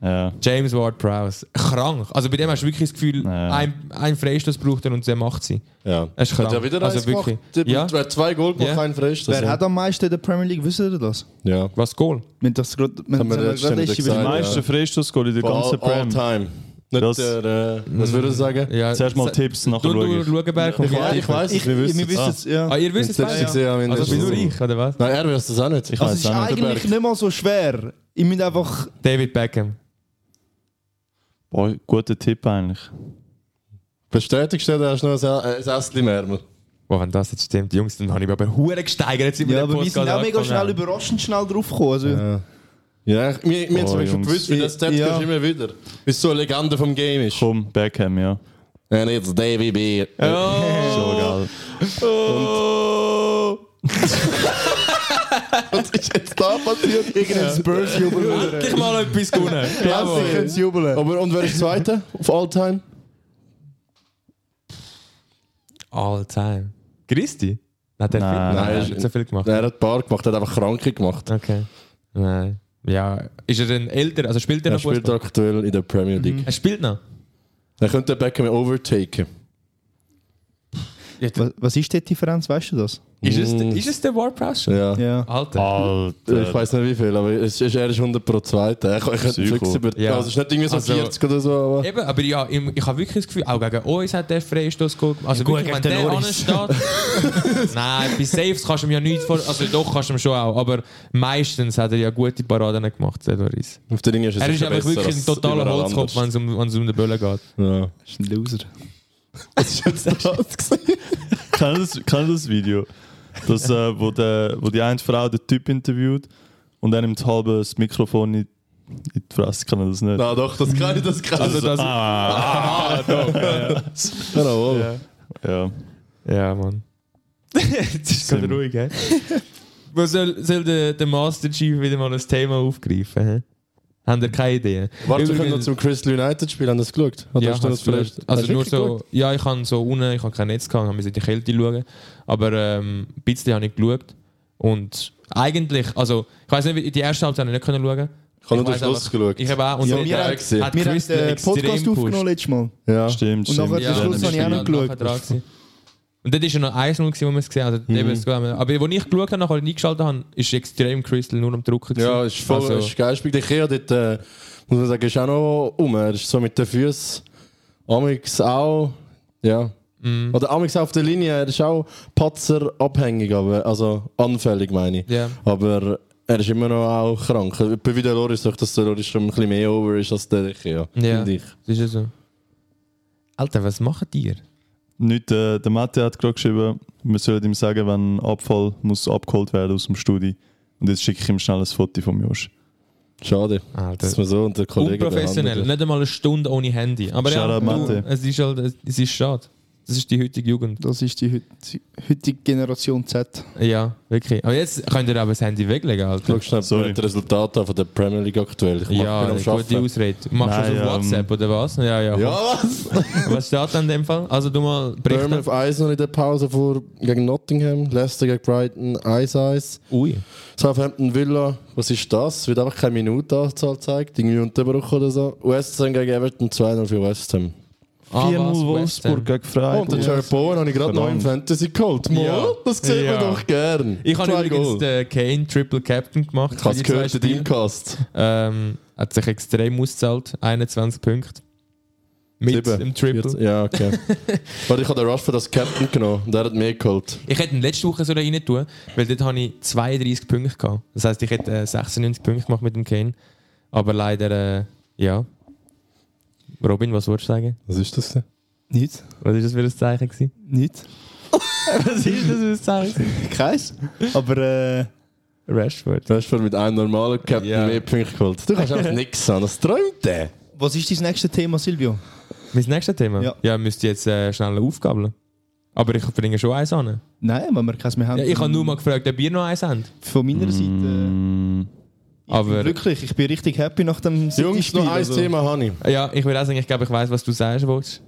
Speaker 2: ja.
Speaker 1: James Ward-Prowse. Krank. Also bei dem hast du wirklich das Gefühl,
Speaker 2: Ja.
Speaker 1: ein, ein Freistoß braucht er und der macht sie.
Speaker 4: Ja.
Speaker 1: Er ist
Speaker 4: Hat
Speaker 1: krank.
Speaker 4: ja wieder
Speaker 1: also
Speaker 4: eins gemacht. Der
Speaker 1: Ja.
Speaker 4: hat zwei Goal gemacht,
Speaker 1: Ja.
Speaker 4: kein Frist.
Speaker 3: Wer hat am meisten in der Premier League, wisst ihr das?
Speaker 4: Ja.
Speaker 1: Was Goal?
Speaker 3: Wir haben das gerade wir
Speaker 4: haben wir
Speaker 3: haben
Speaker 4: letztes Jahr
Speaker 3: gerade letzte
Speaker 4: nicht
Speaker 2: Die
Speaker 4: gesagt.
Speaker 3: Woche-
Speaker 2: meisten
Speaker 4: Ja.
Speaker 2: Freistoßgoal in der ganzen
Speaker 4: All, all
Speaker 2: Prem.
Speaker 4: time. Nicht
Speaker 2: Das-
Speaker 4: der, äh, was würde ich sagen?
Speaker 1: Ja.
Speaker 2: Zuerst mal
Speaker 1: se-
Speaker 2: Tipps, nachher
Speaker 1: Du,
Speaker 2: schaue
Speaker 1: du,
Speaker 2: ich.
Speaker 1: Lugenberg und
Speaker 4: Ich weiß, ich weiß,
Speaker 3: Ich,
Speaker 4: wir wissen
Speaker 3: wir
Speaker 4: es.
Speaker 3: wissen es, ja.
Speaker 1: Ah, ihr wisst es
Speaker 4: Wenn du
Speaker 1: beide,
Speaker 4: es gesehen
Speaker 1: ja.
Speaker 4: hast,
Speaker 1: Also bin
Speaker 4: mindestens.
Speaker 1: nur ich, oder was?
Speaker 4: Nein, er wüsste es auch nicht.
Speaker 2: Ich
Speaker 3: Also es
Speaker 2: weiß
Speaker 3: ist
Speaker 2: auch nicht.
Speaker 3: eigentlich
Speaker 4: Berg.
Speaker 3: nicht mal so schwer. Ich muss einfach...
Speaker 1: David Beckham.
Speaker 2: Boah, guter Tipp eigentlich.
Speaker 4: Bestätigst du, da hast du noch ein, ein Essen im Ärmel.
Speaker 1: Boah, wenn das jetzt stimmt, Jungs, dann habe ich mich aber hure gesteigert. Jetzt sind wir
Speaker 3: Ja,
Speaker 1: den
Speaker 3: aber wir
Speaker 1: Podcast
Speaker 3: sind auch mega
Speaker 1: angefangen
Speaker 3: schnell,
Speaker 1: haben.
Speaker 3: überraschend schnell drauf gekommen. Also,
Speaker 4: Ja. Ja, ich, wir, wir haben
Speaker 2: Oh,
Speaker 4: zum Beispiel
Speaker 2: Jungs.
Speaker 4: gewusst, wie das Tattoo
Speaker 3: Ja.
Speaker 4: ist immer wieder. Weil es so eine Legende vom Game ist.
Speaker 2: Komm, Beckham, ja.
Speaker 4: And it's Davy B.
Speaker 1: Oh.
Speaker 2: So geil.
Speaker 4: Was ist jetzt da [laughs] passiert?
Speaker 3: Irgendein Spurs-Jubel.
Speaker 1: Endlich mal etwas gewonnen.
Speaker 4: Klassiker.
Speaker 1: Jawohl.
Speaker 3: können sie jubeln.
Speaker 4: Aber und wer ist Zweiter auf Alltime?
Speaker 1: All time. Christi? Nein, der
Speaker 2: Nein.
Speaker 1: Nein,
Speaker 4: Nein,
Speaker 1: Nein,
Speaker 4: ist-
Speaker 1: hat nicht so viel gemacht.
Speaker 4: Er hat ein paar gemacht, er hat einfach Kranke gemacht.
Speaker 1: Okay. Nein. Ja, ist er denn älter? Also spielt er
Speaker 4: Er
Speaker 1: noch
Speaker 4: spielt
Speaker 1: Fußball?
Speaker 4: aktuell in der Premier League.
Speaker 1: Er spielt noch.
Speaker 4: Er könnte Beckham overtaken.
Speaker 3: Was, was ist die Differenz, weißt du das?
Speaker 1: Ist es,
Speaker 4: Mm.
Speaker 1: ist es der War Ah. Prowse schon?
Speaker 4: Ja.
Speaker 3: Ja.
Speaker 1: Alter.
Speaker 4: Ich
Speaker 2: Alter.
Speaker 4: weiß nicht wie viel, aber es ist, er ist 100 pro Zweiter. Ich, ich könnte
Speaker 2: Psycho.
Speaker 4: fix über.
Speaker 1: Ja.
Speaker 4: Also es ist nicht irgendwie so
Speaker 1: Also-
Speaker 4: 40 oder so, aber.
Speaker 1: Eben, aber ja, ich, ich habe wirklich das Gefühl, auch gegen uns hat der Freistoß geholt. Also
Speaker 3: gut,
Speaker 1: wirklich, wenn
Speaker 3: gegen den
Speaker 1: der
Speaker 3: Loris.
Speaker 1: ansteht. [laughs] Nein, bei Saves kannst du ihm ja nichts vor... Also doch, kannst du ihm schon auch, aber meistens hat er ja gute Paraden gemacht, der Loris.
Speaker 4: Auf der Linie ist es
Speaker 1: Er ist
Speaker 4: sicher
Speaker 1: einfach
Speaker 4: besser
Speaker 1: wirklich ein
Speaker 4: als
Speaker 1: totaler
Speaker 4: überall
Speaker 1: Holzkopf, wenn
Speaker 4: anders.
Speaker 1: es um, wenn's um den Böllen geht.
Speaker 4: Ja.
Speaker 3: Ist ein Loser.
Speaker 4: [laughs] Das ist jetzt das gesehen.
Speaker 2: Kennst du das, das Video? Das, äh, wo, der, wo die eine Frau den Typ interviewt und er nimmt halb das Mikrofon in, in die Fresse, kann er das nicht.
Speaker 4: Na doch, das kann ich, das kann ich.
Speaker 1: das-
Speaker 2: ah,
Speaker 4: Jawohl.
Speaker 2: ja.
Speaker 1: Ja, [laughs] Mann. Jetzt ist
Speaker 2: Sind
Speaker 1: gerade
Speaker 2: wir.
Speaker 1: ruhig, hä? [laughs] Was soll, soll der, der Master Chief wieder mal ein Thema aufgreifen? Hä? Haben ihr keine Idee?
Speaker 4: Warte, wir
Speaker 1: Übrigens-
Speaker 4: können noch zum Crystal United Spiel, haben das geschaut? Oder
Speaker 1: ja,
Speaker 4: hast du
Speaker 1: hab's
Speaker 4: das vielleicht?
Speaker 1: vielleicht. Also
Speaker 4: Hast du
Speaker 1: nur
Speaker 4: wirklich
Speaker 1: so,
Speaker 4: geschaut?
Speaker 1: ja, ich habe so unten, ich habe kein Netz gehabt, habe in die Kälte schauen. Aber ähm, ein bisschen habe ich geschaut. Und eigentlich, also ich weiß nicht, wie- die erste Halbzeit habe ich nicht können schauen.
Speaker 4: Ich habe nur den
Speaker 1: weiss
Speaker 4: Schluss
Speaker 1: einfach-
Speaker 4: geschaut.
Speaker 1: Ich habe auch. Und
Speaker 3: Ja,
Speaker 1: so-
Speaker 3: wir haben-
Speaker 1: hat, hat
Speaker 3: Wir haben
Speaker 1: Crystal
Speaker 3: den
Speaker 1: extrem
Speaker 3: Podcast aufgenommen
Speaker 1: gepusht.
Speaker 3: letztes Mal.
Speaker 4: Ja.
Speaker 2: Stimmt,
Speaker 3: Und nachher den Schluss
Speaker 2: stimmt.
Speaker 1: das
Speaker 3: habe ich auch
Speaker 1: stimmt.
Speaker 3: noch geschaut.
Speaker 1: Nachher dran gewesen. Und dort war ja noch 1-0, gewesen, wo wir es gesehen haben. Also, eben, es geht mir- Aber wo ich geschaut habe, nachher eingeschaltet habe, ist extrem Crystal nur am Drucken. gewesen.
Speaker 4: Ja, ist voll
Speaker 1: Also,
Speaker 4: ist geil. Spielt Ikea dort, äh, muss man sagen, ist auch noch um. Er ist so mit den Füßen. Amix auch. Ja.
Speaker 1: Mhm.
Speaker 4: Oder Amix auf der Linie. Er ist auch patzerabhängig, aber, also anfällig meine ich.
Speaker 1: Ja.
Speaker 4: Aber er ist immer noch auch krank. Etwa Wie der Loris, doch, dass der Loris schon ein bisschen mehr over ist als der Ikea.
Speaker 1: ja.
Speaker 4: Finde ich.
Speaker 1: Das ist ja so. Alter, was machen die?
Speaker 2: Nicht, äh, der Mathe hat gerade geschrieben, wir sollen ihm sagen, wenn Abfall muss abgeholt werden aus dem Studi. Und jetzt schicke ich ihm schnell ein Foto von Josh.
Speaker 4: Schade. Dass
Speaker 1: Alter.
Speaker 4: man so unter Kollegen
Speaker 1: Unprofessionell, ne?
Speaker 4: behandelt wird.
Speaker 1: nicht einmal eine Stunde ohne Handy. Aber ja,
Speaker 2: Shoutout,
Speaker 1: du, äh,
Speaker 2: Mathe.
Speaker 1: es ist halt, es ist schade. Das ist die heutige Jugend.
Speaker 3: Das ist die heut- heutige Generation Z.
Speaker 1: Ja, wirklich. Aber jetzt könnt ihr aber das Handy weglegen, Alter.
Speaker 4: Schaust du
Speaker 2: Sorry.
Speaker 4: schnell die Resultate an von der Premier League aktuell? Ich mach-
Speaker 1: Ja,
Speaker 4: bin am
Speaker 1: gute
Speaker 4: Arbeiten.
Speaker 1: Ausrede. Machst du
Speaker 2: Nein,
Speaker 1: das auf
Speaker 2: ähm,
Speaker 1: WhatsApp oder was? Ja, ja.
Speaker 4: Ja, was?
Speaker 1: Was steht denn in dem Fall? Also du mal
Speaker 4: Bremen
Speaker 1: berichten.
Speaker 4: auf 1 in der Pause vor gegen Nottingham, Leicester gegen Brighton 1-1.
Speaker 1: Ui.
Speaker 4: Southampton Villa, was ist das? Wird einfach keine Minutenanzahl gezeigt, irgendwie um Unterbruch oder so. West Ham gegen Everton 2-0 für West Ham.
Speaker 1: Ah,
Speaker 2: 4-0
Speaker 1: was, West Ham.
Speaker 2: Wolfsburg
Speaker 4: Oh,
Speaker 2: gegen
Speaker 4: und den
Speaker 2: Freiburg.
Speaker 4: Jerry Bowen habe ich gerade noch im
Speaker 2: Verdammt.
Speaker 4: Fantasy geholt. Mo,
Speaker 1: Ja.
Speaker 4: Das sieht
Speaker 1: Ja.
Speaker 4: man doch gern.
Speaker 1: Ich habe
Speaker 4: Zwei
Speaker 1: übrigens
Speaker 4: Goal.
Speaker 1: den Kane Triple Captain gemacht.
Speaker 4: Ich habe
Speaker 1: für die
Speaker 4: es
Speaker 1: zwei
Speaker 4: gehört, der
Speaker 1: Spiele.
Speaker 4: Teamcast.
Speaker 1: ähm, Hat sich extrem ausgezahlt. 21 Punkte. Mit
Speaker 4: Sieben.
Speaker 1: dem Triple.
Speaker 4: 14. Ja,
Speaker 1: [laughs]
Speaker 4: okay. Warte, ich habe den Rushford als Captain genommen und der hat mehr geholt.
Speaker 1: Ich hätte ihn letzte Woche so rein tun, weil dort habe ich 32 Punkte gehabt. Das heisst, ich hätte äh, 96 Punkte gemacht mit dem Kane. Aber leider, äh, ja. Robin, was wolltest du sagen?
Speaker 4: Was ist das denn?
Speaker 3: Nicht?
Speaker 1: Was war das für ein Zeichen? Gewesen?
Speaker 3: Nicht?
Speaker 1: [laughs] Was ist das für ein Zeichen?
Speaker 3: Keins. Aber äh,
Speaker 1: Rashford.
Speaker 4: Rushford mit einem normalen Captain
Speaker 1: Ja.
Speaker 4: mehr Punkte geholt. Du
Speaker 1: [laughs]
Speaker 4: kannst einfach nichts an, das träumt der.
Speaker 3: was ist dein nächstes Thema, Silvio?
Speaker 1: Mein nächstes Thema?
Speaker 3: Ja.
Speaker 1: müsst ihr jetzt äh, schnell aufgabeln. Aber ich bringe schon eins an.
Speaker 3: Nein, wenn wir keins mehr haben.
Speaker 1: Ja, ich habe nur mal gefragt, ob ihr noch eins habt.
Speaker 3: Von meiner Seite. äh,
Speaker 2: Mm,
Speaker 3: Ich
Speaker 1: Aber-
Speaker 3: bin glücklich, ich bin richtig happy nach dem
Speaker 4: Jungs,
Speaker 3: City-Spiel,
Speaker 4: noch ein
Speaker 3: also.
Speaker 4: Thema habe ich.
Speaker 1: Ja, ich würde auch sagen, ich glaube, ich weiß, was du sagen willst.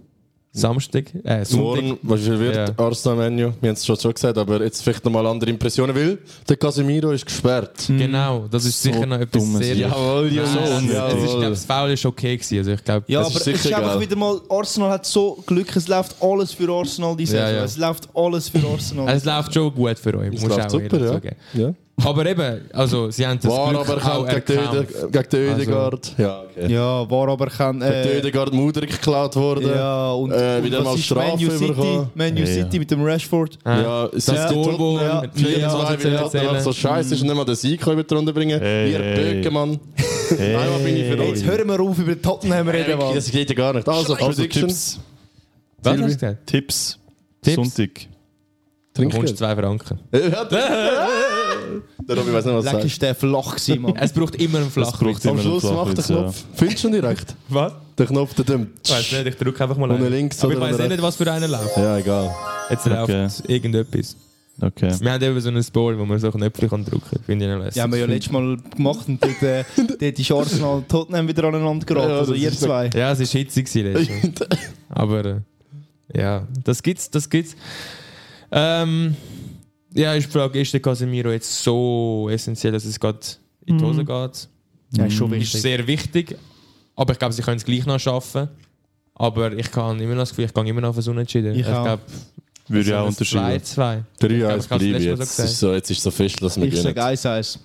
Speaker 1: Samstag? Äh, Sonntag.
Speaker 4: Morgen, was ist wird,
Speaker 1: Ja.
Speaker 4: Arsenal Menu, wir haben es schon, schon gesagt, aber jetzt vielleicht nochmal andere Impressionen, weil der Casemiro ist gesperrt.
Speaker 1: Genau, das ist sicher noch etwas
Speaker 2: dummes
Speaker 1: sehr...
Speaker 2: Lied.
Speaker 4: Jawohl,
Speaker 1: Nein, es- es ist,
Speaker 4: jawohl.
Speaker 1: glaube, das Foul ist okay gewesen. Also ich glaube,
Speaker 3: Ja,
Speaker 4: Es
Speaker 3: aber
Speaker 4: ist
Speaker 3: es ist
Speaker 4: sicher
Speaker 3: einfach
Speaker 4: geil.
Speaker 3: wieder mal, Arsenal hat so Glück, es läuft alles für Arsenal diese
Speaker 1: Ja,
Speaker 3: Saison.
Speaker 1: ja.
Speaker 3: Es läuft alles für Arsenal.
Speaker 1: es läuft schon gut für euch.
Speaker 4: Es
Speaker 1: muss
Speaker 4: läuft
Speaker 1: auch
Speaker 4: super,
Speaker 1: ehrlich
Speaker 4: ja.
Speaker 1: sagen.
Speaker 4: Ja.
Speaker 1: Aber eben, also sie haben das
Speaker 4: War
Speaker 1: Glück
Speaker 4: aber
Speaker 1: auch
Speaker 4: gegen den
Speaker 1: erkannt.
Speaker 4: Öde- gegen den Ödegaard. ja, okay.
Speaker 3: ja, war aber kein...
Speaker 4: Gegen den
Speaker 3: Äh,
Speaker 4: Ödegaard Mutter geklaut worden.
Speaker 3: ja, und,
Speaker 4: Äh,
Speaker 3: und
Speaker 4: wieder
Speaker 3: was
Speaker 4: mal
Speaker 3: ist Man
Speaker 4: Strafe
Speaker 3: U City,
Speaker 4: bekommen.
Speaker 3: Man U
Speaker 2: Ja, ja.
Speaker 3: City mit dem Rashford.
Speaker 1: Ja.
Speaker 4: Ja, es
Speaker 1: Das
Speaker 4: ist die
Speaker 1: Tor, wo
Speaker 4: Ja,
Speaker 1: mit
Speaker 4: 4-2, weil er
Speaker 1: erzählen.
Speaker 4: einfach so Also scheiße ist und nicht mal den Sieg können wir drunter bringen.
Speaker 2: Hey,
Speaker 4: Wir
Speaker 2: hey.
Speaker 4: Bökemann. Einmal bin ich für
Speaker 3: Hey, jetzt
Speaker 4: euch.
Speaker 3: hören wir auf, über Tottenham reden, Mann.
Speaker 4: Das geht ja gar nicht. Also,
Speaker 2: also
Speaker 4: Predictions.
Speaker 2: Tipps.
Speaker 1: Was hast du gesagt?
Speaker 2: Tipps.
Speaker 1: Tipps?
Speaker 2: Sonntag.
Speaker 1: Du
Speaker 4: Trinkgeld.
Speaker 1: bekommst zwei Franken.
Speaker 4: [laughs] Ja, Der Der Robby weiß nicht, was er
Speaker 3: Leck
Speaker 4: sagt.
Speaker 3: ist der flach gewesen, Mann.
Speaker 1: Es braucht immer einen Flachwitz.
Speaker 2: braucht
Speaker 4: Am
Speaker 2: immer
Speaker 4: Schluss
Speaker 2: ein Flachwitz,
Speaker 4: macht der
Speaker 2: ja.
Speaker 4: Knopf. Findest du ihn direkt?
Speaker 1: Was?
Speaker 4: Der Knopf, der dem.
Speaker 1: Ich weiß nicht, ich drücke einfach mal
Speaker 4: Ohne
Speaker 1: einen.
Speaker 4: links
Speaker 1: Aber ich
Speaker 4: oder
Speaker 1: weiß
Speaker 4: ohne
Speaker 1: nicht, was für einen läuft.
Speaker 4: Ja, egal.
Speaker 1: Jetzt läuft irgendetwas.
Speaker 2: Okay.
Speaker 1: Wir haben eben so ein Board, wo man so Knöpfe kann drücken kann. Finde ich noch lässig.
Speaker 3: [laughs] Ja, haben wir ja letztes Mal gemacht und dort, [laughs] äh, dort ist Arsenal und Tottenham wieder aneinander geraten.
Speaker 4: Ja,
Speaker 3: also
Speaker 4: das
Speaker 3: ihr
Speaker 4: ist-
Speaker 3: zwei.
Speaker 1: Ja, es war hitzig gewesen letztes Mal. Aber äh, ja, das gibt's, das gibt's. Ähm, ja, ich frage, ist der Casemiro jetzt so essentiell, dass es gerade in die Hose geht?
Speaker 3: Ja, Mm. ist schon
Speaker 1: Ist
Speaker 3: wichtig.
Speaker 1: sehr wichtig, aber ich glaube, sie können es gleich noch schaffen. Aber ich kann immer noch das Gefühl, ich gehe immer noch auf das Unentschieden.
Speaker 3: Ich auch.
Speaker 1: glaube,
Speaker 2: Würde ich
Speaker 1: so
Speaker 2: auch
Speaker 1: ein
Speaker 2: unterschreiben.
Speaker 1: 2-2. Ich
Speaker 4: 3-1
Speaker 1: glaub, ich
Speaker 4: bleibe
Speaker 1: hab's letztes Mal so
Speaker 4: jetzt. Es
Speaker 1: gesagt.
Speaker 4: ist so, jetzt ist es so fest, dass wir
Speaker 3: Ich sage
Speaker 4: gewinnen.
Speaker 3: 1-1.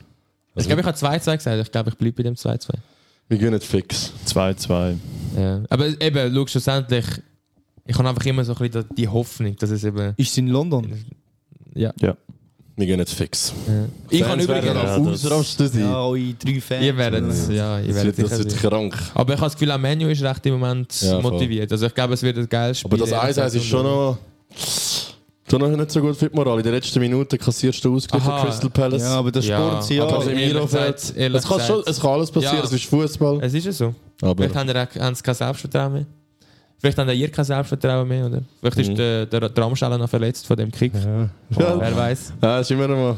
Speaker 1: Ich glaube, ich habe 2-2 gesagt. Ich glaube, ich bleibe bei dem 2-2.
Speaker 4: Wir gewinnen fix.
Speaker 2: 2-2.
Speaker 1: Ja. Aber eben, schau, schlussendlich, ich habe einfach immer so ein bisschen die Hoffnung, dass es eben.
Speaker 3: Ist es in London?
Speaker 4: Wir gewinnen fix.
Speaker 1: Ja. Ich habe
Speaker 4: Fans werden
Speaker 1: übrigens.
Speaker 2: Ja,
Speaker 4: am
Speaker 2: das-
Speaker 4: Ausrasten sein.
Speaker 3: Ja, eure drei Fans.
Speaker 1: Ihr werdet ja, ihr
Speaker 4: Das
Speaker 1: werdet
Speaker 4: wird, das
Speaker 1: sicher
Speaker 4: wird
Speaker 1: sein.
Speaker 4: [laughs] krank.
Speaker 1: Aber ich habe das Gefühl, auch Menu ist recht im Moment
Speaker 4: Ja, voll.
Speaker 1: motiviert. Also ich glaube, es wird ein geiles Spiel.
Speaker 4: Aber das 1-1 ist schon noch, schon noch nicht so gut für die Moral. In der letzten Minute kassierst du Ausgleich von
Speaker 1: Aha.
Speaker 4: Crystal Palace.
Speaker 3: Ja, aber das
Speaker 1: Ja.
Speaker 3: Sport, ja.
Speaker 1: Aber
Speaker 4: Aber
Speaker 1: ehrlich
Speaker 4: Casemiro
Speaker 1: gesagt,
Speaker 4: fällt.
Speaker 1: ehrlich
Speaker 4: Es kann, schon,
Speaker 1: gesagt.
Speaker 4: es kann alles passieren,
Speaker 1: Ja.
Speaker 4: es ist Fußball.
Speaker 1: Es ist ja so.
Speaker 4: Aber
Speaker 1: Vielleicht haben, ihr, auch- haben sie kein Selbstvertrauen mehr. Vielleicht haben auch ihr kein Selbstvertrauen mehr, oder? Vielleicht
Speaker 4: Mhm.
Speaker 1: ist der, der Tramsteller noch verletzt von dem Kick.
Speaker 4: ja,
Speaker 1: [laughs] Wer
Speaker 4: [laughs]
Speaker 1: weiß.
Speaker 4: ja, ist immer
Speaker 1: [laughs]
Speaker 4: noch mal.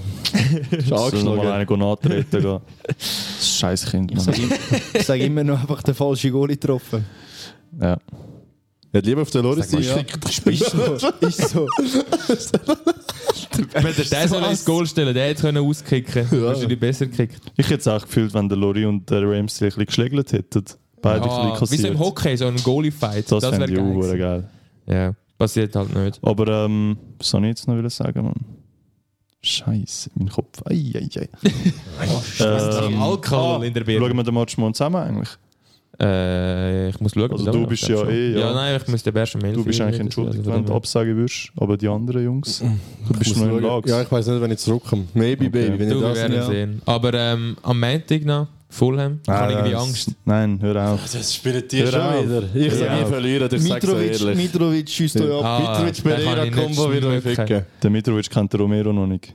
Speaker 4: Ist
Speaker 2: Soll noch mal
Speaker 4: angeschlagen.
Speaker 2: einen go nachtreten [laughs] gehen? Das scheiß Kind,
Speaker 3: Ich
Speaker 2: Mann.
Speaker 3: sage immer, ich sag immer noch einfach den falschen Goal getroffen.
Speaker 2: Ja.
Speaker 4: Er hat lieber auf den Loris
Speaker 1: Sag mal,
Speaker 4: geschickt.
Speaker 3: Ist so. Ist so.
Speaker 1: Wenn der den soll ins Goal stellen, der hätte können auskicken. Ja.
Speaker 4: Ja.
Speaker 1: Wahrscheinlich besser gekickt.
Speaker 2: Ich hätte es auch gefühlt, wenn der Lori und der Ramsey ein bisschen geschlägelt hätten. Beide ein bisschen
Speaker 1: Ah, wie so
Speaker 2: kassiert.
Speaker 1: im Hockey, so ein Goalie-Fight. Das,
Speaker 2: das das
Speaker 1: wäre
Speaker 2: fände ich
Speaker 1: geil.
Speaker 2: auch
Speaker 1: gewesen.
Speaker 2: geil.
Speaker 1: Ja, passiert halt nicht.
Speaker 2: Aber ähm, was soll ich jetzt noch sagen, Mann? Scheiße, mein Kopf. Ei, ei,
Speaker 1: [laughs]
Speaker 2: ei.
Speaker 1: Oh,
Speaker 2: Ähm,
Speaker 4: ah,
Speaker 1: Alkohol in der Birne.
Speaker 2: Schauen wir den Match mal zusammen eigentlich.
Speaker 1: Äh, ich muss schauen.
Speaker 2: Also
Speaker 1: ob
Speaker 2: du
Speaker 1: das
Speaker 2: bist
Speaker 1: klappt
Speaker 2: ja
Speaker 1: schon.
Speaker 2: eh, ja.
Speaker 1: Ja, nein, ich muss den Bärschen melden.
Speaker 2: Du bist eigentlich
Speaker 1: also
Speaker 2: entschuldigt, wenn du absagen würdest, aber die anderen Jungs,
Speaker 1: Mm.
Speaker 2: du bist noch im Lags.
Speaker 4: Ja, ich weiß nicht, wenn ich zurückkomme. Maybe,
Speaker 2: Okay.
Speaker 4: Baby, wenn ich
Speaker 1: Du, wir
Speaker 4: da
Speaker 1: werden
Speaker 4: bin.
Speaker 3: ja.
Speaker 1: sehen. Aber ähm, am Montag noch, Fulham, ich
Speaker 2: Ah,
Speaker 1: habe irgendwie Angst.
Speaker 2: Nein, hör auf.
Speaker 4: Das spielt dir
Speaker 2: Hör
Speaker 4: schon
Speaker 2: auf.
Speaker 4: wieder. Ich
Speaker 1: Hör
Speaker 4: sag, wir
Speaker 1: auf.
Speaker 4: verlieren, ich sag's euch
Speaker 3: Mitrovic,
Speaker 4: ehrlich.
Speaker 3: Mitrovic schießt euch ab.
Speaker 1: Ah,
Speaker 4: Mitrovic
Speaker 1: den kann ich nicht
Speaker 4: Pereira Combo wird euch
Speaker 1: schmecken.
Speaker 4: ficken.
Speaker 2: Der Mitrovic kennt den Romero noch nicht.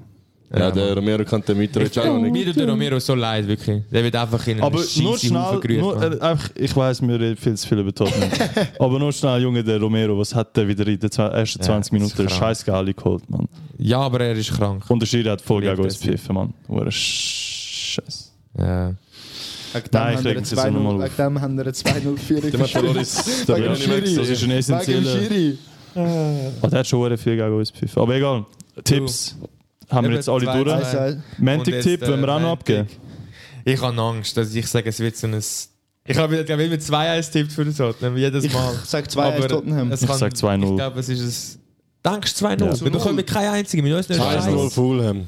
Speaker 4: Ja, der Romero kann den mitreden. auch noch
Speaker 1: Mir
Speaker 4: nicht.
Speaker 1: tut der Romero so leid, wirklich. Der wird einfach in
Speaker 2: Aber
Speaker 1: einen
Speaker 2: nur
Speaker 1: scheisse Haufen
Speaker 2: schnell,
Speaker 1: gerührt.
Speaker 2: nur,
Speaker 1: Mann.
Speaker 2: äh, einfach, ich weiß, wir reden viel zu viel über Tottenham.
Speaker 1: [laughs]
Speaker 2: Aber nur schnell, Junge, der Romero, was hat der wieder in den zwe- ersten
Speaker 1: Ja,
Speaker 2: 20
Speaker 1: das ist
Speaker 2: Minuten
Speaker 1: krank.
Speaker 2: scheiß Gali geholt, Mann.
Speaker 1: ja, aber er ist krank.
Speaker 2: Und der Schiri hat voll
Speaker 1: Lebt
Speaker 2: gegen uns
Speaker 1: das nicht.
Speaker 2: gepfiffen, Mann. Hure Scheiß.
Speaker 1: Ja.
Speaker 3: Wegen dem
Speaker 2: Nein, ich
Speaker 3: haben wir
Speaker 2: leg
Speaker 3: eine
Speaker 2: das jetzt noch mal
Speaker 3: 2-0
Speaker 2: auf.
Speaker 3: wegen dem haben wir eine 2-0-Führung.
Speaker 4: Dem hat
Speaker 3: geschrieben.
Speaker 4: Loris den
Speaker 3: Wegen
Speaker 4: Ball
Speaker 3: dem
Speaker 4: nicht mehr
Speaker 3: Schiri.
Speaker 2: Das ist
Speaker 3: Wegen
Speaker 2: ein
Speaker 3: dem
Speaker 2: essentieller...
Speaker 3: Schiri.
Speaker 2: Oh, der hat schon hure viel gegen uns gepfiffen. Aber egal, Tipps haben wir
Speaker 1: Eben,
Speaker 2: jetzt alle
Speaker 1: zwei,
Speaker 2: durch.
Speaker 1: zwei.
Speaker 3: Also,
Speaker 2: Mantic-Tipp,
Speaker 1: Und jetzt, äh,
Speaker 2: wenn wir auch noch
Speaker 1: Mantic.
Speaker 2: abgeben.
Speaker 1: Ich habe Angst, dass ich sage, es wird so ein. Ich habe wieder immer 2-1 tippt für den Tottenham, jedes
Speaker 3: Ich
Speaker 1: Mal.
Speaker 3: sage 2-1
Speaker 1: Aber
Speaker 3: Tottenham.
Speaker 1: es
Speaker 2: Ich
Speaker 1: kann-
Speaker 2: sag 2-0.
Speaker 1: Ich glaube, es ist ein. Denkst du 2-0?
Speaker 2: Ja.
Speaker 1: Wir bekommen keine einzige, mit uns nicht
Speaker 4: 1-0
Speaker 1: Scheiß.
Speaker 4: Fulham.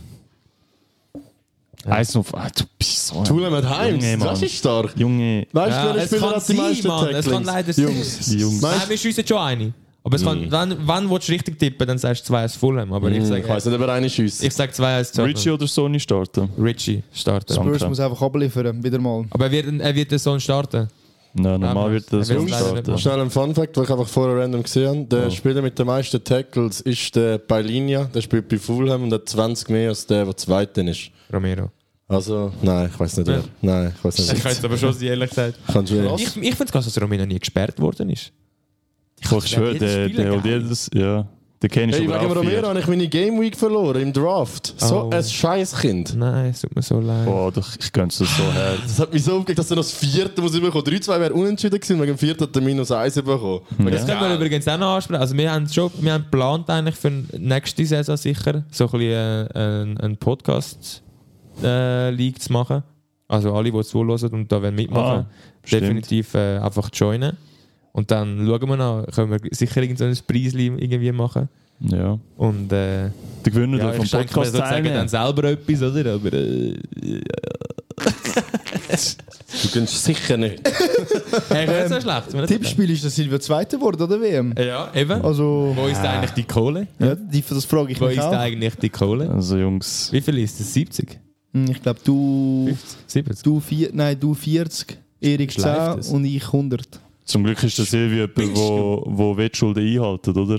Speaker 2: Eins noch. Ah, du bist so... ein-
Speaker 4: Fulham hat Heims.
Speaker 2: Junge,
Speaker 4: das
Speaker 2: Mann.
Speaker 4: ist stark.
Speaker 2: Junge,
Speaker 4: Weißt
Speaker 1: Ja,
Speaker 4: du, welcher
Speaker 1: es
Speaker 4: Spieler
Speaker 1: kann
Speaker 4: hat die
Speaker 1: sein,
Speaker 4: meisten
Speaker 1: Mann, es
Speaker 4: Tacklings?
Speaker 1: kann leider sein.
Speaker 4: Jungs.
Speaker 2: Jungs.
Speaker 1: Nein,
Speaker 4: Weißt,
Speaker 1: wir schiessen schon eine. Aber es kann, wenn, wenn willst du richtig tippen, dann sagst du 2-1 Fulham. Aber ich
Speaker 4: ich weiss
Speaker 1: sage
Speaker 4: nicht, ob er einen schiesst.
Speaker 1: ich sag 2-1 Tottenham.
Speaker 2: Richie oder Sony starten?
Speaker 1: Richie starten.
Speaker 2: So.
Speaker 3: Spurs
Speaker 2: Danke.
Speaker 3: muss einfach abliefern, wieder mal.
Speaker 1: Aber er wird, er wird den Sohn starten.
Speaker 2: Nein, normal
Speaker 1: Nein,
Speaker 2: wird das
Speaker 1: er
Speaker 2: so
Speaker 1: wird leider
Speaker 2: starten.
Speaker 1: nicht
Speaker 4: Schnell ein Fun Fact, den ich einfach vorher random gesehen habe. Der Spieler mit den meisten Tackles ist der Bailinha, der spielt bei Fulham und hat 20 mehr als der, der Zweite ist.
Speaker 1: Romero.
Speaker 4: Also, nein, ich weiß nicht wer.
Speaker 1: Ja.
Speaker 4: Nein, ich weiß
Speaker 1: Ich
Speaker 4: nicht.
Speaker 1: weiß aber schon, sein, ehrlich gesagt.
Speaker 4: Kann schon.
Speaker 1: Ich, ich finde es krass, dass Romero nie gesperrt worden ist.
Speaker 2: Ich kann schwören,
Speaker 1: jedes
Speaker 2: der,
Speaker 1: Spiel
Speaker 2: der,
Speaker 1: geil.
Speaker 2: und jedes, ja. Der Kane ist
Speaker 4: Hey,
Speaker 2: aber
Speaker 4: wegen
Speaker 2: auch
Speaker 4: Romero
Speaker 2: vier.
Speaker 4: habe ich meine Game Week verloren im Draft. So
Speaker 1: Oh.
Speaker 4: ein Scheißkind.
Speaker 1: Nein, es tut mir so leid.
Speaker 2: Boah, doch, ich gönn's dir so her.
Speaker 4: Das hat mich so aufgeregt, dass er noch das vierte muss überkommen. 3-2 wäre unentschieden gewesen, wegen dem vierten hat er minus 1 bekommen.
Speaker 1: Das können wir übrigens auch noch ansprechen. Also wir haben schon, wir haben geplant eigentlich für nächste Saison sicher so ein bisschen äh, einen, einen Podcast äh, League zu machen. Also alle, die zuhören und da wollen mitmachen,
Speaker 2: Ah, stimmt.
Speaker 1: definitiv äh, einfach joinen. Und dann schauen wir noch, können wir sicher irgend so ein Preisli irgendwie machen.
Speaker 2: Ja.
Speaker 1: Und äh,
Speaker 2: Der Gewinner
Speaker 1: ja,
Speaker 2: darf vom
Speaker 1: ich schenke mir
Speaker 2: Podcast
Speaker 1: sozusagen dann
Speaker 2: teilnehmen.
Speaker 1: selber etwas, oder? Aber äh,
Speaker 4: Du gönnst sicher nicht.
Speaker 1: hey, ich höre so schlecht. wenn ich-
Speaker 3: Tippspiel ist, dass Silvio Zweiter wurde, oder WM?
Speaker 1: Ja, eben.
Speaker 3: Also, Genau.
Speaker 1: Wo ist eigentlich die Kohle?
Speaker 3: ja, die, das frage ich
Speaker 1: Wo
Speaker 3: mich
Speaker 1: ist
Speaker 3: auch.
Speaker 1: eigentlich die Kohle?
Speaker 2: Also Jungs,
Speaker 1: Wie viel ist das? 70?
Speaker 3: Hm, Ich glaube, du,
Speaker 1: 70?
Speaker 3: du, vier, nein, du 40, Erik
Speaker 1: Schleift
Speaker 3: 10
Speaker 1: es.
Speaker 3: und ich 100.
Speaker 2: zum Glück ist der Silvio jemand, wo, wo Wettschulden einhaltet, oder?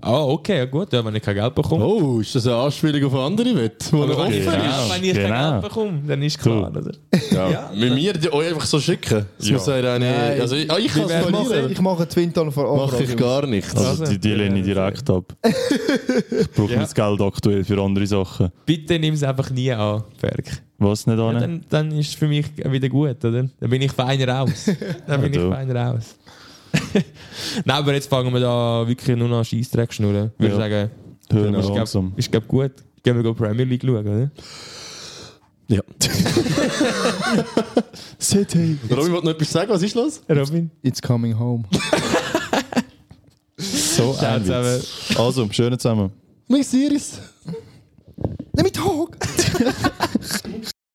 Speaker 1: Ah, okay, ja gut, ja, wenn ich kein Geld bekomme.
Speaker 4: Oh, ist das eine Anspielung auf andere Wette?
Speaker 1: Aber offen
Speaker 4: Okay.
Speaker 1: ist, wenn ich
Speaker 2: genau.
Speaker 1: kein Geld bekomme, dann ist klar, oder?
Speaker 4: Ja. Müssen wir die euch einfach so schicken? Das
Speaker 2: Ja.
Speaker 4: muss ja eine,
Speaker 3: Nein.
Speaker 4: also, ich, ah, ich kann es
Speaker 3: Ich mache,
Speaker 4: verlieren.
Speaker 3: ich mache einen Twin-Town vor
Speaker 4: Mache ich gar nicht.
Speaker 2: Also die, die lehne ich direkt ab. Ich brauche
Speaker 1: Ja.
Speaker 2: das Geld aktuell für andere Sachen.
Speaker 1: Bitte nimm es einfach nie an, Berg.
Speaker 2: Was nicht
Speaker 1: Ja,
Speaker 2: annehmen?
Speaker 1: dann, dann ist es für mich wieder gut, oder? Dann bin ich feiner
Speaker 2: [laughs]
Speaker 1: aus. Dann bin ich
Speaker 2: du.
Speaker 1: feiner aus. [laughs] Nein, aber jetzt fangen wir da wirklich nur noch Scheißdreck schnurren. Würde
Speaker 2: Ja.
Speaker 1: sagen,
Speaker 2: Hören wir
Speaker 1: ist, glaub-
Speaker 2: langsam.
Speaker 1: ist glaub, gut. Gehen wir go Premier League schauen, oder?
Speaker 4: Ja.
Speaker 2: City.
Speaker 4: Robin wollte noch etwas sagen, was ist los?
Speaker 1: Robin?
Speaker 3: It's coming home.
Speaker 1: [laughs]
Speaker 2: So ein
Speaker 1: zusammen.
Speaker 2: Witz. Also, schönen zusammen.
Speaker 4: Mein Siris.
Speaker 3: Nimm mich hoch!